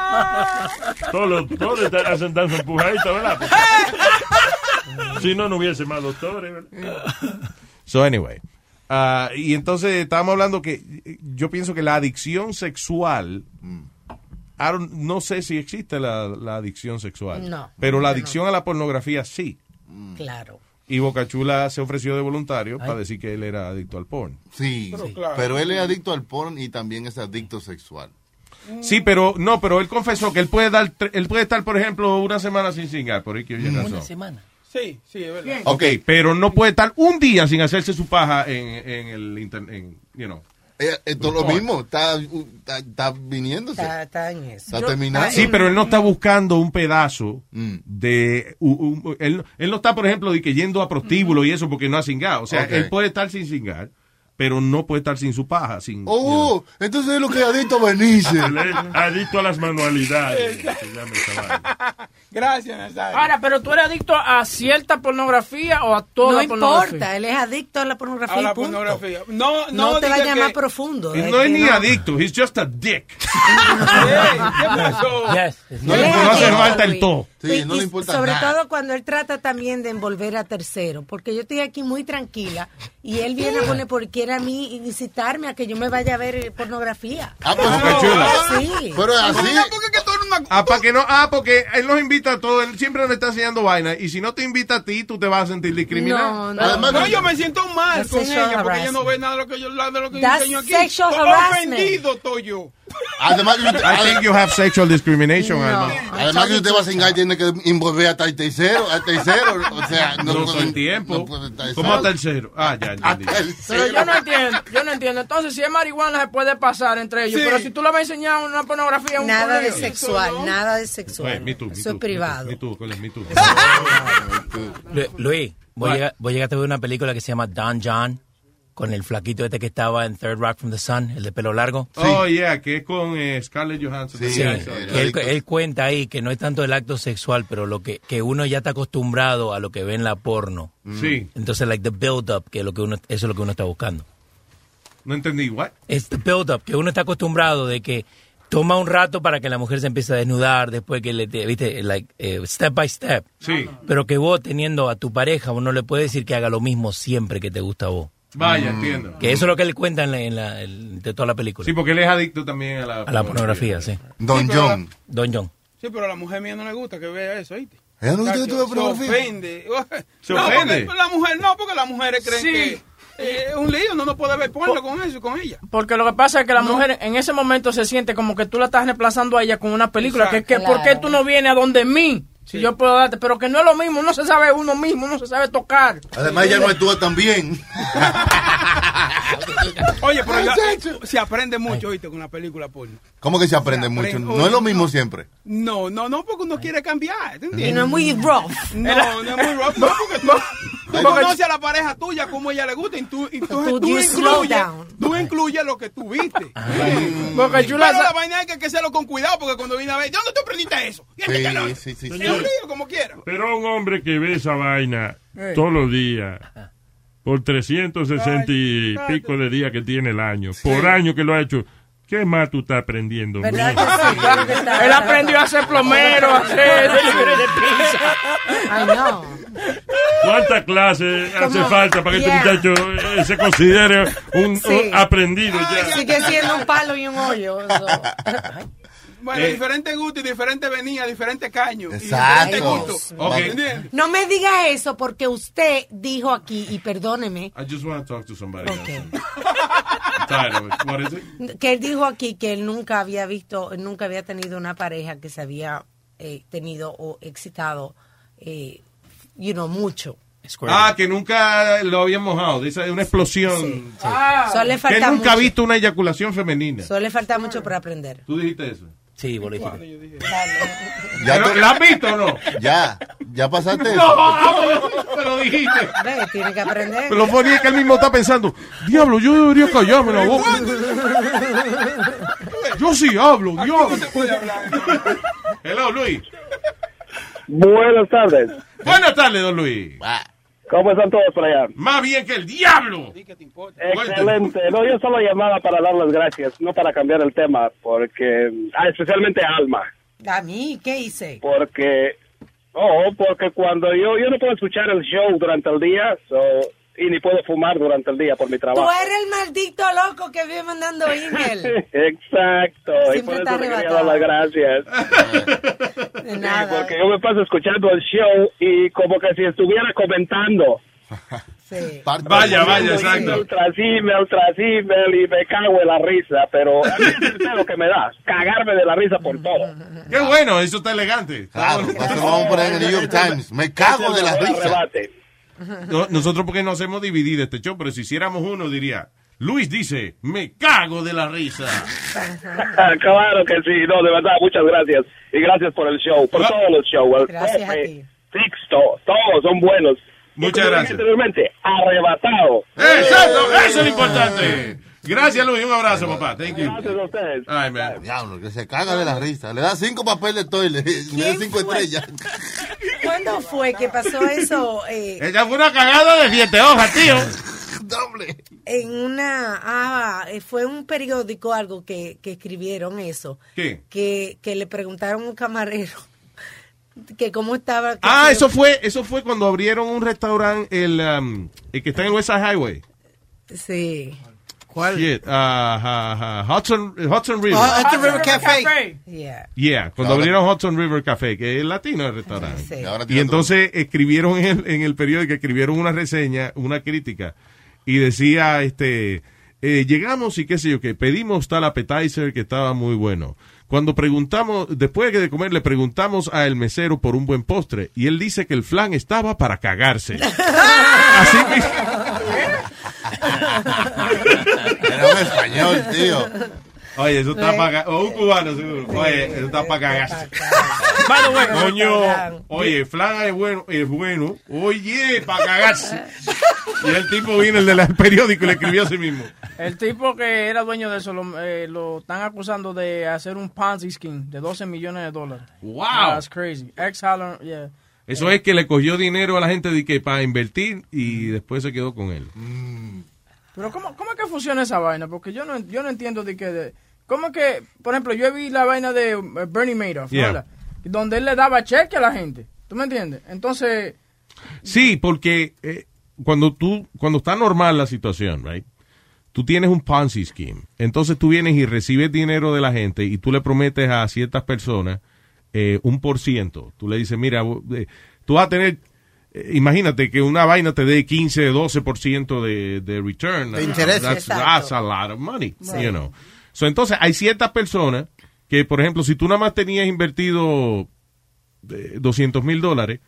[SPEAKER 11] Todos los doctores están- hacen danza empujadita, ¿verdad? Si no, no hubiese más doctores, ¿verdad?
[SPEAKER 2] So, anyway. Ah, Ah, y entonces estábamos hablando que eh, yo pienso que la adicción sexual, I don't- no sé si existe la, la adicción sexual,
[SPEAKER 8] No.
[SPEAKER 2] pero la
[SPEAKER 8] No.
[SPEAKER 2] adicción a la pornografía sí.
[SPEAKER 8] Claro.
[SPEAKER 2] Y Bocachula se ofreció de voluntario para decir que él era adicto al porn.
[SPEAKER 3] Sí,
[SPEAKER 2] Pero
[SPEAKER 3] sí.
[SPEAKER 2] claro.
[SPEAKER 3] pero él es adicto al porn y también es adicto sexual.
[SPEAKER 2] Mm. Sí, pero no, pero él confesó que él puede dar, tre- él puede estar, por ejemplo, una semana sin cingar, por ahí que viene razón.
[SPEAKER 5] semana. Sí, sí, es verdad.
[SPEAKER 2] Ok, pero no puede estar un día sin hacerse su paja en, en el internet, you know.
[SPEAKER 3] Esto es Eh, lo mismo, está, uh, está, está viniéndose.
[SPEAKER 8] Está, está en eso.
[SPEAKER 3] Está Mm. terminando.
[SPEAKER 2] Sí, pero él no está buscando un pedazo de... u- u- él, él no está, por ejemplo, de que yendo a prostíbulo y eso porque no ha cingado. O sea,
[SPEAKER 3] Ok.
[SPEAKER 2] él puede estar sin cingar, pero no puede estar sin su paja, sin...
[SPEAKER 3] Oh, entonces es lo que es adicto a Benice.
[SPEAKER 2] Adicto a las manualidades.
[SPEAKER 7] Gracias, Nazario. Ahora, pero tú eres adicto a cierta pornografía o a toda
[SPEAKER 8] no
[SPEAKER 7] pornografía.
[SPEAKER 8] importa, él es adicto a la pornografía.
[SPEAKER 7] A la
[SPEAKER 8] y punto.
[SPEAKER 7] pornografía.
[SPEAKER 8] No,
[SPEAKER 7] no
[SPEAKER 8] te va a
[SPEAKER 7] diga
[SPEAKER 8] llamar
[SPEAKER 7] que-
[SPEAKER 8] profundo.
[SPEAKER 2] No es ni adicto, he's just a dick. No le no hace falta el todo.
[SPEAKER 8] Y- y sobre todo cuando él trata también de envolver a tercero, porque yo estoy aquí muy tranquila y él viene a poner por quiera a mí y incitarme a que yo me vaya a ver eh, pornografía.
[SPEAKER 3] Ah, pues
[SPEAKER 2] Boca Chula.
[SPEAKER 8] Sí.
[SPEAKER 3] Pero es así.
[SPEAKER 2] Ah, para que no, ah, porque él los invita a todos, él siempre le está enseñando vaina. Y si no te invita a ti, tú te vas a sentir discriminado.
[SPEAKER 5] Además, no, yo me siento mal
[SPEAKER 8] That's
[SPEAKER 5] con
[SPEAKER 8] sexual
[SPEAKER 5] ella porque ella no
[SPEAKER 8] harassment.
[SPEAKER 5] ve nada de lo que yo, nada de lo que yo
[SPEAKER 8] That's
[SPEAKER 5] enseño aquí.
[SPEAKER 8] sexual
[SPEAKER 5] Estoy
[SPEAKER 8] harassment.
[SPEAKER 5] ofendido estoy yo.
[SPEAKER 3] Además, que usted-
[SPEAKER 2] I think you have sexual discrimination, Alma.
[SPEAKER 7] Ah,
[SPEAKER 3] Además que usted va a cingar tiene que envolver hasta el tercero, al tercero, o sea, no,
[SPEAKER 2] No
[SPEAKER 3] puede-
[SPEAKER 2] todo el tiempo. ¿Cómo tercero? Ah, ya entendí.
[SPEAKER 7] Pero yo no entiendo, yo no entiendo. Entonces, si es marihuana, se puede pasar entre ellos.
[SPEAKER 8] Sí.
[SPEAKER 7] Pero si tú le vas a enseñar una pornografía, un
[SPEAKER 8] Nada de
[SPEAKER 7] porno-
[SPEAKER 8] sexual,
[SPEAKER 7] Eso no.
[SPEAKER 8] nada de sexual.
[SPEAKER 2] Bueno, me too, me
[SPEAKER 8] Eso es
[SPEAKER 2] too,
[SPEAKER 8] privado.
[SPEAKER 2] me too, Colin, me too.
[SPEAKER 1] Lu- Luis, voy a, llegar- voy a llegar a ver una película que se llama Don John con el flaquito este que estaba en Third Rock from the Sun, el de pelo largo.
[SPEAKER 2] Oh, yeah, que es con eh, Scarlett Johansson.
[SPEAKER 1] Sí, que él, él cuenta ahí que no es tanto el acto sexual, pero lo que, que uno ya está acostumbrado a lo que ve en la porno.
[SPEAKER 2] Sí.
[SPEAKER 1] Entonces, like the build up, que lo que uno, eso es lo que uno está buscando.
[SPEAKER 2] No entendí, what?
[SPEAKER 1] Es the build up, que uno está acostumbrado de que toma un rato para que la mujer se empiece a desnudar, después que le, te- viste, like, eh, step by step.
[SPEAKER 2] Sí.
[SPEAKER 1] Pero que vos teniendo a tu pareja, uno le puede decir que haga lo mismo siempre que te gusta a vos.
[SPEAKER 2] Vaya, entiendo.
[SPEAKER 1] Que eso es lo que él cuenta en la- en la- el- de toda la película.
[SPEAKER 2] Sí, porque él es adicto también a la,
[SPEAKER 1] A la pornografía, sí.
[SPEAKER 3] Don John.
[SPEAKER 1] Don John.
[SPEAKER 5] Sí, pero a la mujer mía no le gusta que vea eso, ¿oíste?
[SPEAKER 3] ¿Ella no gusta que tú veas
[SPEAKER 5] Se
[SPEAKER 3] pornografía?
[SPEAKER 5] ofende.
[SPEAKER 2] ¿Se
[SPEAKER 5] No,
[SPEAKER 2] ofende?
[SPEAKER 5] porque la mujer no, porque las mujeres creen
[SPEAKER 7] Sí.
[SPEAKER 5] que eh, es un lío, no, no puede ver
[SPEAKER 8] Oh.
[SPEAKER 5] porno con eso, con ella.
[SPEAKER 7] Porque lo que pasa es que la
[SPEAKER 5] No.
[SPEAKER 7] mujer en ese momento se siente como que tú la estás reemplazando a ella con una película. Que, que
[SPEAKER 5] Exacto.
[SPEAKER 7] ¿Por qué tú no vienes a donde mí? Si yo puedo darte. Pero que no es lo mismo, no se sabe uno mismo, no se sabe tocar.
[SPEAKER 3] Además ella no actúa tan bien.
[SPEAKER 5] Oye, pero ya- se aprende mucho, ¿oíste? Con la película porno.
[SPEAKER 3] ¿Cómo que se aprende mucho?
[SPEAKER 5] aprende-
[SPEAKER 3] No es lo mismo siempre.
[SPEAKER 5] No, no, no, porque uno quiere cambiar. ¿te entiendes?
[SPEAKER 3] Y no es
[SPEAKER 8] muy rough.
[SPEAKER 5] No, no es muy rough. No, porque tú, tú conoces a la pareja tuya como ella le gusta y tú, y tú,
[SPEAKER 8] Tú-
[SPEAKER 5] tú
[SPEAKER 8] you slow
[SPEAKER 5] incluyes,
[SPEAKER 8] down.
[SPEAKER 5] tú incluyes lo que tú viste.
[SPEAKER 7] Porque
[SPEAKER 5] Pero
[SPEAKER 7] Chula sa-
[SPEAKER 5] la vaina es que hay que hacerlo con cuidado porque cuando viene a ver, ¿de dónde tú aprendiste eso? Y este que no-
[SPEAKER 19] Sí, sí, sí,
[SPEAKER 5] Es
[SPEAKER 19] sí.
[SPEAKER 5] un lío como quiera.
[SPEAKER 11] Pero un hombre que ve esa vaina
[SPEAKER 5] Eh.
[SPEAKER 11] todos los días, por 360 y pico de días que tiene el año, por año que lo ha hecho, ¿qué más tú estás aprendiendo?
[SPEAKER 7] ¿Verdad
[SPEAKER 11] mijo?
[SPEAKER 7] que sí? Claro que está. Él aprendió a ser plomero, a ser delivery de pizza.
[SPEAKER 8] Ay, no.
[SPEAKER 11] ¿Cuánta clase hace
[SPEAKER 8] Como-
[SPEAKER 11] falta para que
[SPEAKER 8] Yeah.
[SPEAKER 11] este muchacho eh, se considere un,
[SPEAKER 8] Sí.
[SPEAKER 11] un aprendido ya?
[SPEAKER 8] Sigue siendo un palo y un hoyo. eso.
[SPEAKER 5] Bueno,
[SPEAKER 11] Eh.
[SPEAKER 5] diferente gusto y diferente venía, diferente caño. y
[SPEAKER 8] Exacto.
[SPEAKER 5] diferente gusto.
[SPEAKER 2] Ok.
[SPEAKER 5] ¿Entiendes?
[SPEAKER 8] No me diga eso porque usted dijo aquí, y perdóneme,
[SPEAKER 2] I just want to talk to somebody else. I'm tired of it. What is it?
[SPEAKER 8] que él dijo aquí que él nunca había visto, nunca había tenido una pareja que se había eh, tenido o excitado, eh, you know, mucho.
[SPEAKER 2] Ah, que nunca lo habían mojado. Dice una explosión.
[SPEAKER 8] Solo le
[SPEAKER 2] que
[SPEAKER 8] falta
[SPEAKER 2] nunca ha
[SPEAKER 8] mucho.
[SPEAKER 2] visto una eyaculación femenina.
[SPEAKER 8] Solo le falta mucho para aprender.
[SPEAKER 2] ¿Tú dijiste eso?
[SPEAKER 1] Sí, vos
[SPEAKER 2] Pero, ¿La has visto o no?
[SPEAKER 3] Ya, ya pasaste eso.
[SPEAKER 2] No, te lo dijiste.
[SPEAKER 8] Ve, tiene que aprender.
[SPEAKER 2] Pero lo funny es que él mismo está pensando, diablo, yo debería callarme la boca. Yo sí hablo, diablo. Hello, Luis.
[SPEAKER 9] Buenas tardes.
[SPEAKER 2] Buenas tardes, don Luis.
[SPEAKER 9] ¿Cómo están todos por allá?
[SPEAKER 2] Más bien que el diablo.
[SPEAKER 9] Excelente. No, yo solo llamaba para dar las gracias, no para cambiar el tema, porque, ah, especialmente a Alma,
[SPEAKER 8] A mí, ¿qué hice?
[SPEAKER 9] porque, oh, porque cuando yo, yo no puedo escuchar el show durante el día, so, y ni puedo fumar durante el día por mi
[SPEAKER 8] Tú
[SPEAKER 9] trabajo.
[SPEAKER 8] eres el maldito loco que vive mandando email.
[SPEAKER 9] Exacto, y por
[SPEAKER 8] Siempre
[SPEAKER 9] eso
[SPEAKER 8] está
[SPEAKER 9] te quería dar las gracias.
[SPEAKER 8] De nada.
[SPEAKER 9] Porque yo me paso escuchando el show y como que si estuviera comentando.
[SPEAKER 12] Vaya, vaya, exacto.
[SPEAKER 9] Email tras email, tras email, y me cago en la risa, pero a mí es lo que me da, cagarme de la risa por todo.
[SPEAKER 2] Qué bueno, eso está elegante.
[SPEAKER 3] Claro, eso lo vamos a poner en el New York Times. Me cago de la risa.
[SPEAKER 2] No- nosotros porque nos hemos dividido este show, pero si hiciéramos uno diría, Luis dice, me cago de la risa.
[SPEAKER 9] claro que sí, no, de verdad, muchas gracias. Y gracias por el show,
[SPEAKER 2] Ah.
[SPEAKER 9] por todos los shows. Gracias a ti. Sixto, todos son buenos.
[SPEAKER 2] Muchas
[SPEAKER 9] Y como
[SPEAKER 2] gracias.
[SPEAKER 9] dije Anteriormente, arrebatado.
[SPEAKER 2] Exacto, eso es lo importante. Gracias Luis, un abrazo papá. Thank you. Gracias
[SPEAKER 9] a ustedes.
[SPEAKER 2] Ay, man.
[SPEAKER 3] Diablo, que se caga de la risa. Le da cinco papeles de toile. Le da cinco estrellas.
[SPEAKER 8] ¿Cuándo fue que pasó eso? Eh,
[SPEAKER 2] Ella fue una cagada de siete hojas, tío.
[SPEAKER 8] en una ah, eh, fue un periódico algo que, que escribieron eso
[SPEAKER 2] ¿Qué?
[SPEAKER 8] que, que le preguntaron a un camarero que cómo estaba que
[SPEAKER 2] Ah,
[SPEAKER 8] si-
[SPEAKER 2] eso fue, eso fue cuando abrieron un restaurante, el, um, el que está en West Side Highway.
[SPEAKER 8] sí
[SPEAKER 2] ¿Cuál? Shit, ah, ah, ah, Hudson, Hudson River.
[SPEAKER 4] Oh,
[SPEAKER 8] Ah,
[SPEAKER 4] Hudson River Cafe.
[SPEAKER 8] Yeah.
[SPEAKER 2] Yeah, cuando abrieron Hudson River Café, que es latino el restaurante.
[SPEAKER 8] Sí.
[SPEAKER 2] Y entonces escribieron en el, en el periódico, escribieron una reseña, una crítica, y decía, este, eh, llegamos y qué sé yo qué, pedimos tal appetizer que estaba muy bueno. Cuando preguntamos, después de comer, le preguntamos al mesero por un buen postre, y él dice que el flan estaba para cagarse. Así mismo.
[SPEAKER 3] Era un español, tío.
[SPEAKER 2] Oye, eso está
[SPEAKER 3] Sí.
[SPEAKER 2] para... O un cubano, seguro. Oye, eso está para cagarse.
[SPEAKER 11] By the way,
[SPEAKER 2] Coño, oye, flan es bueno, es bueno. Oye, para cagarse. Y el tipo vino, el del periódico, y le escribió a sí mismo.
[SPEAKER 7] El tipo que era dueño de eso lo, eh, lo están acusando de hacer un Ponzi scheme de 12 millones de dólares.
[SPEAKER 2] Wow.
[SPEAKER 7] That's crazy. Ex Halloran, yeah.
[SPEAKER 2] Eso es que le cogió dinero a la gente de que para invertir y después se quedó con él.
[SPEAKER 7] Pero ¿cómo, cómo es que funciona esa vaina? Porque yo no, yo no entiendo de que... De, ¿Cómo es que, por ejemplo, yo vi la vaina de eh, Bernie Madoff,
[SPEAKER 2] Yeah.
[SPEAKER 7] ¿verdad? donde él le daba cheque a la gente. ¿Tú me entiendes? Entonces,
[SPEAKER 2] Sí, porque eh, cuando tú, cuando está normal la situación, right? Tú tienes un Ponzi scheme. Entonces tú vienes y recibes dinero de la gente y tú le prometes a ciertas personas eh, un por ciento. Tú le dices, mira, vo- eh, tú vas a tener, eh, imagínate que una vaina te dé 15, 12 por ciento de, de return.
[SPEAKER 4] De intereses.
[SPEAKER 2] That's,
[SPEAKER 4] Exacto.
[SPEAKER 2] that's a lot of money,
[SPEAKER 4] Sí.
[SPEAKER 2] you know. So, entonces hay ciertas personas que, por ejemplo, si tú nada más tenías invertido 200 mil dólares,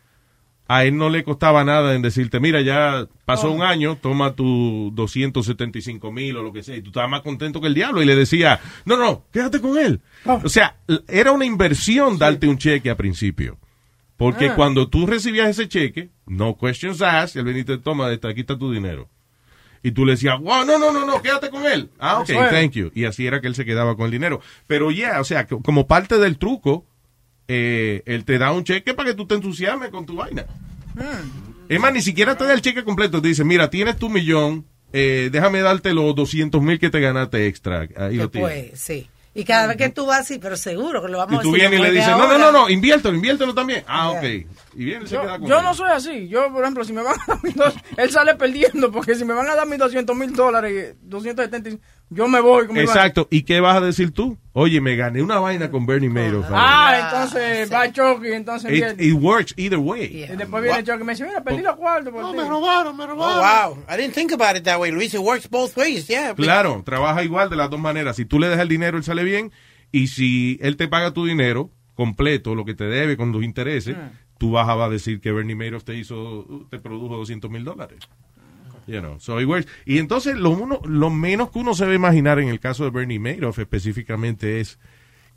[SPEAKER 2] a él no le costaba nada en decirte, mira, ya pasó un año, toma tu 275 mil o lo que sea, y tú estabas más contento que el diablo, y le decía, no, no, quédate con él. O sea, l- era una inversión darte un cheque al principio. Porque
[SPEAKER 11] Ah.
[SPEAKER 2] cuando tú recibías ese cheque, no questions asked, él venía y te toma, de aquí está tu dinero. Y tú le decías, wow, no, no, no, no, quédate con él. Ah, ok,
[SPEAKER 11] Eso es.
[SPEAKER 2] thank you. Y así era que él se quedaba con el dinero. Pero ya, o sea, co- como parte del truco, eh, él te da un cheque para que tú te entusiasmes con tu vaina.
[SPEAKER 8] Mm.
[SPEAKER 2] Es más, ni siquiera te da el cheque completo. Te dice, mira, tienes tu millón, eh, déjame darte los 200 mil que te ganaste extra. Ahí lo tienes.
[SPEAKER 8] pues sí y cada vez que tú vas así pero seguro que lo vamos
[SPEAKER 2] Y
[SPEAKER 8] a
[SPEAKER 2] tú
[SPEAKER 8] decir,
[SPEAKER 2] vienes y le
[SPEAKER 8] vuelve
[SPEAKER 2] dices, no, no,
[SPEAKER 8] ahora.
[SPEAKER 2] no, no, inviértelo, inviértelo también. Ah, ok. Y viene y se
[SPEAKER 7] yo,
[SPEAKER 2] queda con
[SPEAKER 7] yo
[SPEAKER 2] él.
[SPEAKER 7] no soy así. Yo, por ejemplo, si me van a dar mis dos- él sale perdiendo porque si me van a dar mis 200 mil dólares, 270, yo me voy. con mi vaina.
[SPEAKER 2] Exacto. ¿Y qué vas a decir tú? Oye, me gané una vaina con Bernie Madoff.
[SPEAKER 7] Ah, entonces va Chucky, entonces
[SPEAKER 2] It,
[SPEAKER 7] pierde.
[SPEAKER 2] it works either way.
[SPEAKER 7] Y después viene Chucky y me dice, mira, perdí los cuartos por ti.
[SPEAKER 4] robaron, me robaron. Oh, wow. I didn't think about it that way, Luis. It works both ways, yeah.
[SPEAKER 2] Claro, trabaja igual de las dos maneras. Si tú le das el dinero, él sale bien. Y si él te paga tu dinero completo, lo que te debe con tus intereses, tú vas a, vas a decir que Bernie Madoff te hizo, te produjo 200 mil dólares. You know, so it works. Y entonces lo, uno, lo menos que uno se debe imaginar en el caso de Bernie Madoff específicamente es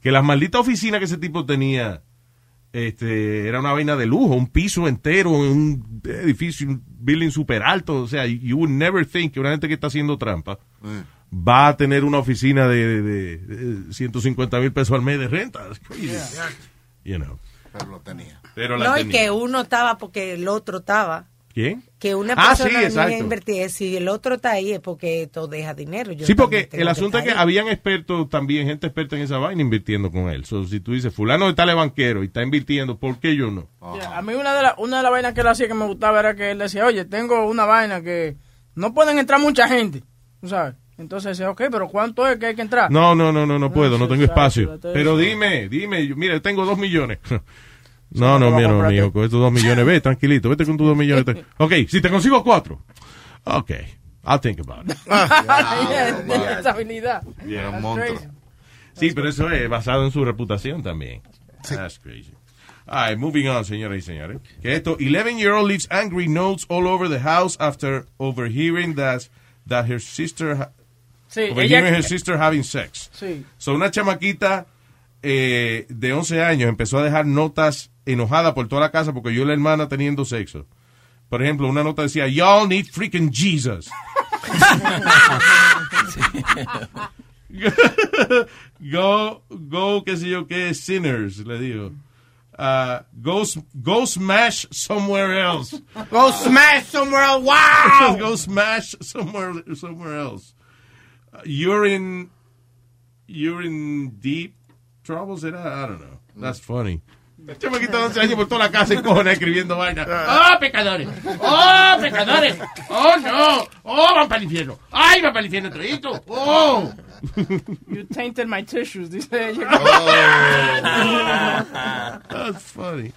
[SPEAKER 2] que las malditas oficinas que ese tipo tenía este, era una vaina de lujo, un piso entero, un edificio, un building super alto. O sea, you would never think que una gente que está haciendo trampa va a tener una oficina de, de- de 150 mil pesos al mes de renta. That's crazy. You know.
[SPEAKER 3] Pero lo tenía.
[SPEAKER 2] Pero la
[SPEAKER 8] no y
[SPEAKER 2] tenía.
[SPEAKER 8] que uno estaba porque el otro estaba
[SPEAKER 2] ¿Quién?
[SPEAKER 8] Que una
[SPEAKER 2] Ah,
[SPEAKER 8] persona
[SPEAKER 2] sí,
[SPEAKER 8] no
[SPEAKER 2] exacto.
[SPEAKER 8] venga a invertir. Si el otro está ahí es porque esto deja dinero. Yo
[SPEAKER 2] Sí, porque
[SPEAKER 8] también tengo
[SPEAKER 2] el asunto es que
[SPEAKER 8] estar ahí.
[SPEAKER 2] habían expertos también, gente experta en esa vaina invirtiendo con él. So, si tú dices, fulano de tal es banquero y está invirtiendo, ¿por qué yo no?
[SPEAKER 7] Ya, A mí una de, la- una de las vainas que él hacía que me gustaba era que él decía, oye, tengo una vaina que no pueden entrar mucha gente, tú sabes. Entonces decía, ok, pero ¿cuánto es que hay que entrar?
[SPEAKER 2] No, no, no, no, no puedo, no tengo espacio.
[SPEAKER 7] exacto.
[SPEAKER 2] Pero dime, dime, yo- mira, yo tengo dos millones. No, no,
[SPEAKER 7] va a
[SPEAKER 2] mira,
[SPEAKER 7] comprar
[SPEAKER 2] mijo, con estos dos millones, ve, tranquilito, vete con tus dos millones. te- Ok, si te consigo cuatro. Ok, I'll think about it.
[SPEAKER 4] Ah.
[SPEAKER 7] Tenía esa habilidad.
[SPEAKER 2] Era un
[SPEAKER 7] That's
[SPEAKER 2] monstruo.
[SPEAKER 7] crazy.
[SPEAKER 2] Sí, pero eso es basado en su reputación también. That's crazy. All right, moving on, señoras y señores. Que esto, 11-year-old leaves angry notes all over the house after overhearing that, that her sister... ha-
[SPEAKER 7] Sí,
[SPEAKER 2] overhearing
[SPEAKER 7] ella-
[SPEAKER 2] her sister having sex.
[SPEAKER 7] Sí.
[SPEAKER 2] So, una chamaquita eh, de 11 años empezó a dejar notas enojada por toda la casa porque yo y la hermana teniendo sexo. Por ejemplo, una nota decía, y'all need freaking Jesus. go, go, qué sé yo qué, sinners, le digo. Ah, go, s- go smash somewhere else.
[SPEAKER 4] Go smash somewhere else. Wow.
[SPEAKER 2] go smash somewhere, somewhere else. Uh, you're in, you're in deep trouble, será? I don't know. That's funny. Chamaquito de 11 años por toda la casa y cojones escribiendo vaina. ¡Ah, pecadores! ¡Oh, pecadores! ¡Oh, no! ¡Oh, van para el infierno! ¡Ay, van para el infierno todito! ¡Oh!
[SPEAKER 7] You tainted my tissues, dice ella.
[SPEAKER 2] Oh. That's funny.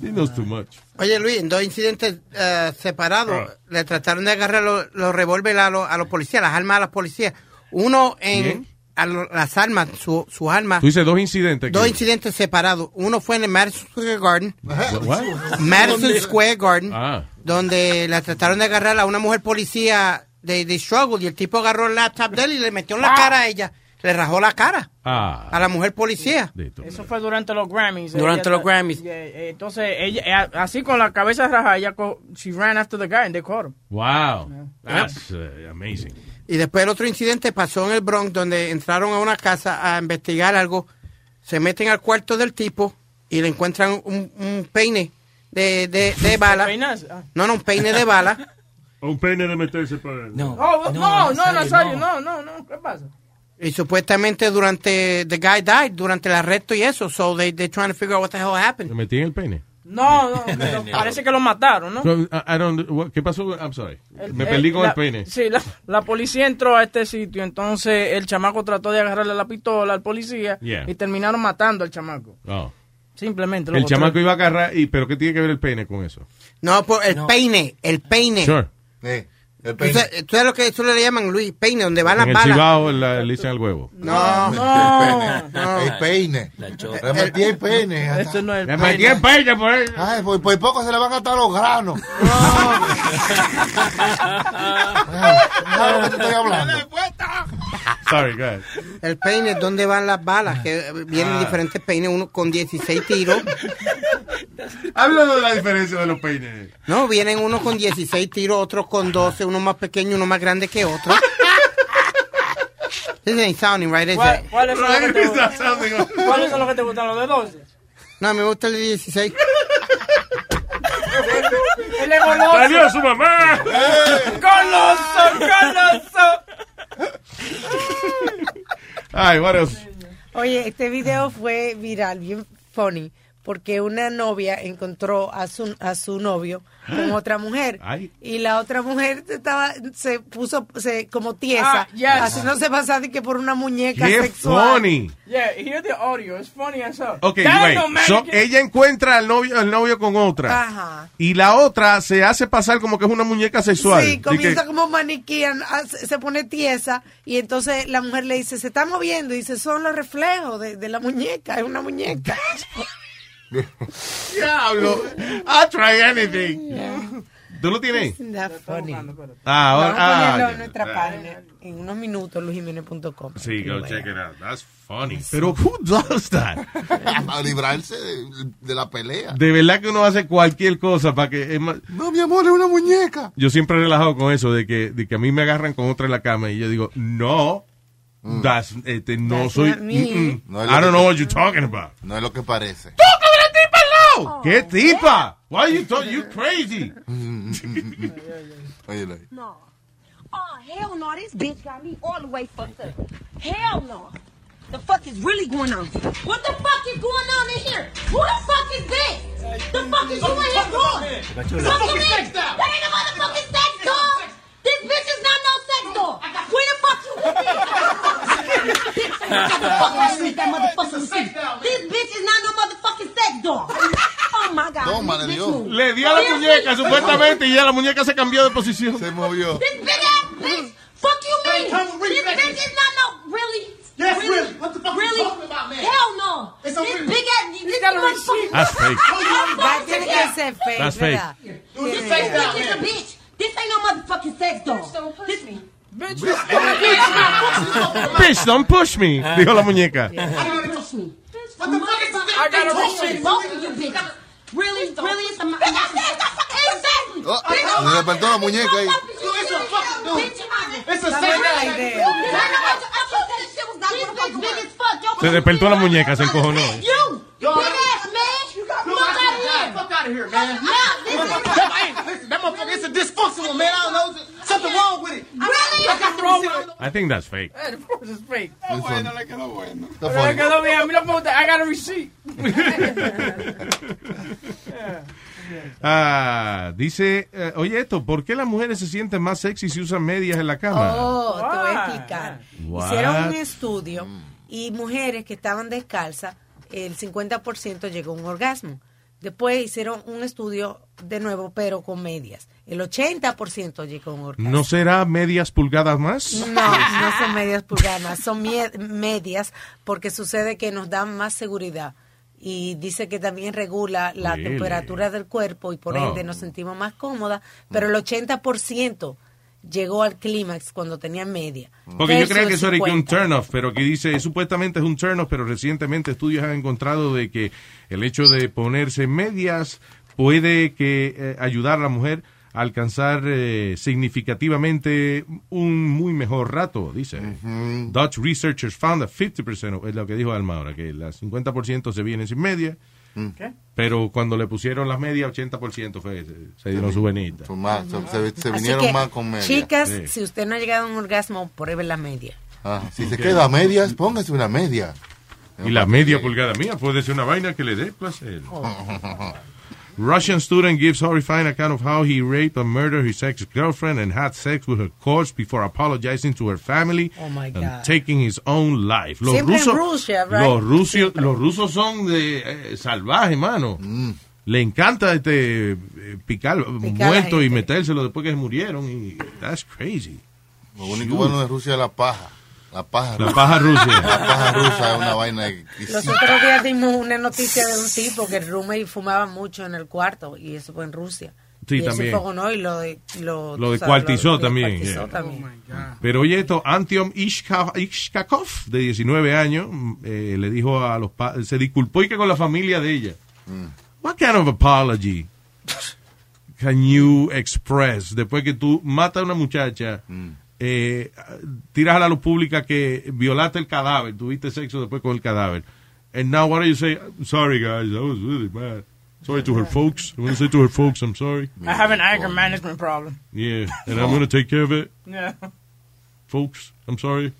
[SPEAKER 2] He knows too much.
[SPEAKER 4] Oye, Luis, en dos incidentes eh, separados
[SPEAKER 2] Ah.
[SPEAKER 4] le trataron de agarrar los los revólveres a, los- a los policías, las armas a los policías. Uno en
[SPEAKER 2] Bien.
[SPEAKER 4] a lo- las armas, su- sus armas.
[SPEAKER 2] Tú dices dos incidentes.
[SPEAKER 4] Dos
[SPEAKER 2] que-
[SPEAKER 4] incidentes separados. Uno fue en el Madison Square Garden.
[SPEAKER 2] What?
[SPEAKER 4] Madison
[SPEAKER 2] ¿Dónde?
[SPEAKER 4] Square Garden.
[SPEAKER 2] Ah.
[SPEAKER 4] Donde la trataron de agarrar a una mujer policía de, de struggle y el tipo agarró el laptop de él y le metió
[SPEAKER 7] Ah.
[SPEAKER 4] en la cara a ella. Le rajó la cara
[SPEAKER 2] Ah.
[SPEAKER 4] a la mujer policía.
[SPEAKER 7] Eso fue durante los Grammys. eh,
[SPEAKER 4] Durante los Grammys.
[SPEAKER 7] Yeah, eh, entonces, ella, eh, así con la cabeza rajada, ella co- she ran after the guy and they caught him.
[SPEAKER 2] Wow. That's uh, amazing.
[SPEAKER 4] Y después el otro incidente pasó en el Bronx, donde entraron a una casa a investigar algo. Se meten al cuarto del tipo y le encuentran un, un peine de, de, de bala.
[SPEAKER 7] Peinas- ah.
[SPEAKER 4] No, no, un peine de bala.
[SPEAKER 11] Un peine de meterse para... No.
[SPEAKER 7] Oh, no, no, Nazario,
[SPEAKER 11] Nazario,
[SPEAKER 7] no, no, no. ¿Qué pasa?
[SPEAKER 4] Y supuestamente durante, the guy died durante el arresto y eso. So they, they're trying to figure out what the hell happened.
[SPEAKER 2] ¿Le metí en el pene?
[SPEAKER 7] No, no, pero parece que lo mataron, ¿no?
[SPEAKER 2] So, I- I don't- what- ¿Qué pasó? I'm sorry.
[SPEAKER 7] El- eh,
[SPEAKER 2] Me perdí con
[SPEAKER 7] la-
[SPEAKER 2] el peine.
[SPEAKER 7] Sí, la, la policía entró a este sitio, entonces el chamaco trató de agarrarle la pistola al policía
[SPEAKER 2] Yeah.
[SPEAKER 7] y terminaron matando al chamaco.
[SPEAKER 2] Oh.
[SPEAKER 7] Simplemente.
[SPEAKER 2] El
[SPEAKER 7] loco,
[SPEAKER 2] chamaco iba a agarrar, y, pero ¿qué tiene que ver el pene con eso?
[SPEAKER 4] No, por el peine, el peine.
[SPEAKER 2] Sure.
[SPEAKER 4] Tú sabes- tú sabes lo que eso le llaman, Luis, peine, donde van las
[SPEAKER 2] En el
[SPEAKER 4] balas.
[SPEAKER 2] chivao la- le echan el huevo.
[SPEAKER 4] No,
[SPEAKER 7] no.
[SPEAKER 3] El peine. Le metí el peine.
[SPEAKER 7] Eso no es
[SPEAKER 2] Le metí el peine por ahí.
[SPEAKER 3] Ay, por, por poco se le van a gastar los granos.
[SPEAKER 4] ¿Sabes lo que te estoy hablando?
[SPEAKER 2] Sorry, go ahead.
[SPEAKER 4] El peine es donde van las balas, que eh, vienen
[SPEAKER 2] Ah.
[SPEAKER 4] diferentes peines, uno con 16 tiros.
[SPEAKER 2] Háblanos de la diferencia de los peines.
[SPEAKER 4] No, vienen uno con 16 tiros, otros con 12, uno más pequeño, uno más grande que otro. This ain't sounding right, is
[SPEAKER 7] ¿Cuál-
[SPEAKER 4] it?
[SPEAKER 7] ¿Cuáles son los que te gustan?
[SPEAKER 4] Rodrigo.
[SPEAKER 7] ¿Cuáles son los que te gustan? ¿Los de 12?
[SPEAKER 4] No, a mí me gusta el de 16.
[SPEAKER 7] ¡Él es goloso!
[SPEAKER 11] ¡Salió su mamá!
[SPEAKER 7] ¡Goloso, goloso!
[SPEAKER 2] Ay, what else?
[SPEAKER 8] Oye, este video fue viral, bien funny, porque una novia encontró a su, a su novio con otra mujer.
[SPEAKER 2] Ay.
[SPEAKER 8] Y la otra mujer estaba, se puso se, como tiesa,
[SPEAKER 7] Ah, yes.
[SPEAKER 8] así no se pasa de que por una muñeca
[SPEAKER 2] Qué
[SPEAKER 8] sexual.
[SPEAKER 2] funny.
[SPEAKER 7] Yeah, hear the audio. It's funny as hell.
[SPEAKER 2] Ok,
[SPEAKER 7] That
[SPEAKER 2] wait.
[SPEAKER 7] no man
[SPEAKER 2] So,
[SPEAKER 7] can-
[SPEAKER 2] ella encuentra al novio, al novio con otra.
[SPEAKER 8] Ajá.
[SPEAKER 2] Y la otra se hace pasar como que es una muñeca sexual.
[SPEAKER 8] Sí,
[SPEAKER 2] De
[SPEAKER 8] comienza
[SPEAKER 2] que-
[SPEAKER 8] como maniquí, ah, se se pone tiesa y entonces la mujer le dice, se está moviendo, y dice, son los reflejos de, de la muñeca, es una muñeca.
[SPEAKER 2] Diablo, I'll try anything. ¿Tú lo tienes?
[SPEAKER 8] That's funny.
[SPEAKER 2] Ah, ahora-
[SPEAKER 8] Vamos a ponerlo
[SPEAKER 2] ah,
[SPEAKER 8] en
[SPEAKER 2] ya.
[SPEAKER 8] nuestra página en unos minutos, luisjiménez.com.
[SPEAKER 2] Sí, go
[SPEAKER 8] Bueno.
[SPEAKER 2] check it out. That's funny. Pero who does that?
[SPEAKER 3] Para librarse de, de la pelea.
[SPEAKER 2] De verdad que uno hace cualquier cosa para que... es más-
[SPEAKER 3] No, mi amor, es una muñeca.
[SPEAKER 2] Yo siempre he relajado con eso, de que, de que a mí me agarran con otra en la cama y yo digo, no, that's- este, no
[SPEAKER 3] That's
[SPEAKER 2] soy...
[SPEAKER 3] not me.
[SPEAKER 2] mm-mm.
[SPEAKER 3] Mm. No es
[SPEAKER 2] I
[SPEAKER 3] lo
[SPEAKER 2] don't
[SPEAKER 3] que-
[SPEAKER 2] know what you're talking about.
[SPEAKER 3] No es lo que parece.
[SPEAKER 2] ¡Qué tipa! Why you thought you crazy?
[SPEAKER 3] Oye, Luis.
[SPEAKER 10] No. Oh, hell no. This bitch got me all the way fucked up. Hell no. The fuck is really going on? What the fuck is going on in here? Who the fuck is this? The fuck is you in here doing?
[SPEAKER 13] Pikachu.
[SPEAKER 10] Fuck you mean? That ain't a motherfucking sex doll. This bitch is not no sex doll. Where the fuck you been? Bitch, I got the fuck out of me, that motherfucking seat. This bitch is not no motherfucking sex doll. Oh my god.
[SPEAKER 3] Toma, le
[SPEAKER 10] This bitch
[SPEAKER 3] dio.
[SPEAKER 10] moved.
[SPEAKER 2] Le dio a la
[SPEAKER 10] This
[SPEAKER 2] muñeca,
[SPEAKER 10] bitch-
[SPEAKER 2] supuestamente, y ya la muñeca se cambió de posición. Se
[SPEAKER 3] movió.
[SPEAKER 10] This big ass bitch. Fuck you mean? This bitch is not no really.
[SPEAKER 13] Yes,
[SPEAKER 10] really.
[SPEAKER 13] really. What the fuck you
[SPEAKER 10] really?
[SPEAKER 13] talking about, man?
[SPEAKER 10] Hell no.
[SPEAKER 13] It's
[SPEAKER 10] this
[SPEAKER 13] unreal.
[SPEAKER 10] big ass. This
[SPEAKER 13] got a
[SPEAKER 10] motherfucker.
[SPEAKER 13] receipt. That's fake.
[SPEAKER 8] That tiene que ser fake.
[SPEAKER 10] That's
[SPEAKER 8] ¿verdad?
[SPEAKER 10] fake.
[SPEAKER 13] Dude,
[SPEAKER 10] This
[SPEAKER 13] this face down,
[SPEAKER 10] bitch is a
[SPEAKER 13] man.
[SPEAKER 10] bitch. This ain't no motherfucking sex doll. Don't push this, me.
[SPEAKER 7] Bitch,
[SPEAKER 2] Bitch, don't push me, dijo la muñeca.
[SPEAKER 10] don't push me. What the fuck is this?
[SPEAKER 13] I got a receipt.
[SPEAKER 10] Both of you bitches. Really, really, it's a bitch. I said it's a fucking exactly.
[SPEAKER 3] Oh,
[SPEAKER 10] Bitch,
[SPEAKER 3] se
[SPEAKER 10] I'm-
[SPEAKER 3] despertó la muñeca ahí.
[SPEAKER 10] It's a fucking Bitch, I'm-
[SPEAKER 13] It's a
[SPEAKER 10] Bitch,
[SPEAKER 13] sex doll.
[SPEAKER 10] I'm- Bitch, I'm- I thought that shit was not gonna fucking work.
[SPEAKER 2] Se despertó la muñeca, se encojonó.
[SPEAKER 10] You, big ass man, you got fuck out of here.
[SPEAKER 13] Fuck out of here, man.
[SPEAKER 10] Yeah, this is-
[SPEAKER 13] That- hey, listen, that motherfucker is a dysfunctional, man. I don't know. Something wrong with it.
[SPEAKER 10] Really?
[SPEAKER 13] I got the receipt.
[SPEAKER 2] I think that's fake.
[SPEAKER 7] Eh, this is fake.
[SPEAKER 3] bueno,
[SPEAKER 7] le quedó bueno.
[SPEAKER 3] funny.
[SPEAKER 7] Le quedó bien. A mí no me pregunta. I got a receipt.
[SPEAKER 2] Ah, dice, eh, oye esto, ¿por qué las mujeres se sienten más sexy si usan medias en la cama?
[SPEAKER 8] Oh, te voy a explicar.
[SPEAKER 2] What? Mm.
[SPEAKER 8] Hicieron un estudio y mujeres que estaban descalzas, el 50% llegó a un orgasmo. Después hicieron un estudio de nuevo, pero con medias. El 80% llegó a un orgasmo.
[SPEAKER 2] ¿No será medias pulgadas más?
[SPEAKER 8] No, no son medias pulganas, son mie- medias porque sucede que nos dan más seguridad. Y dice que también regula la
[SPEAKER 2] Really?
[SPEAKER 8] temperatura del cuerpo y por
[SPEAKER 2] Oh.
[SPEAKER 8] ende nos sentimos más cómodas, pero el 80% llegó al clímax cuando tenía media.
[SPEAKER 2] Porque yo creía que
[SPEAKER 8] Versus
[SPEAKER 2] eso era que un
[SPEAKER 8] 50.
[SPEAKER 2] turn off, pero que dice, supuestamente es un turn off, pero recientemente estudios han encontrado de que el hecho de ponerse medias puede que eh, ayudar a la mujer a alcanzar eh, significativamente un muy mejor rato, dice. Dutch researchers found that 50%, of- es lo que dijo Alma ahora, que las 50% se vienen sin media,
[SPEAKER 3] ¿Qué?
[SPEAKER 2] pero cuando le pusieron las medias, 80% fue, se, se dieron su venita.
[SPEAKER 3] Más, se, se- se
[SPEAKER 8] Así
[SPEAKER 3] vinieron
[SPEAKER 8] que,
[SPEAKER 3] más con medias.
[SPEAKER 8] Chicas,
[SPEAKER 2] Sí.
[SPEAKER 8] si usted no ha llegado a un orgasmo, pruebe la media.
[SPEAKER 3] Ah, si se queda a medias, póngase una media.
[SPEAKER 2] Y la media pulgada mía puede ser una vaina que le dé placer. Russian student gives horrifying account of how he raped and murdered his ex-girlfriend and had sex with her corpse before apologizing to her family
[SPEAKER 8] Oh, my God.
[SPEAKER 2] and taking his own life. Los
[SPEAKER 8] Siempre en
[SPEAKER 2] rusos,
[SPEAKER 8] Rusia, right?
[SPEAKER 2] los rusios, los rusos son de eh, salvajes, mano.
[SPEAKER 3] Mm.
[SPEAKER 2] Le encanta este eh, picar,
[SPEAKER 3] a la
[SPEAKER 2] muertos y metérselo después que se murieron. Y, that's crazy.
[SPEAKER 3] Lo único bueno de Rusia es la paja. La paja
[SPEAKER 2] La paja rusa.
[SPEAKER 3] La paja rusa es una vaina que
[SPEAKER 8] Los otros días dimos una noticia de un tipo que el roommate fumaba mucho en el cuarto y eso fue en Rusia.
[SPEAKER 2] Sí,
[SPEAKER 8] y él se
[SPEAKER 2] también.
[SPEAKER 8] enfogonó y lo de,
[SPEAKER 2] Lo
[SPEAKER 8] lo, tú sabes,
[SPEAKER 2] descuartizó también,
[SPEAKER 8] descuartizó
[SPEAKER 2] yeah.
[SPEAKER 7] Oh
[SPEAKER 8] también.
[SPEAKER 2] Pero oye esto, Antion Ishka- Ishkakov, de 19 años, eh, le dijo a los padres, se disculpó y que con la familia de ella. What kind of apology can you express después que tú matas a una muchacha, eh, tiras a la luz pública que violaste el cadáver, tuviste sexo después con el cadáver? And now what do you say? I'm sorry guys, I was really bad. Sorry to her folks. I want to say to her folks, I'm sorry.
[SPEAKER 7] I have an anger management problem.
[SPEAKER 2] Yeah, and I'm going to take care of it.
[SPEAKER 7] Yeah.
[SPEAKER 2] Folks, I'm sorry.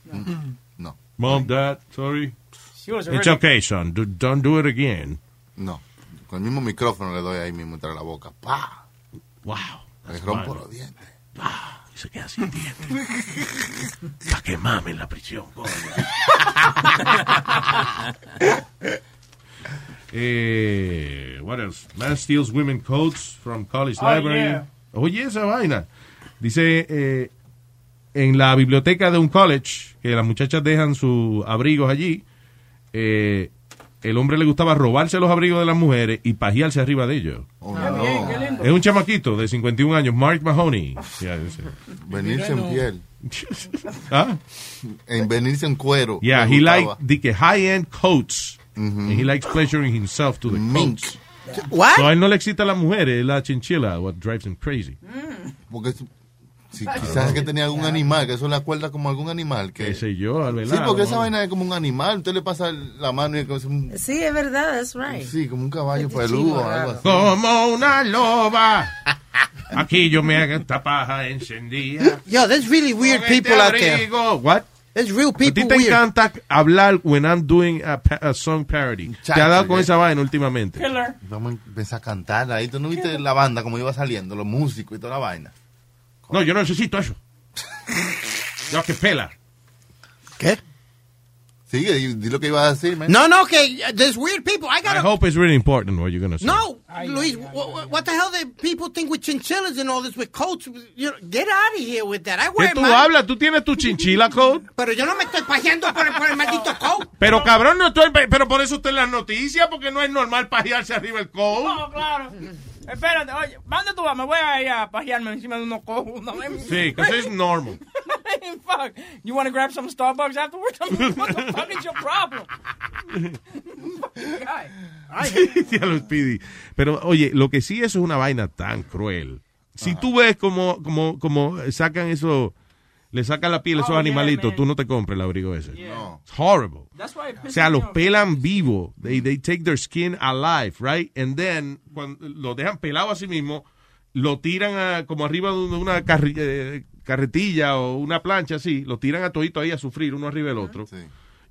[SPEAKER 3] No.
[SPEAKER 2] Mom, dad, sorry.
[SPEAKER 7] She was
[SPEAKER 2] It's
[SPEAKER 7] already-
[SPEAKER 2] okay, son. Do- don't do it again.
[SPEAKER 3] No. Con el mismo micrófono le doy ahí mismo entre la boca. ¡Pah!
[SPEAKER 2] ¡Wow!
[SPEAKER 3] Le rompo
[SPEAKER 2] malo.
[SPEAKER 3] los dientes.
[SPEAKER 2] ¡Pah! Y se queda sin dientes. Para que mame en la prisión, coño. eh, what else? Man steals women coats from college
[SPEAKER 13] Oh,
[SPEAKER 2] library.
[SPEAKER 13] yeah.
[SPEAKER 2] Oye, esa vaina. Dice, eh, en la biblioteca de un college, que las muchachas dejan sus abrigos allí, eh, el hombre le gustaba robarse los abrigos de las mujeres y pajearse arriba de ellos.
[SPEAKER 3] Oh,
[SPEAKER 2] Es un chamaquito de 51 años, Mark Mahoney. Ya, ese.
[SPEAKER 3] Venirse en piel.
[SPEAKER 2] ¿Ah?
[SPEAKER 3] En venirse en cuero.
[SPEAKER 2] Yeah,
[SPEAKER 3] Le
[SPEAKER 2] he
[SPEAKER 3] gustaba.
[SPEAKER 2] likes the que high-end coats. And he likes pleasuring himself to the coats.
[SPEAKER 26] What?
[SPEAKER 2] So, a él no le excita a las mujeres, es la chinchila, what drives him crazy.
[SPEAKER 3] Porque es- Sí, quizás es que tenía algún animal, que eso le acuerda como algún animal. Que...
[SPEAKER 2] Qué sé yo, al
[SPEAKER 3] Sí, porque esa vaina es como un animal. Usted le pasa la mano y es como un-
[SPEAKER 8] Sí, es verdad, that's right.
[SPEAKER 3] sí, como un caballo
[SPEAKER 8] Este
[SPEAKER 3] peludo
[SPEAKER 8] chivo
[SPEAKER 3] o algo
[SPEAKER 8] raro.
[SPEAKER 3] así.
[SPEAKER 2] Como una loba. Aquí yo me hago esta paja encendida.
[SPEAKER 4] Yo, there's really weird
[SPEAKER 2] Con este
[SPEAKER 4] people out there.
[SPEAKER 2] abrigo. What?
[SPEAKER 4] There's real
[SPEAKER 2] A ti
[SPEAKER 4] people
[SPEAKER 2] te
[SPEAKER 4] weird.
[SPEAKER 2] encanta hablar when I'm doing a, pa- a song parody. Te ha dado con esa vaina últimamente.
[SPEAKER 3] Vamos a empezar a cantar ahí. ¿Tú no viste la banda como iba saliendo, los músicos y toda la vaina?
[SPEAKER 2] No, yo no necesito eso. Yo que pela.
[SPEAKER 4] ¿Qué?
[SPEAKER 3] Sigue, di, di lo que iba a decir, man.
[SPEAKER 4] No, no, okay. There's weird people. I
[SPEAKER 2] I
[SPEAKER 4] gotta.
[SPEAKER 2] hope it's really important what you're going to say.
[SPEAKER 4] No, Luis, wh- wh- what the hell do people think with chinchillas and all this with coats? You know, get out of here with that. I
[SPEAKER 2] ¿Qué
[SPEAKER 4] wear
[SPEAKER 2] tú
[SPEAKER 4] mine,
[SPEAKER 2] hablas? ¿Tú tienes tu chinchila coat?
[SPEAKER 4] pero yo no me estoy pajeando por el, por el maldito coat.
[SPEAKER 2] Pero cabrón, no estoy. Pero por eso usted en las noticias, porque no es normal pajearse arriba el coat.
[SPEAKER 7] No, claro. Espérate, oye, ¿pa' ¿dónde tú vas? Me voy a ir a pajearme encima de unos cojos. una vez.
[SPEAKER 2] Sí, que eso es normal.
[SPEAKER 7] Fuck. You want to grab some Starbucks afterwards? I mean, what the fuck is your problem? Guy.
[SPEAKER 2] Ya lo Speedy. Pero oye, lo que sí eso es una vaina tan cruel. Si tú ves como, como, como sacan eso, le sacan la piel
[SPEAKER 4] Oh,
[SPEAKER 2] a esos animalitos, tú no te compres el abrigo ese.
[SPEAKER 3] No.
[SPEAKER 2] It's horrible.
[SPEAKER 7] That's why it
[SPEAKER 2] O
[SPEAKER 7] pisses
[SPEAKER 2] sea,
[SPEAKER 7] me
[SPEAKER 2] los
[SPEAKER 7] off.
[SPEAKER 2] pelan vivo. They, they take their skin alive, right? And then, cuando lo dejan pelado a sí mismo, lo tiran a- como arriba de una carri- eh, carretilla o una plancha así, lo tiran a todito ahí a sufrir uno arriba del otro.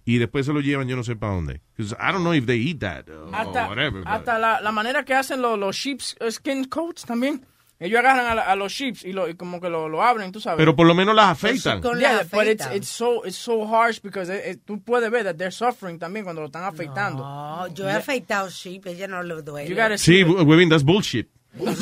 [SPEAKER 2] Y después se lo llevan yo no sé para dónde. 'Cause I don't know if they eat that or
[SPEAKER 7] Hasta,
[SPEAKER 2] whatever. but-
[SPEAKER 7] hasta la, la manera que hacen los, los sheep's skin coats también. Ellos agarran a, la- a los sheeps y, lo, y como que lo, lo abren, tú sabes.
[SPEAKER 2] Pero por lo menos las afeitan.
[SPEAKER 7] Con yeah, but it's, it's so it's so harsh because it- it- tú puedes ver that they're suffering también cuando lo están afeitando.
[SPEAKER 8] No, yo he afeitado sheep, ella no le duele.
[SPEAKER 7] You gotta
[SPEAKER 2] Sí, women, that's bullshit.
[SPEAKER 7] No, you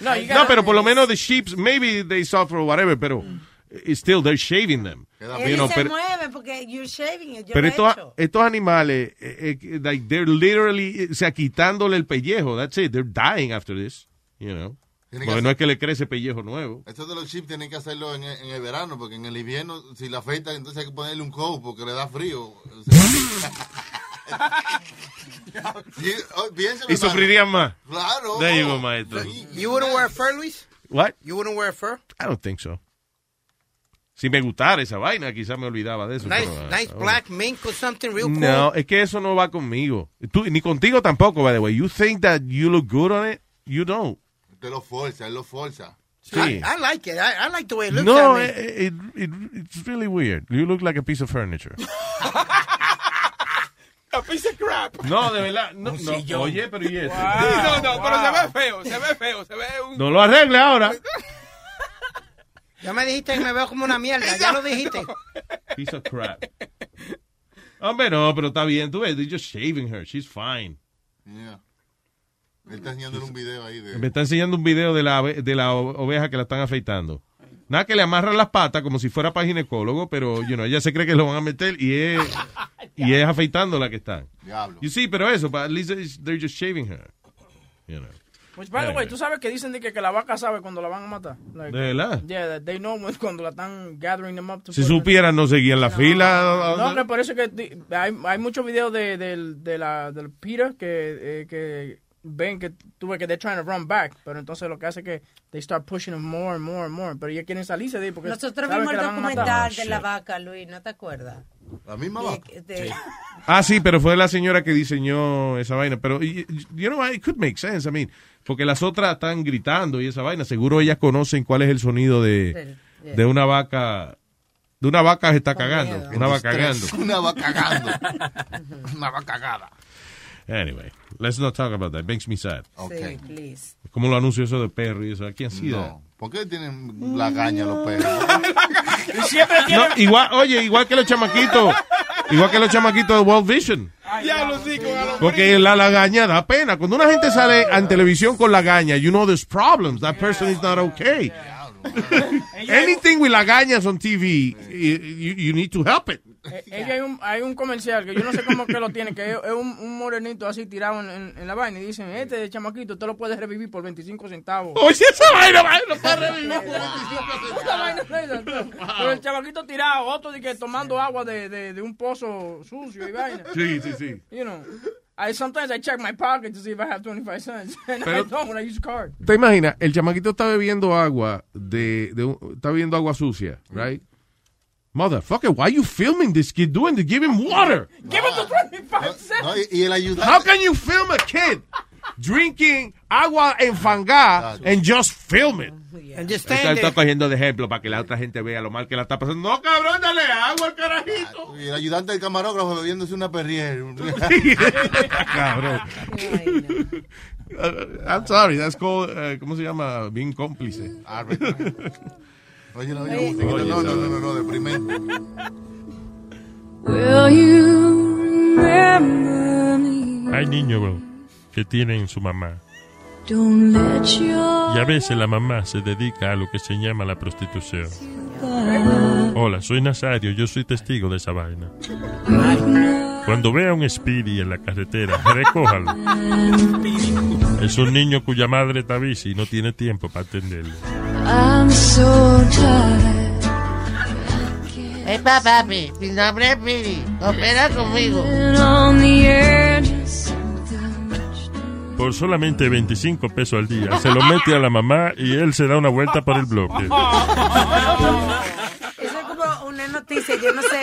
[SPEAKER 2] No,
[SPEAKER 7] gotta- Mm.
[SPEAKER 2] pero por lo menos the sheeps, maybe they suffer or whatever, pero it's still they're shaving them.
[SPEAKER 8] Ellos
[SPEAKER 2] You know,
[SPEAKER 8] se
[SPEAKER 2] pero-
[SPEAKER 8] mueven porque you're shaving it. Yo
[SPEAKER 2] Pero
[SPEAKER 8] lo he
[SPEAKER 2] estos,
[SPEAKER 8] hecho.
[SPEAKER 2] estos animales, eh, eh, like they're literally, eh, o sea, quitándole el pellejo. That's it. They're dying after this. You know.
[SPEAKER 3] Tiene que
[SPEAKER 2] Porque
[SPEAKER 3] hacer-
[SPEAKER 2] no es que le crece pellejo nuevo.
[SPEAKER 3] Esto de los chips tienen que hacerlo en, el- en el verano, porque en el invierno, si la afeitan, entonces hay que ponerle un coat porque le da frío. O sea- Sí, oh, piénsalo,
[SPEAKER 2] Y
[SPEAKER 3] hermano.
[SPEAKER 2] sufrirían más.
[SPEAKER 3] Claro.
[SPEAKER 2] There you go, maestro.
[SPEAKER 4] You wouldn't wear fur, Luis?
[SPEAKER 2] What?
[SPEAKER 4] You wouldn't wear fur?
[SPEAKER 2] I don't think so. Si me gustara esa vaina, quizás Ah. me olvidaba de eso.
[SPEAKER 4] Nice,
[SPEAKER 2] pero,
[SPEAKER 4] nice
[SPEAKER 2] ah,
[SPEAKER 4] black mink or something real cool.
[SPEAKER 2] No, es que eso no va conmigo. Tú, ni contigo tampoco, by the way. You think that you look good on it? You don't.
[SPEAKER 3] Te lo forza, él lo forza.
[SPEAKER 2] Sí.
[SPEAKER 4] I like it. I, I like the way it looks
[SPEAKER 2] No,
[SPEAKER 4] at me.
[SPEAKER 2] eh, eh, it- it- it's really weird. You look like a piece of furniture.
[SPEAKER 5] A piece of crap.
[SPEAKER 2] No, de verdad.
[SPEAKER 3] Oh,
[SPEAKER 2] No,
[SPEAKER 5] Un
[SPEAKER 2] no.
[SPEAKER 5] sillón.
[SPEAKER 2] Oye, pero y eso.
[SPEAKER 5] No, no, pero se ve feo, se ve feo, se ve un...
[SPEAKER 2] No lo arregle ahora.
[SPEAKER 4] Ya me dijiste que me veo como una mierda. Ya lo dijiste.
[SPEAKER 2] Piece of crap. Hombre, no, pero está bien. Tú ves, they're just shaving her. She's fine.
[SPEAKER 3] Yeah. Él está enseñándole un video ahí de...
[SPEAKER 2] Me está enseñando un video de la, ave- de la o- oveja que la están afeitando. Nada, que le amarran las patas como si fuera para ginecólogo, pero you know, ella se cree que lo van a meter y es, y es afeitando la que están.
[SPEAKER 3] Diablo.
[SPEAKER 2] You see, pero eso, but at least it's- they're just shaving her. You know.
[SPEAKER 7] Which, by the way, tú sabes que dicen de que, que la vaca sabe cuando la van a matar. Like,
[SPEAKER 2] Eh. ¿De verdad?
[SPEAKER 7] Yeah, that they know when- cuando la están gathering them up. to
[SPEAKER 2] Si
[SPEAKER 7] put them-
[SPEAKER 2] supieran, no seguían la fila.
[SPEAKER 7] No, que por eso que di- hay, hay muchos videos de, del de la, del Peter que, eh, que ven que tuve que they're trying to run back, pero entonces lo que hace que they start pushing them more and more and more, pero ellos quieren salirse de ahí porque
[SPEAKER 8] Nosotros
[SPEAKER 7] saben
[SPEAKER 8] vimos
[SPEAKER 7] que
[SPEAKER 8] el
[SPEAKER 7] la van a matar.
[SPEAKER 8] documental de la vaca, Luis, ¿no te acuerdas? este
[SPEAKER 3] La misma
[SPEAKER 8] vaca. De,
[SPEAKER 2] Ah, sí, pero fue la señora que diseñó esa vaina. Pero, y- y- you know, it could make sense. I mean, porque las otras están gritando y esa vaina. Seguro ellas conocen cuál es el sonido de,
[SPEAKER 3] Del-
[SPEAKER 2] de una vaca. De una vaca que está cagando. Una vaca cagando.
[SPEAKER 3] Estrés. Una va cagando. Una va cagada.
[SPEAKER 2] Anyway, let's not talk about that. Makes me sad.
[SPEAKER 8] Sí, please.
[SPEAKER 2] Como lo anunció eso de perro y eso. ¿Quién sí?
[SPEAKER 3] No. ¿Por qué tienen la gaña los perros?
[SPEAKER 7] Y siempre
[SPEAKER 2] No,
[SPEAKER 7] tienen...
[SPEAKER 2] igual, oye, igual que los chamaquitos. Igual que los chamaquitos de World Vision.
[SPEAKER 5] Diablo, sí, con a los
[SPEAKER 2] Porque la lagaña da pena. Cuando una gente sale en televisión con lagaña, you know there's problems. That person is not okay. Anything with lagañas on TV, you, you need to help it.
[SPEAKER 7] Eh, ella hay un, hay un comercial que yo no sé cómo que lo tiene, que es, es un, un morenito así tirado en, en- en la vaina y dicen, este de chamaquito, tú lo puedes revivir por 25 centavos.
[SPEAKER 2] Oye, esa vaina, vaina, lo puedes
[SPEAKER 7] revivir por 25 centavos. vaina es esa, tú. Pero el chamaquito tirado, otro de que tomando agua de, de, de un pozo sucio y vaina.
[SPEAKER 2] Sí, sí, sí.
[SPEAKER 7] You know. I sometimes I check my pocket to see if I have 25 cents, and I
[SPEAKER 2] Pero-
[SPEAKER 7] don't when I use a card.
[SPEAKER 2] ¿Te imaginas? El chamaquito está bebiendo agua de, de un- está bebiendo agua sucia, right? Motherfucker, why you filming this kid doing this? Give him water.
[SPEAKER 7] Give him the 25 cents.
[SPEAKER 3] No, y, y el ayudante.
[SPEAKER 2] How can you film a kid drinking agua enfangada and just film it?
[SPEAKER 13] Está, está cogiendo de ejemplo para que la otra gente vea lo mal que la está pasando. No, cabrón, dale agua al carajito.
[SPEAKER 3] Y el ayudante del camarógrafo bebiéndose una perrier.
[SPEAKER 2] Cabrón. Uh, I'm sorry, that's called, uh, ¿cómo se llama? Being cómplice.
[SPEAKER 3] Ah, Oye, no, oye, musiquita. no, no, no, no, no, deprimente.
[SPEAKER 14] Will you remember me?
[SPEAKER 11] Hay niños bro, que tienen su mamá.
[SPEAKER 14] Don't let your
[SPEAKER 11] Y a veces la mamá se dedica a lo que se llama la prostitución. Hola, soy Nazario, yo soy testigo de esa vaina. Cuando vea un Speedy en la carretera, recójalo. Es un niño cuya madre está bici y no tiene tiempo para atenderlo.
[SPEAKER 14] I'm so tired.
[SPEAKER 10] Epa, papi, mi nombre es Piri. Opera conmigo.
[SPEAKER 14] on the edge of something.
[SPEAKER 11] Por solamente 25 pesos al día, se lo mete a la mamá y él se da una vuelta por el bloque.
[SPEAKER 2] Ah.
[SPEAKER 8] Eso es como una noticia, yo no sé,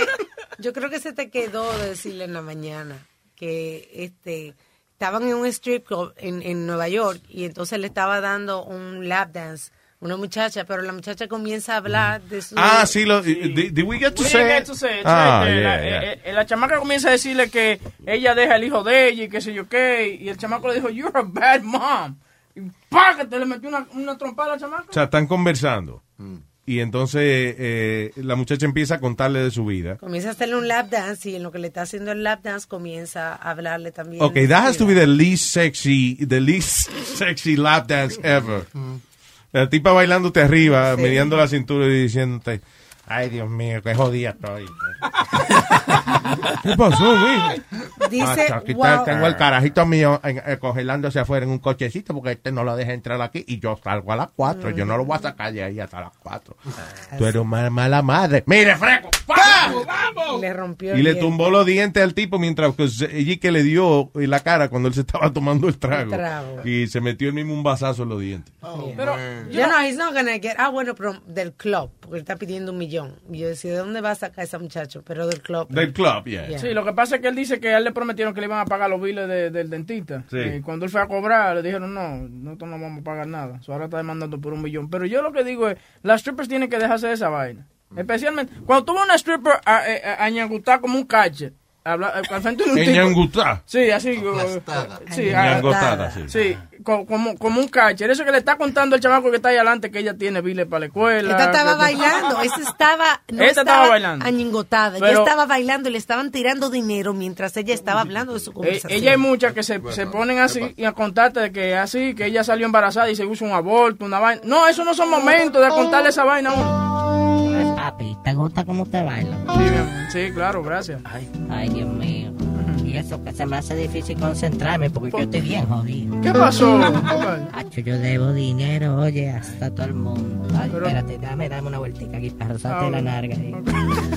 [SPEAKER 8] yo creo que se te quedó de decirle en la mañana que este estaban en un strip club en, en Nueva York y entonces le estaba dando un lap dance a una muchacha, pero la muchacha comienza a hablar de su...
[SPEAKER 2] Ah, sí, lo, Did, did we get to
[SPEAKER 7] We
[SPEAKER 2] say
[SPEAKER 7] didn't
[SPEAKER 2] it?
[SPEAKER 7] get to say it,
[SPEAKER 2] Ah,
[SPEAKER 7] right there.
[SPEAKER 2] yeah,
[SPEAKER 7] la,
[SPEAKER 2] yeah.
[SPEAKER 7] eh, eh, la chamaca comienza a decirle que ella deja el hijo de ella y qué sé yo qué. Y el chamaco le dijo, You're a bad mom. Y págate, le metió una, una trompada a la chamaca.
[SPEAKER 2] O sea, están conversando.
[SPEAKER 3] Mm.
[SPEAKER 2] Y entonces eh, la muchacha empieza a contarle de su vida.
[SPEAKER 8] Comienza a hacerle un lap dance y en lo que le está haciendo el lap dance comienza a hablarle también.
[SPEAKER 2] Ok,
[SPEAKER 8] de su
[SPEAKER 2] that has to
[SPEAKER 8] vida.
[SPEAKER 2] be the least sexy, the least sexy lap dance ever. La tipa bailándote arriba,
[SPEAKER 8] Sí.
[SPEAKER 2] mediando la cintura y diciéndote, ay Dios mío, qué jodida estoy. ¿Qué pasó, güey?
[SPEAKER 8] Dice,
[SPEAKER 13] Hasta aquí
[SPEAKER 8] wow.
[SPEAKER 13] tengo el carajito mío en- eh, congelándose afuera en un cochecito porque este no lo deja entrar aquí y yo salgo a las 4. Yo no lo voy a sacar de ahí hasta las 4. Tú eres una mala madre. Mire, fresco.
[SPEAKER 8] Le rompió
[SPEAKER 2] Y
[SPEAKER 8] el
[SPEAKER 2] le
[SPEAKER 8] hielo.
[SPEAKER 2] tumbó los dientes al tipo mientras que se- ella que le dio en la cara cuando él se estaba tomando el trago.
[SPEAKER 8] El trago.
[SPEAKER 2] Y se metió él mismo un bazazo en los dientes.
[SPEAKER 8] Pero, yo no, he's not gonna get. Ah, bueno, pero del club, porque él está pidiendo un millón. Y yo decía, ¿de dónde va a sacar ese muchacho? Pero del club.
[SPEAKER 2] Del club, yeah.
[SPEAKER 8] Yeah.
[SPEAKER 7] Sí, lo que pasa es que él dice que a él le prometieron que le iban a pagar los biles de- del dentista.
[SPEAKER 2] Sí.
[SPEAKER 7] Y cuando él fue a cobrar, le dijeron, no, nosotros no vamos a pagar nada. So, ahora está demandando por un millón. Pero yo lo que digo es, las strippers tienen que dejarse de esa vaina. Especialmente, cuando tú ves una stripper a, a- a- a ñangutar como un cache, habla- eh, al frente de un
[SPEAKER 2] En
[SPEAKER 7] tipo-
[SPEAKER 2] ñangutar.
[SPEAKER 7] Sí, así. eh, Sí, ah,
[SPEAKER 2] Ñangotada, sí.
[SPEAKER 7] sí, co- como, como un catcher. Eso que le está contando el chamaco que está ahí adelante, que ella tiene biles para la escuela.
[SPEAKER 8] Esta estaba
[SPEAKER 7] que-
[SPEAKER 8] bailando, esta estaba, no
[SPEAKER 7] Esta estaba bailando.
[SPEAKER 8] añingotada, ella
[SPEAKER 7] Pero-
[SPEAKER 8] estaba bailando y le estaban tirando dinero mientras ella estaba hablando de su
[SPEAKER 7] Eh,
[SPEAKER 8] conversación.
[SPEAKER 7] ella hay muchas que se, se ponen así y a contarte de que así, que ella salió embarazada y se hizo un aborto, una vaina. No, eso no son momentos de contarle esa vaina a uno.
[SPEAKER 27] Pues, Papi, ¿te gusta cómo te baila?
[SPEAKER 7] Sí, mi amor. Sí, claro, gracias.
[SPEAKER 27] Ay, Dios mío. Y eso que se me hace difícil concentrarme porque yo estoy bien jodido.
[SPEAKER 7] Pues, ¿Qué pasó?
[SPEAKER 27] Acho, yo debo dinero, oye, hasta todo el mundo. Ay, espérate, dame, dame una vueltica aquí para rozarte la
[SPEAKER 23] Ah, bueno.
[SPEAKER 27] narga. ahí.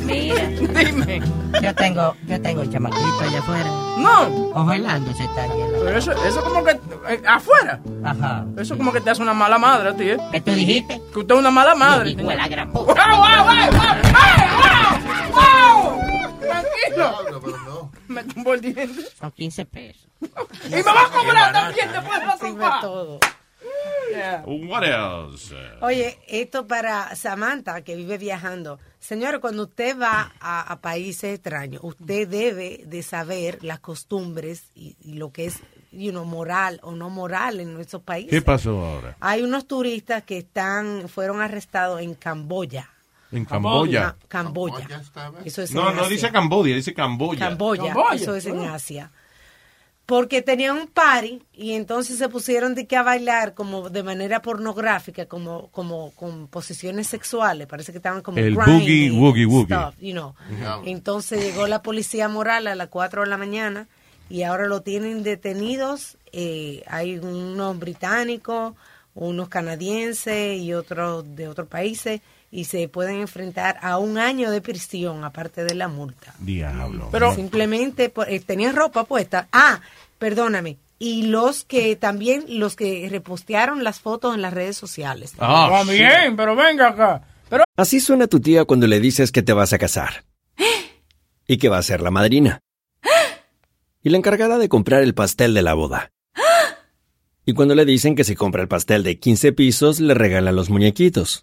[SPEAKER 27] Mira.
[SPEAKER 7] Dime.
[SPEAKER 27] Yo tengo, yo tengo un chamaquito allá afuera.
[SPEAKER 7] No.
[SPEAKER 27] O bailando se está aquí.
[SPEAKER 7] Pero eso, eso como que eh, afuera.
[SPEAKER 27] Ajá.
[SPEAKER 7] Eso como que te hace una mala madre a ti, ¿eh?
[SPEAKER 27] ¿Qué tú dijiste?
[SPEAKER 7] Que usted es una mala madre.
[SPEAKER 27] Yo digo, la gran
[SPEAKER 7] ¡Wow, wow, wow, wow, wow, wow! Tranquilo. Me tumbó el diente.
[SPEAKER 27] Son 15 pesos.
[SPEAKER 7] Y me va a cobrar también después de la sopa.
[SPEAKER 8] todo.
[SPEAKER 13] What else?
[SPEAKER 8] Oye, esto para Samantha, que vive viajando. Señor, cuando usted va a, a países extraños, usted debe de saber las costumbres y, y lo que es, you know, moral o no moral en nuestros países.
[SPEAKER 2] ¿Qué pasó ahora?
[SPEAKER 8] Hay unos turistas que están, fueron arrestados en Camboya.
[SPEAKER 2] En Camboya.
[SPEAKER 8] Ah, Camboya. Eso es
[SPEAKER 2] No,
[SPEAKER 8] en
[SPEAKER 2] no
[SPEAKER 8] Asia.
[SPEAKER 2] dice Camboya, dice Camboya.
[SPEAKER 8] Camboya.
[SPEAKER 7] Camboya,
[SPEAKER 8] Eso es en
[SPEAKER 7] ah.
[SPEAKER 8] Asia. Porque tenían un party y entonces se pusieron de que a bailar como de manera pornográfica, como, como con posiciones sexuales. Parece que estaban como
[SPEAKER 2] El
[SPEAKER 8] grinding
[SPEAKER 2] boogie, woogie, woogie.
[SPEAKER 8] stuff, you know.
[SPEAKER 2] Ujú.
[SPEAKER 8] Entonces llegó la policía moral a las 4 de la mañana y ahora lo tienen detenidos. Eh, hay unos británicos, unos canadienses y otros de otros países, y se pueden enfrentar a un año de prisión, aparte de la multa.
[SPEAKER 13] Diablo.
[SPEAKER 8] Pero simplemente por- eh, tenían ropa puesta. Ah, perdóname. Y los que también, los que repostearon las fotos en las redes sociales.
[SPEAKER 7] Ah, bien, pero venga acá.
[SPEAKER 6] Así suena tu tía cuando le dices que te vas a casar. Y que va a ser la madrina. Y la encargada de comprar el pastel de la boda. Y cuando le dicen que si compra el pastel de 15 pisos, le regalan los muñequitos.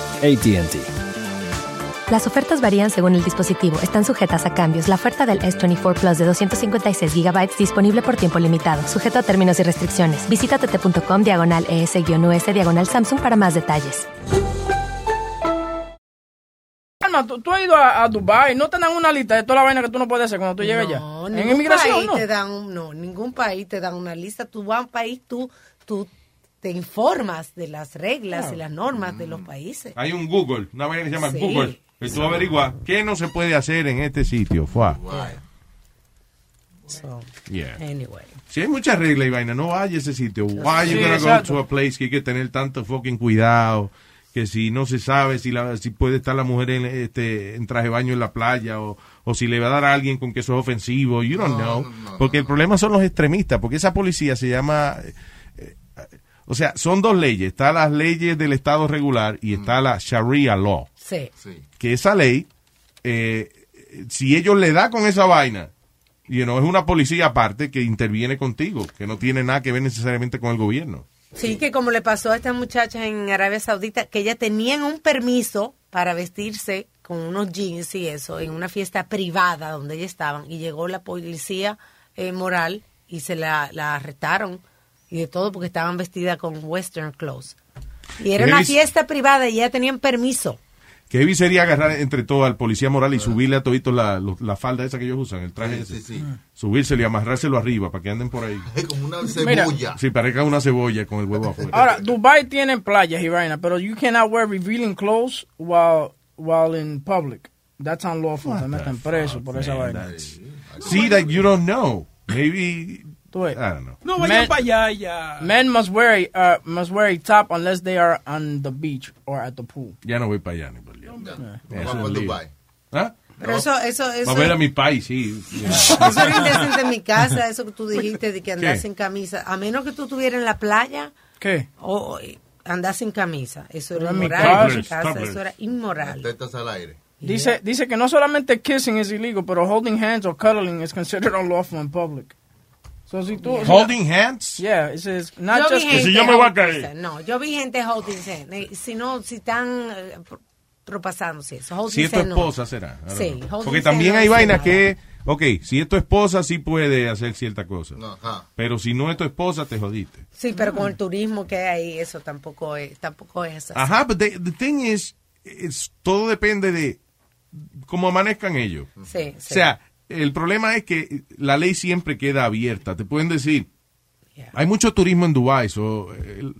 [SPEAKER 6] ATT.
[SPEAKER 15] Las ofertas varían según el dispositivo. Están sujetas a cambios. La oferta del S24 Plus de 256 GB disponible por tiempo limitado, sujeto a términos y restricciones. Visita tt.com diagonal e ES-US diagonal Samsung para más detalles.
[SPEAKER 7] Alma, tú, tú has ido a, a Dubai, no te dan una lista de toda la vaina que tú no puedes hacer cuando tú llegas
[SPEAKER 8] No,
[SPEAKER 7] allá. En
[SPEAKER 8] ningún
[SPEAKER 7] inmigración,
[SPEAKER 8] país
[SPEAKER 7] no.
[SPEAKER 8] te dan un- no, ningún país te dan una lista. Tú vas a un país, tú, tú te informas de las reglas
[SPEAKER 7] Ah.
[SPEAKER 8] y las normas de los países.
[SPEAKER 2] Hay un Google, una vaina que se llama
[SPEAKER 8] Sí.
[SPEAKER 2] Google. Y tú averiguas qué no se puede hacer en este sitio. Fua.
[SPEAKER 8] So,
[SPEAKER 2] Yeah.
[SPEAKER 8] anyway.
[SPEAKER 2] Si hay muchas reglas y vaina, no vaya a ese sitio. Why
[SPEAKER 8] Sí,
[SPEAKER 2] you gonna go
[SPEAKER 8] exacto.
[SPEAKER 2] to a place que hay que tener tanto fucking cuidado? Que si no se sabe si, la, si puede estar la mujer en, este, en traje de baño en la playa o, o si le va a dar a alguien con que eso es ofensivo. You don't know. porque el problema son los extremistas. Porque esa policía se llama... eh, eh, o sea, son dos leyes. Está las leyes del Estado regular y está la Sharia law
[SPEAKER 8] Sí.
[SPEAKER 2] que esa ley, eh, si ellos le da con esa vaina, y no es una policía aparte que interviene contigo, que no tiene nada que ver necesariamente con el gobierno.
[SPEAKER 8] Sí, que como le pasó a estas muchachas en Arabia Saudita, que ellas tenían un permiso para vestirse con unos jeans y eso, en una fiesta privada donde ellas estaban, y llegó la policía eh, moral y se la, la arrestaron y de todo porque estaban vestidas con western clothes. Y era una
[SPEAKER 2] Elis-
[SPEAKER 8] fiesta privada y ya tenían permiso.
[SPEAKER 2] Que heavy sería agarrar entre todo al policía moral y subirle a todito la, lo- la falda esa que ellos usan, el traje ese. Subírselo y amarrárselo arriba para que anden por ahí.
[SPEAKER 3] Es como una
[SPEAKER 7] Mira.
[SPEAKER 3] cebolla.
[SPEAKER 2] Sí, parezca una cebolla con el huevo afuera.
[SPEAKER 7] Ahora, Dubai tiene playas y vaina, pero you cannot wear revealing clothes while, while in public. That's unlawful. Te meten preso por esa vaina.
[SPEAKER 2] See that you don't know. Maybe. I don't know.
[SPEAKER 5] No vayan para allá ya.
[SPEAKER 7] Men must wear, a- uh, must wear a top unless they are on the beach or at the pool.
[SPEAKER 2] Ya no voy para allá, ni por Dios. Eh, Eso es un lío. ¿Ah?
[SPEAKER 8] Pero eso, eso, eso.
[SPEAKER 2] Para ver a mi país, sí. Pues,
[SPEAKER 8] Eso era indecente en mi casa, eso que tú dijiste de que andar
[SPEAKER 2] ¿Qué?
[SPEAKER 8] sin camisa. A menos que tú estuvieras en la playa
[SPEAKER 7] ¿Qué?
[SPEAKER 8] o eh, andar sin camisa. Eso era
[SPEAKER 7] En mi
[SPEAKER 8] inmoral en mi
[SPEAKER 7] casa.
[SPEAKER 8] casa, eso era inmoral.
[SPEAKER 3] Tetas al aire.
[SPEAKER 7] Dice, dice que no solamente kissing es illegal, pero holding hands or cuddling is considered unlawful in public. So si tú,
[SPEAKER 2] Holding hands?
[SPEAKER 7] Yeah, it says not
[SPEAKER 8] Yo vi
[SPEAKER 7] just
[SPEAKER 8] gente holding hand, No, yo vi gente holding hand, eh, Si no, si están eh, pro- propasándose eso. holding
[SPEAKER 2] Si es tu
[SPEAKER 8] hand no.
[SPEAKER 2] esposa, será. I don't
[SPEAKER 8] Sí,
[SPEAKER 2] know.
[SPEAKER 8] holding
[SPEAKER 2] Porque
[SPEAKER 8] hand
[SPEAKER 2] también
[SPEAKER 8] no
[SPEAKER 2] hay
[SPEAKER 8] dice
[SPEAKER 2] vainas
[SPEAKER 8] nada.
[SPEAKER 2] que, ok, si es tu esposa, sí puede hacer cierta cosa.
[SPEAKER 3] Ajá.
[SPEAKER 2] Pero si no es tu esposa, te jodiste.
[SPEAKER 8] Sí, pero con el turismo que hay ahí, eso tampoco es, tampoco es así.
[SPEAKER 2] Ajá, pero the, the thing is, it's- todo depende de cómo amanezcan ellos.
[SPEAKER 8] Sí,
[SPEAKER 2] O sea, el problema es que la ley siempre queda abierta. Te pueden decir, hay mucho turismo en Dubái, so, el-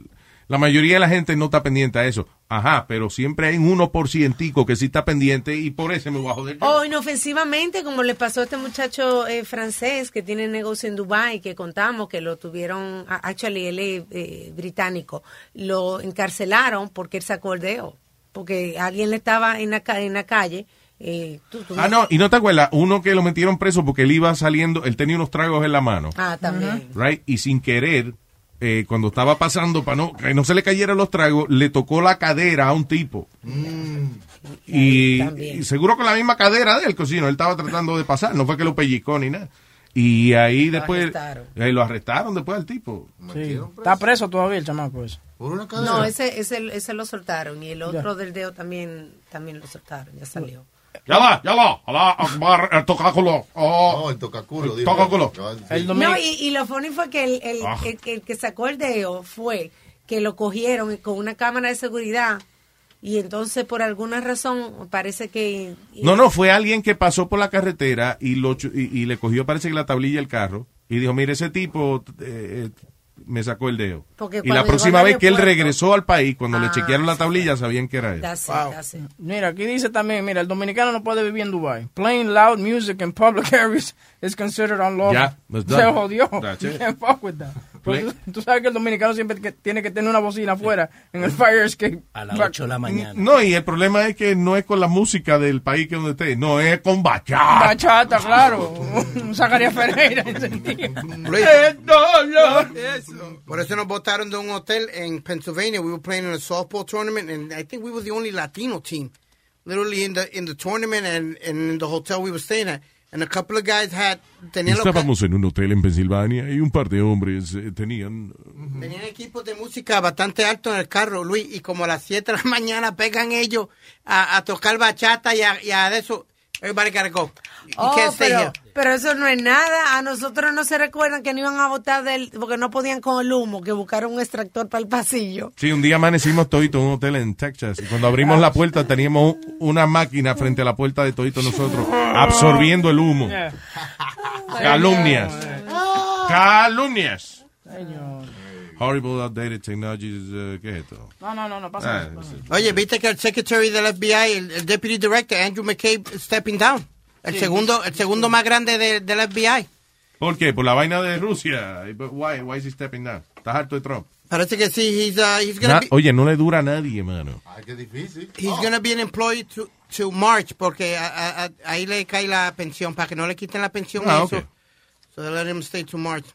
[SPEAKER 2] la mayoría de la gente no está pendiente a eso. Ajá, pero siempre hay un 1% que sí está pendiente y por eso me voy a joder. yo.
[SPEAKER 8] O Oh, inofensivamente, como le pasó a este muchacho eh, francés que tiene negocio en Dubái, que contamos que lo tuvieron, a- actually él es eh, británico, lo encarcelaron porque él sacó el dedo, porque alguien le estaba en la, ca- en la calle. eh, tú- tú-
[SPEAKER 2] Ah, no, y no te acuerdas, uno que lo metieron preso porque él iba saliendo, él tenía unos tragos en la mano,
[SPEAKER 8] Ah, también.
[SPEAKER 2] right? Y sin querer, eh, cuando estaba pasando para no, que no se le cayeran los tragos, le tocó la cadera a un tipo.
[SPEAKER 8] Mm.
[SPEAKER 2] Y, y seguro con la misma cadera de él, que si no, él estaba tratando de pasar, no fue que lo pellizcó ni nada. Y ahí después
[SPEAKER 8] arrestaron.
[SPEAKER 2] eh, lo arrestaron después al tipo.
[SPEAKER 7] Sí. Está preso todavía el chamaco ese.
[SPEAKER 8] No, ese, ese, ese lo soltaron y el otro del dedo también, también lo soltaron, ya salió.
[SPEAKER 2] Ya va, ya va, Alá Akbar, Ah, el tocáculo. Oh,
[SPEAKER 3] el tocáculo.
[SPEAKER 2] El tocáculo.
[SPEAKER 8] No, y, y lo funny fue que el, el-
[SPEAKER 2] Ah.
[SPEAKER 8] el- el que sacó el dedo fue que lo cogieron con una cámara de seguridad y entonces por alguna razón parece que...
[SPEAKER 2] No, no, fue alguien que pasó por la carretera y, lo, chu- y, y le cogió, parece que la tablilla del carro, y dijo, mire, ese tipo eh, eh, me sacó el dedo.
[SPEAKER 8] Porque
[SPEAKER 2] y
[SPEAKER 8] cuando
[SPEAKER 2] la
[SPEAKER 8] llegó
[SPEAKER 2] próxima
[SPEAKER 8] al
[SPEAKER 2] vez que él
[SPEAKER 8] aeropuerto-
[SPEAKER 2] regresó al país, cuando le
[SPEAKER 7] Ah,
[SPEAKER 2] chequearon la tablilla, sabían que era él.
[SPEAKER 7] Wow. Mira, aquí dice también, mira, el dominicano no puede vivir en Dubai. Playing loud music in public areas is considered unlawful.
[SPEAKER 2] Ya, that's
[SPEAKER 7] Se
[SPEAKER 2] done.
[SPEAKER 7] jodió.
[SPEAKER 2] That's
[SPEAKER 7] You
[SPEAKER 2] it.
[SPEAKER 7] can't fuck with that. Pues,
[SPEAKER 2] Play-
[SPEAKER 7] tú sabes que el dominicano siempre que- tiene que tener una bocina afuera en el fire escape.
[SPEAKER 1] A
[SPEAKER 7] las
[SPEAKER 1] 8 de la mañana.
[SPEAKER 2] No, y el problema es que no es con la música del país que donde esté, no, es con bachata.
[SPEAKER 7] Ah. Bachata, claro. Un Zacarías Ferreira.
[SPEAKER 4] Luis.
[SPEAKER 7] El dolor.
[SPEAKER 4] Por eso nos votaron de un hotel en Pennsylvania. We were playing in a softball tournament, and I think we were the only Latino team, literally in the in the tournament and, and in the hotel we were staying at. And a couple of guys had tenían, los ca-
[SPEAKER 2] Estábamos en un hotel en Pensilvania y un par de hombres eh, tenían...
[SPEAKER 4] tenían equipos de música bastante alto en el carro, Luis. Y como a las 7 de la mañana pegan ellos a, a tocar bachata y a, y a eso. Everybody gotta go. You
[SPEAKER 8] Oh,
[SPEAKER 4] can't stay
[SPEAKER 8] pero,
[SPEAKER 4] here.
[SPEAKER 8] pero eso no es nada. A nosotros no se recuerdan que no iban a votar del, porque no podían con el humo, que buscaron un extractor para el pasillo.
[SPEAKER 2] Sí, un día amanecimos todito en un hotel en Texas y cuando abrimos la puerta teníamos una máquina frente a la puerta de todito nosotros absorbiendo el humo. Calumnias. Calumnias. Horrible outdated technologies. eh, ¿Qué es esto?
[SPEAKER 7] No, no, no, no
[SPEAKER 2] Ah,
[SPEAKER 7] pasa nada.
[SPEAKER 2] sí.
[SPEAKER 4] Oye, viste que el secretary del FBI, el, el deputy director, Andrew McCabe, stepping down. El
[SPEAKER 2] Sí.
[SPEAKER 4] segundo, el segundo más grande de- del FBI.
[SPEAKER 2] ¿Por qué? Por la vaina de Rusia. But Why, why is he stepping down? ¿Estás harto de Trump?
[SPEAKER 4] Parece que sí, he's, uh, he's gonna
[SPEAKER 2] Na-
[SPEAKER 4] be,
[SPEAKER 2] oye, no le dura a nadie, mano.
[SPEAKER 3] Ay, qué difícil.
[SPEAKER 4] he's gonna be an employee to, to March porque a- a- a- ahí le cae la pensión para que no le quiten la pensión.
[SPEAKER 2] Ah,
[SPEAKER 4] y
[SPEAKER 2] ok.
[SPEAKER 4] eso. So they let him stay to March.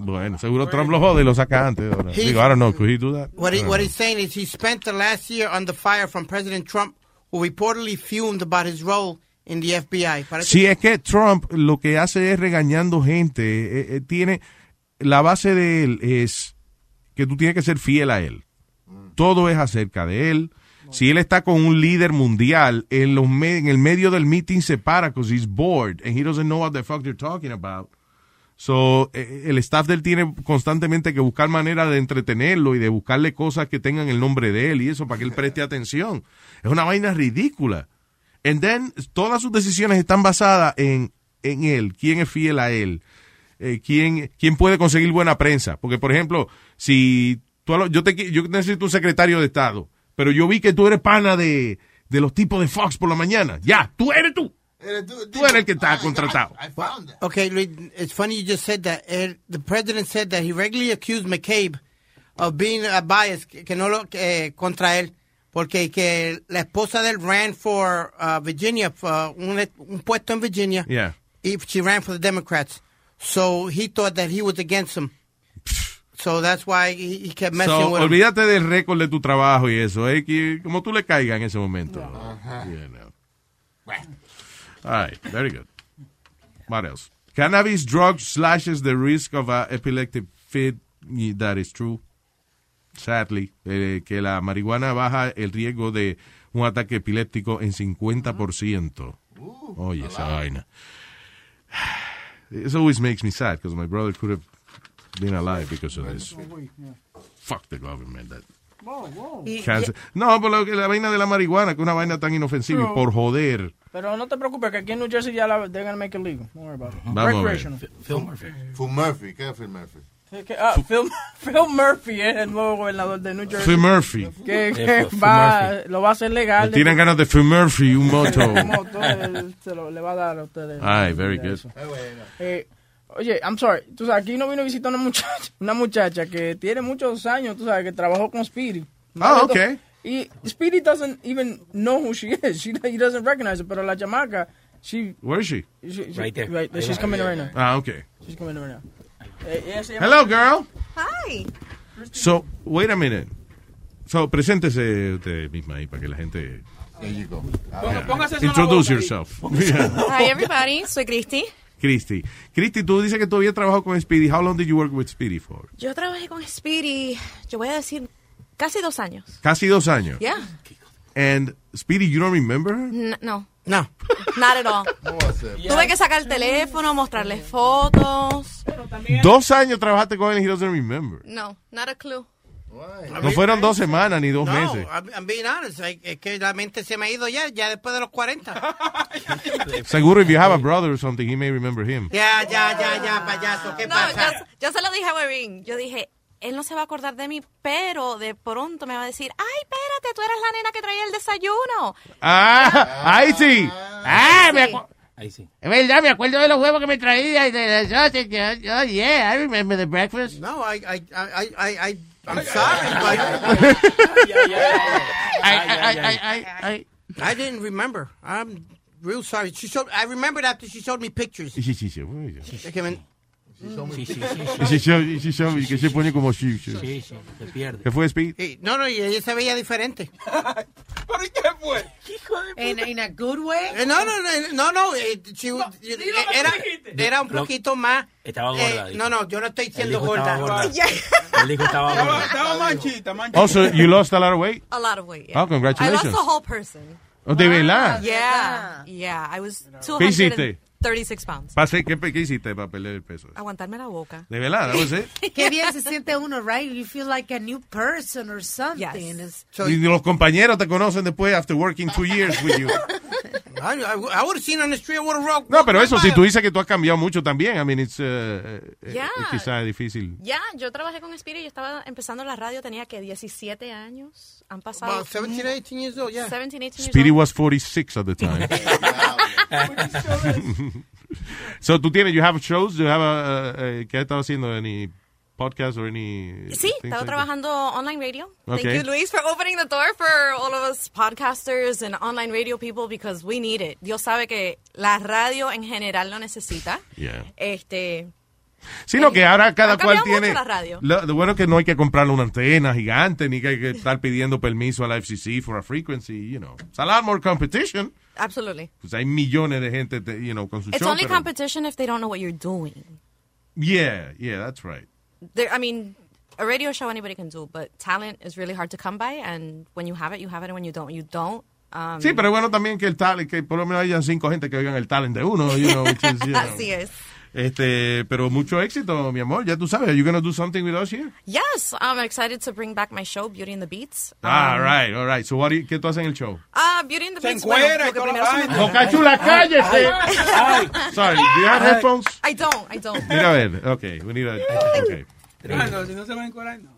[SPEAKER 2] Bueno, seguro Trump lo jode y lo saca antes. Ahora.
[SPEAKER 4] He-
[SPEAKER 2] Digo, I don't know, could he do that?
[SPEAKER 4] What, he,
[SPEAKER 2] I don't
[SPEAKER 4] what
[SPEAKER 2] know.
[SPEAKER 4] he's saying is he spent the last year under fire from President Trump, who reportedly fumed about his role in the FBI. Parece
[SPEAKER 2] Sí, es que Trump lo que hace es regañando gente. eh, eh, tiene La base de él es que tú tienes que ser fiel a él. Todo es acerca de él. Si él está con un líder mundial, en, los me- en el medio del meeting se para because he's bored and he doesn't know what the fuck they're talking about. So, eh, el staff de él tiene constantemente que buscar manera de entretenerlo y de buscarle cosas que tengan el nombre de él y eso para que él preste atención. Es una vaina ridícula. And then, todas sus decisiones están basadas en, en él, quién es fiel a él, eh, quién, quién puede conseguir buena prensa. Porque, por ejemplo, si tú, a lo- yo, te, qui- yo necesito un secretario de Estado, pero yo vi que tú eres pana de, de los tipos de Fox por la mañana. Ya, tú eres tú. Tú Ah, eres el que está contratado.
[SPEAKER 4] Okay, Luis, it's funny you just said that. Eh, the president said that he regularly accused McCabe of being a bias, que, que no lo que, eh, contra él, porque que la esposa de él ran for uh, Virginia, for un, un puesto en Virginia.
[SPEAKER 2] Yeah.
[SPEAKER 4] If she ran for the Democrats, so he thought that he was against him. So that's why he, he kept messing
[SPEAKER 2] So,
[SPEAKER 4] with him.
[SPEAKER 2] olvídate del récord de tu trabajo y eso. eh, que- como tú le caigas en ese momento.
[SPEAKER 4] Ajá.
[SPEAKER 2] You know. All right, very good. What else? Cannabis drug slashes the risk of a epileptic fit. Y That is true. Sadly, eh, que la marihuana baja el riesgo de un ataque epiléptico en 50%. Oye, esa vaina. It always makes me sad because my brother could have been alive because of this. Fuck the government. That
[SPEAKER 8] Y-
[SPEAKER 2] cancer. No, por lo que la vaina de la marihuana, que es una vaina tan inofensiva y
[SPEAKER 7] True.
[SPEAKER 2] por joder.
[SPEAKER 7] Pero no te preocupes, que aquí en New Jersey ya la they're gonna make it legal. Don't worry about it.
[SPEAKER 2] Vamos a ver.
[SPEAKER 7] Recreational.
[SPEAKER 3] Phil Murphy. Phil Murphy, ¿qué es Phil Murphy?
[SPEAKER 7] Es que, ah, Phil, Phil Murphy es el nuevo gobernador de New Jersey.
[SPEAKER 2] Phil Murphy.
[SPEAKER 7] Que,
[SPEAKER 2] Eh,
[SPEAKER 7] que
[SPEAKER 2] Phil
[SPEAKER 7] va, lo va a hacer legal.
[SPEAKER 2] Me tiran ganas de Phil Murphy, un moto.
[SPEAKER 7] moto, él se lo, le va a dar a ustedes.
[SPEAKER 2] Ay, very good.
[SPEAKER 7] Eh, oye, I'm sorry. Tú sabes, aquí no vino a visitar una muchacha, una muchacha que tiene muchos años, tú sabes, que trabajó con Speedy.
[SPEAKER 2] Ah, ok.
[SPEAKER 7] Y Speedy doesn't even know who she is. She, he doesn't recognize her, pero la chamaca, she...
[SPEAKER 2] Where is she?
[SPEAKER 7] she- she- Right there. She's coming right now.
[SPEAKER 2] Ah, okay.
[SPEAKER 7] She's coming right now. Eh, ella se llama-
[SPEAKER 2] Hello, girl.
[SPEAKER 8] Hi.
[SPEAKER 2] So, wait a minute. So, preséntese usted misma ahí para que la gente.
[SPEAKER 3] There you go.
[SPEAKER 2] Yeah.
[SPEAKER 20] Póngase eso en la
[SPEAKER 2] Introduce
[SPEAKER 20] boca
[SPEAKER 2] yourself.
[SPEAKER 20] Hi everybody, soy Christy.
[SPEAKER 2] Christy. Christy, tú dices que todavía trabajas con Speedy. How long did you work with Speedy for?
[SPEAKER 20] Yo trabajé con Speedy, yo voy a decir, casi dos años.
[SPEAKER 2] Casi dos años.
[SPEAKER 20] Yeah.
[SPEAKER 2] And Speedy, you don't remember her?
[SPEAKER 20] N- no.
[SPEAKER 4] No.
[SPEAKER 20] Not at all. Tuve que sacar el teléfono, mostrarles fotos.
[SPEAKER 2] Dos años trabajaste con él y he doesn't remember.
[SPEAKER 20] No, not a clue.
[SPEAKER 2] No fueron dos semanas ni dos
[SPEAKER 4] No,
[SPEAKER 2] meses.
[SPEAKER 4] I'm, I'm being honest. like, Es que la mente se me ha ido ya, ya después de los 40.
[SPEAKER 2] Seguro if you have a brother or something, he may remember him.
[SPEAKER 4] Ya, ya, ya, ya, payaso. ¿Qué
[SPEAKER 20] No, yo, yo se lo dije a Webin. Yo dije, él no se va a acordar de mí, pero de pronto me va a decir, ay, espérate, tú eras la nena que traía el desayuno.
[SPEAKER 13] Ah, ahí sí. Ah, me acu-
[SPEAKER 1] Ahí sí.
[SPEAKER 13] Es verdad, me acuerdo de los huevos que me traía. y de las horas que- Oh, yeah, I remember the breakfast.
[SPEAKER 4] No, I, I, I, I, I, I'm sorry, but
[SPEAKER 13] I, I, I, I, I,
[SPEAKER 4] I didn't remember. I'm real sorry. She showed. I remembered after she showed me pictures.
[SPEAKER 2] Y she- she- she- where is it?
[SPEAKER 4] She came in.
[SPEAKER 2] Y she show- y she show- y que se pone como she- she-
[SPEAKER 1] Sí, sí, se pierde.
[SPEAKER 2] ¿Qué fue Speed?
[SPEAKER 4] Y- No, no, y ella se veía diferente.
[SPEAKER 8] In, in a good way.
[SPEAKER 4] Eh, No, no, no, no, no. eh, she- eh, era, era un
[SPEAKER 1] Lo-
[SPEAKER 4] poquito más.
[SPEAKER 1] Estaba
[SPEAKER 4] eh,
[SPEAKER 1] gorda. dijo.
[SPEAKER 4] no, no, yo no estoy diciendo
[SPEAKER 1] dijo estaba
[SPEAKER 4] gorda.
[SPEAKER 1] gorda. Él dijo estaba gorda.
[SPEAKER 5] Estaba manchita, manchita.
[SPEAKER 2] Also, you lost a lot of weight?
[SPEAKER 20] A lot of weight.
[SPEAKER 2] Oh, congratulations.
[SPEAKER 20] I lost a whole person.
[SPEAKER 2] Oh, de verdad.
[SPEAKER 20] Yeah, yeah. I was
[SPEAKER 2] ¿Qué hiciste?
[SPEAKER 20] 236 pounds.
[SPEAKER 2] Pase, ¿qué, ¿Qué hiciste para perder el peso?
[SPEAKER 20] Aguantarme la boca.
[SPEAKER 2] De ¿eh? verdad, that was it.
[SPEAKER 8] Qué bien se siente uno, right? You feel like a new person or something. It's-
[SPEAKER 2] Y los compañeros te conocen después after working two years with you.
[SPEAKER 4] I, I, would have seen on the street, I would have rocked.
[SPEAKER 2] No, pero eso, si tú dices que tú has cambiado mucho también, I mean, it's, uh, eh,
[SPEAKER 20] Yeah.
[SPEAKER 2] quizás es difícil.
[SPEAKER 20] Ya, yo trabajé con Spirit, yo estaba empezando la radio, tenía que 17 años. Han pasado.
[SPEAKER 4] About 17, 18 years old, yeah.
[SPEAKER 20] 17, 18 years
[SPEAKER 2] Speedy
[SPEAKER 20] old.
[SPEAKER 2] was 46 at the time. so tú tienes, you have shows, you have a, uh, uh, ¿qué has estado haciendo? Any podcast or any...
[SPEAKER 20] Sí,
[SPEAKER 2] things
[SPEAKER 20] estaba
[SPEAKER 2] like that?
[SPEAKER 20] trabajando online radio.
[SPEAKER 2] Okay.
[SPEAKER 20] Thank you, Luis, for opening the door for all of us podcasters and online radio people because we need it. Dios sabe que la radio en general lo necesita.
[SPEAKER 2] Yeah.
[SPEAKER 20] Este,
[SPEAKER 2] Sino que ahora cada
[SPEAKER 20] Ha
[SPEAKER 2] cual
[SPEAKER 20] cambiado mucho
[SPEAKER 2] tiene.
[SPEAKER 20] la radio.
[SPEAKER 2] Lo, lo bueno es que no hay que comprarle una antena gigante, ni que hay que estar pidiendo permiso a la FCC for a frequency, you know. It's a lot more competition.
[SPEAKER 20] absolutely.
[SPEAKER 2] Pues hay millones de gente, te- you know, con su
[SPEAKER 20] It's
[SPEAKER 2] show.
[SPEAKER 20] only
[SPEAKER 2] pero-
[SPEAKER 20] competition if they don't know what you're doing.
[SPEAKER 2] yeah, yeah, that's right.
[SPEAKER 20] There, I mean, a radio show anybody can do, but talent is really hard to come by. And when you have it, you have it, and when you don't, you don't. Um,
[SPEAKER 2] Sí, pero es bueno también que el talent, que por lo menos hayan cinco gente que oigan el talent de uno, you know, which is, you know.
[SPEAKER 20] Así es.
[SPEAKER 2] Este, pero mucho éxito, mi amor. Ya tú sabes, are you gonna do something with us here?
[SPEAKER 20] Yes, I'm excited to bring back my show, Beauty and the Beats. Um,
[SPEAKER 2] all Ah, right, all right. So what do you- ¿qué tú haces en el show?
[SPEAKER 20] Ah, Beauty and the
[SPEAKER 5] Se
[SPEAKER 20] Beats. bueno,
[SPEAKER 5] encuera
[SPEAKER 20] lo
[SPEAKER 5] y
[SPEAKER 20] que
[SPEAKER 5] toda la
[SPEAKER 20] primero se me
[SPEAKER 5] vaina.
[SPEAKER 20] ocurre.
[SPEAKER 13] Bocachula, cállese.
[SPEAKER 20] Ay, ay.
[SPEAKER 2] Sorry, do you have headphones?
[SPEAKER 20] I don't, I don't.
[SPEAKER 2] Mira a ver, okay, we need a okay.
[SPEAKER 5] Ah, no, si no se va a encuadrar, no.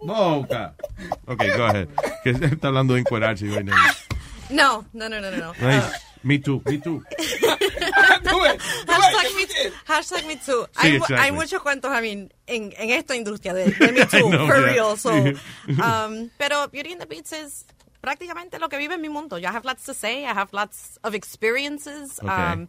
[SPEAKER 2] Boca. Ok, go ahead. Que está hablando de encuerarse y vaina.
[SPEAKER 20] No, no, no, no, no. no.
[SPEAKER 2] Nice. Me too, me too.
[SPEAKER 20] Hashtag me, hashtag me too. hay, mu-
[SPEAKER 2] exactly.
[SPEAKER 20] hay muchos cuentos, I mean, en, en esta industria de, de me too,
[SPEAKER 2] I know,
[SPEAKER 20] for
[SPEAKER 2] yeah.
[SPEAKER 20] real. So,
[SPEAKER 2] Sí.
[SPEAKER 20] um, pero Beauty and the Beats es prácticamente lo que vive en mi mundo. Yo have lots to say. I have lots of experiences.
[SPEAKER 21] Okay.
[SPEAKER 20] Um,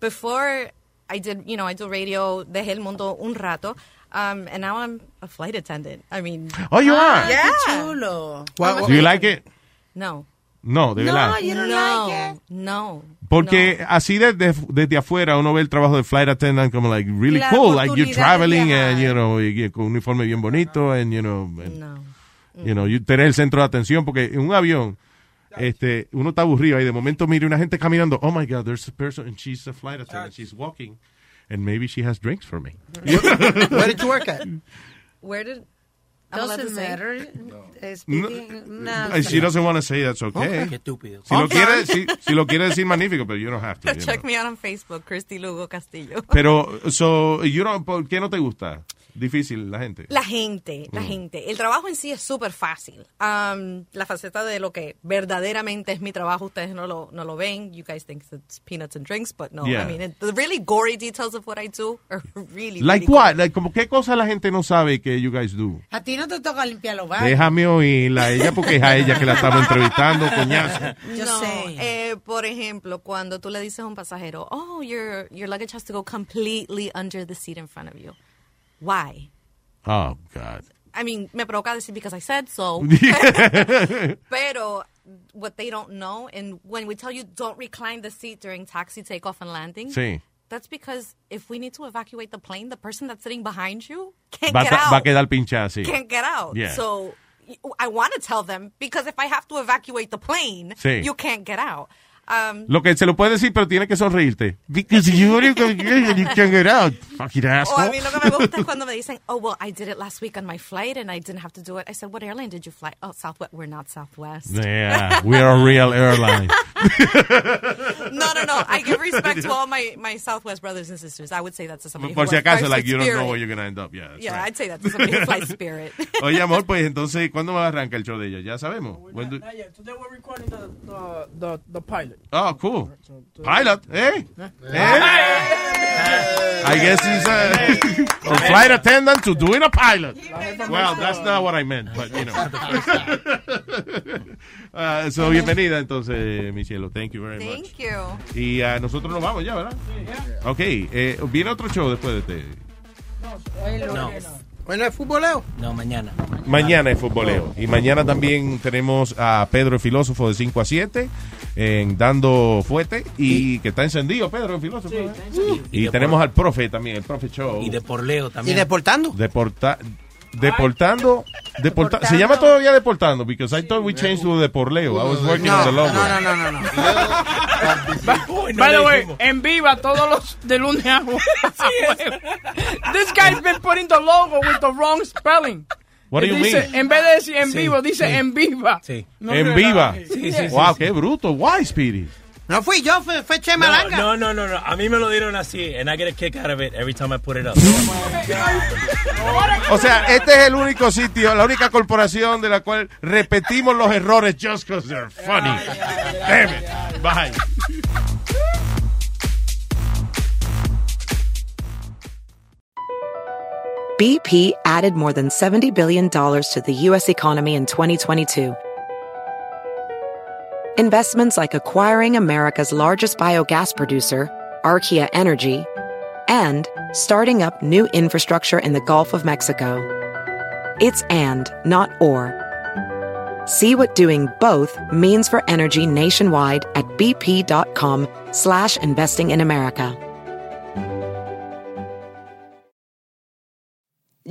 [SPEAKER 20] before I did, you know, I do radio, dejé el mundo un rato. Um, and now I'm a flight attendant. I mean, Ah,
[SPEAKER 2] Oh, you are?
[SPEAKER 20] yeah.
[SPEAKER 8] Qué chulo.
[SPEAKER 20] What-
[SPEAKER 2] Do you like it?
[SPEAKER 20] No.
[SPEAKER 2] No, de verdad.
[SPEAKER 20] no, no.
[SPEAKER 2] Porque así desde, desde afuera uno ve el trabajo de flight attendant como like really
[SPEAKER 20] La
[SPEAKER 2] cool, like you're
[SPEAKER 20] oportunidad de
[SPEAKER 2] traveling and you know, y- y con un uniforme bien bonito and you know, and, you know, you tener el centro de atención porque en un avión este, uno está aburrido y de momento mire una gente caminando, oh my god, there's a person and she's a flight attendant, she's walking and maybe she has drinks for me.
[SPEAKER 4] Where did you work at?
[SPEAKER 20] Where did. I'm allowed to
[SPEAKER 8] Doesn't
[SPEAKER 20] say?
[SPEAKER 8] matter. Es-
[SPEAKER 2] No,
[SPEAKER 8] no,
[SPEAKER 2] and she doesn't want to say that's okay.
[SPEAKER 8] Ok. Qué
[SPEAKER 1] estúpido.
[SPEAKER 2] Si lo,
[SPEAKER 20] Okay.
[SPEAKER 2] quiere, si, si lo quiere decir magnífico, pero you don't have to. you know.
[SPEAKER 20] Check me out on Facebook, Christy Lugo Castillo.
[SPEAKER 2] Pero, so, you don't, ¿por qué no te gusta? Difícil la gente.
[SPEAKER 20] La gente, la
[SPEAKER 2] Mm.
[SPEAKER 20] gente. El trabajo en sí es súper fácil. Um, la faceta de lo que verdaderamente es mi trabajo, ustedes no lo, no lo ven. You guys think it's peanuts and drinks, but no.
[SPEAKER 2] Yeah.
[SPEAKER 20] I mean, it- the really gory details of what I do are really,
[SPEAKER 2] Like
[SPEAKER 20] really
[SPEAKER 2] what? Like, como qué cosa la gente no sabe que you guys do?
[SPEAKER 8] A ti no te toca limpiar los baños.
[SPEAKER 2] Déjame oírla a ella porque es a ella que la estamos entrevistando, coñazo.
[SPEAKER 20] Yo sé. eh, por ejemplo, cuando tú le dices a un pasajero, oh, your, your luggage has to go completely under the seat in front of you. Why?
[SPEAKER 13] Ah,
[SPEAKER 2] Oh, God.
[SPEAKER 20] I mean, me provoca decir because I said so. Pero what they don't know, and when we tell you don't recline the seat during taxi takeoff and landing,
[SPEAKER 2] Sí.
[SPEAKER 20] that's because if we need to evacuate the plane, the person that's sitting behind you can't
[SPEAKER 2] Va, a
[SPEAKER 20] get
[SPEAKER 2] ta-
[SPEAKER 20] out.
[SPEAKER 2] va a quedar pinchada así.
[SPEAKER 20] Can't get out.
[SPEAKER 2] Yeah.
[SPEAKER 20] So I want to tell them because if I have to evacuate the plane,
[SPEAKER 2] Sí.
[SPEAKER 20] you can't get out. Um,
[SPEAKER 2] Lo que se lo puede decir, pero tiene que sonreírte. Because you only go- you can't get out, fucking
[SPEAKER 20] O a mí Oh, lo que me gusta es
[SPEAKER 2] asshole.
[SPEAKER 20] cuando me dicen, oh, well, I did it last week on my flight and I didn't have to do it. I said, what airline did you fly? Oh, Southwest. We're not Southwest.
[SPEAKER 2] Yeah, we are a real airline.
[SPEAKER 20] no, no, no. I give respect to all my, my Southwest brothers and sisters. I would say that to somebody
[SPEAKER 2] Por
[SPEAKER 20] who
[SPEAKER 2] si acaso,
[SPEAKER 20] flies
[SPEAKER 2] like,
[SPEAKER 20] with
[SPEAKER 2] you don't
[SPEAKER 20] Spirit.
[SPEAKER 2] know where you're gonna end up. Yeah, that's
[SPEAKER 20] Yeah,
[SPEAKER 2] right.
[SPEAKER 20] I'd say that to somebody who flies Spirit.
[SPEAKER 2] Oye, amor, pues entonces, ¿cuándo va a arrancar el show de ella? Ya sabemos. When do-
[SPEAKER 7] Not yet. Today we're recording the the the, the pilot.
[SPEAKER 2] Oh, cool.
[SPEAKER 7] uh,
[SPEAKER 2] Pilot, eh?
[SPEAKER 7] Huh?
[SPEAKER 2] Eh? I guess he's a, a flight attendant to doing a pilot. Well, that's not what I meant, but you know. Ah, so, bienvenida entonces, mi cielo. Thank you very much.
[SPEAKER 20] Thank you.
[SPEAKER 2] Y ah, nosotros nos vamos ya, ¿verdad? Ok, eh, viene otro show después de este.
[SPEAKER 1] No.
[SPEAKER 4] Bueno, es futboleo.
[SPEAKER 1] No, mañana.
[SPEAKER 2] Mañana es futboleo. Y mañana también tenemos a Pedro el Filósofo de 5 a 7 en Dando Fuete y que está encendido Pedro el Filósofo. ¿eh? y tenemos al profe también, el profe Show.
[SPEAKER 1] Y de por Leo
[SPEAKER 4] Y
[SPEAKER 1] también.
[SPEAKER 4] deportando.
[SPEAKER 2] Deporta- deportando, deporta- se llama todavía deportando because I thought we changed to deporleo. I was working on the logo.
[SPEAKER 4] No, no, no, no.
[SPEAKER 7] By the
[SPEAKER 4] le
[SPEAKER 7] way, en viva todos los de lunes a jueves. This guy's been putting the logo with the wrong spelling.
[SPEAKER 2] What do you
[SPEAKER 7] Dice-
[SPEAKER 2] mean?
[SPEAKER 7] En vez de decir en
[SPEAKER 2] Sí,
[SPEAKER 7] vivo, dice
[SPEAKER 2] sí.
[SPEAKER 7] en viva. No
[SPEAKER 2] en
[SPEAKER 7] relajes.
[SPEAKER 2] viva.
[SPEAKER 7] Sí, sí, sí,
[SPEAKER 2] wow,
[SPEAKER 7] sí.
[SPEAKER 2] qué bruto. Why, Speedy?
[SPEAKER 4] No fui yo, fue, fue Chema
[SPEAKER 1] No,
[SPEAKER 4] Langa.
[SPEAKER 1] no, no, no, no. A mí me lo dieron así, and I get a kick out of it every time I put it up.
[SPEAKER 2] O sea, este es el único sitio, la única corporación de la cual repetimos los errores just because they're funny. Damn it. Bye.
[SPEAKER 27] BP added more than $70 billion to the U.S. economy in 2022. Investments like acquiring America's largest biogas producer, Archaea Energy, and starting up new infrastructure in the Gulf of Mexico. It's and, not or. See what doing both means for energy nationwide at bp.com slash investing in America.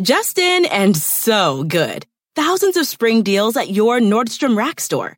[SPEAKER 23] Justin and so good. Thousands of spring deals at your Nordstrom Rack store.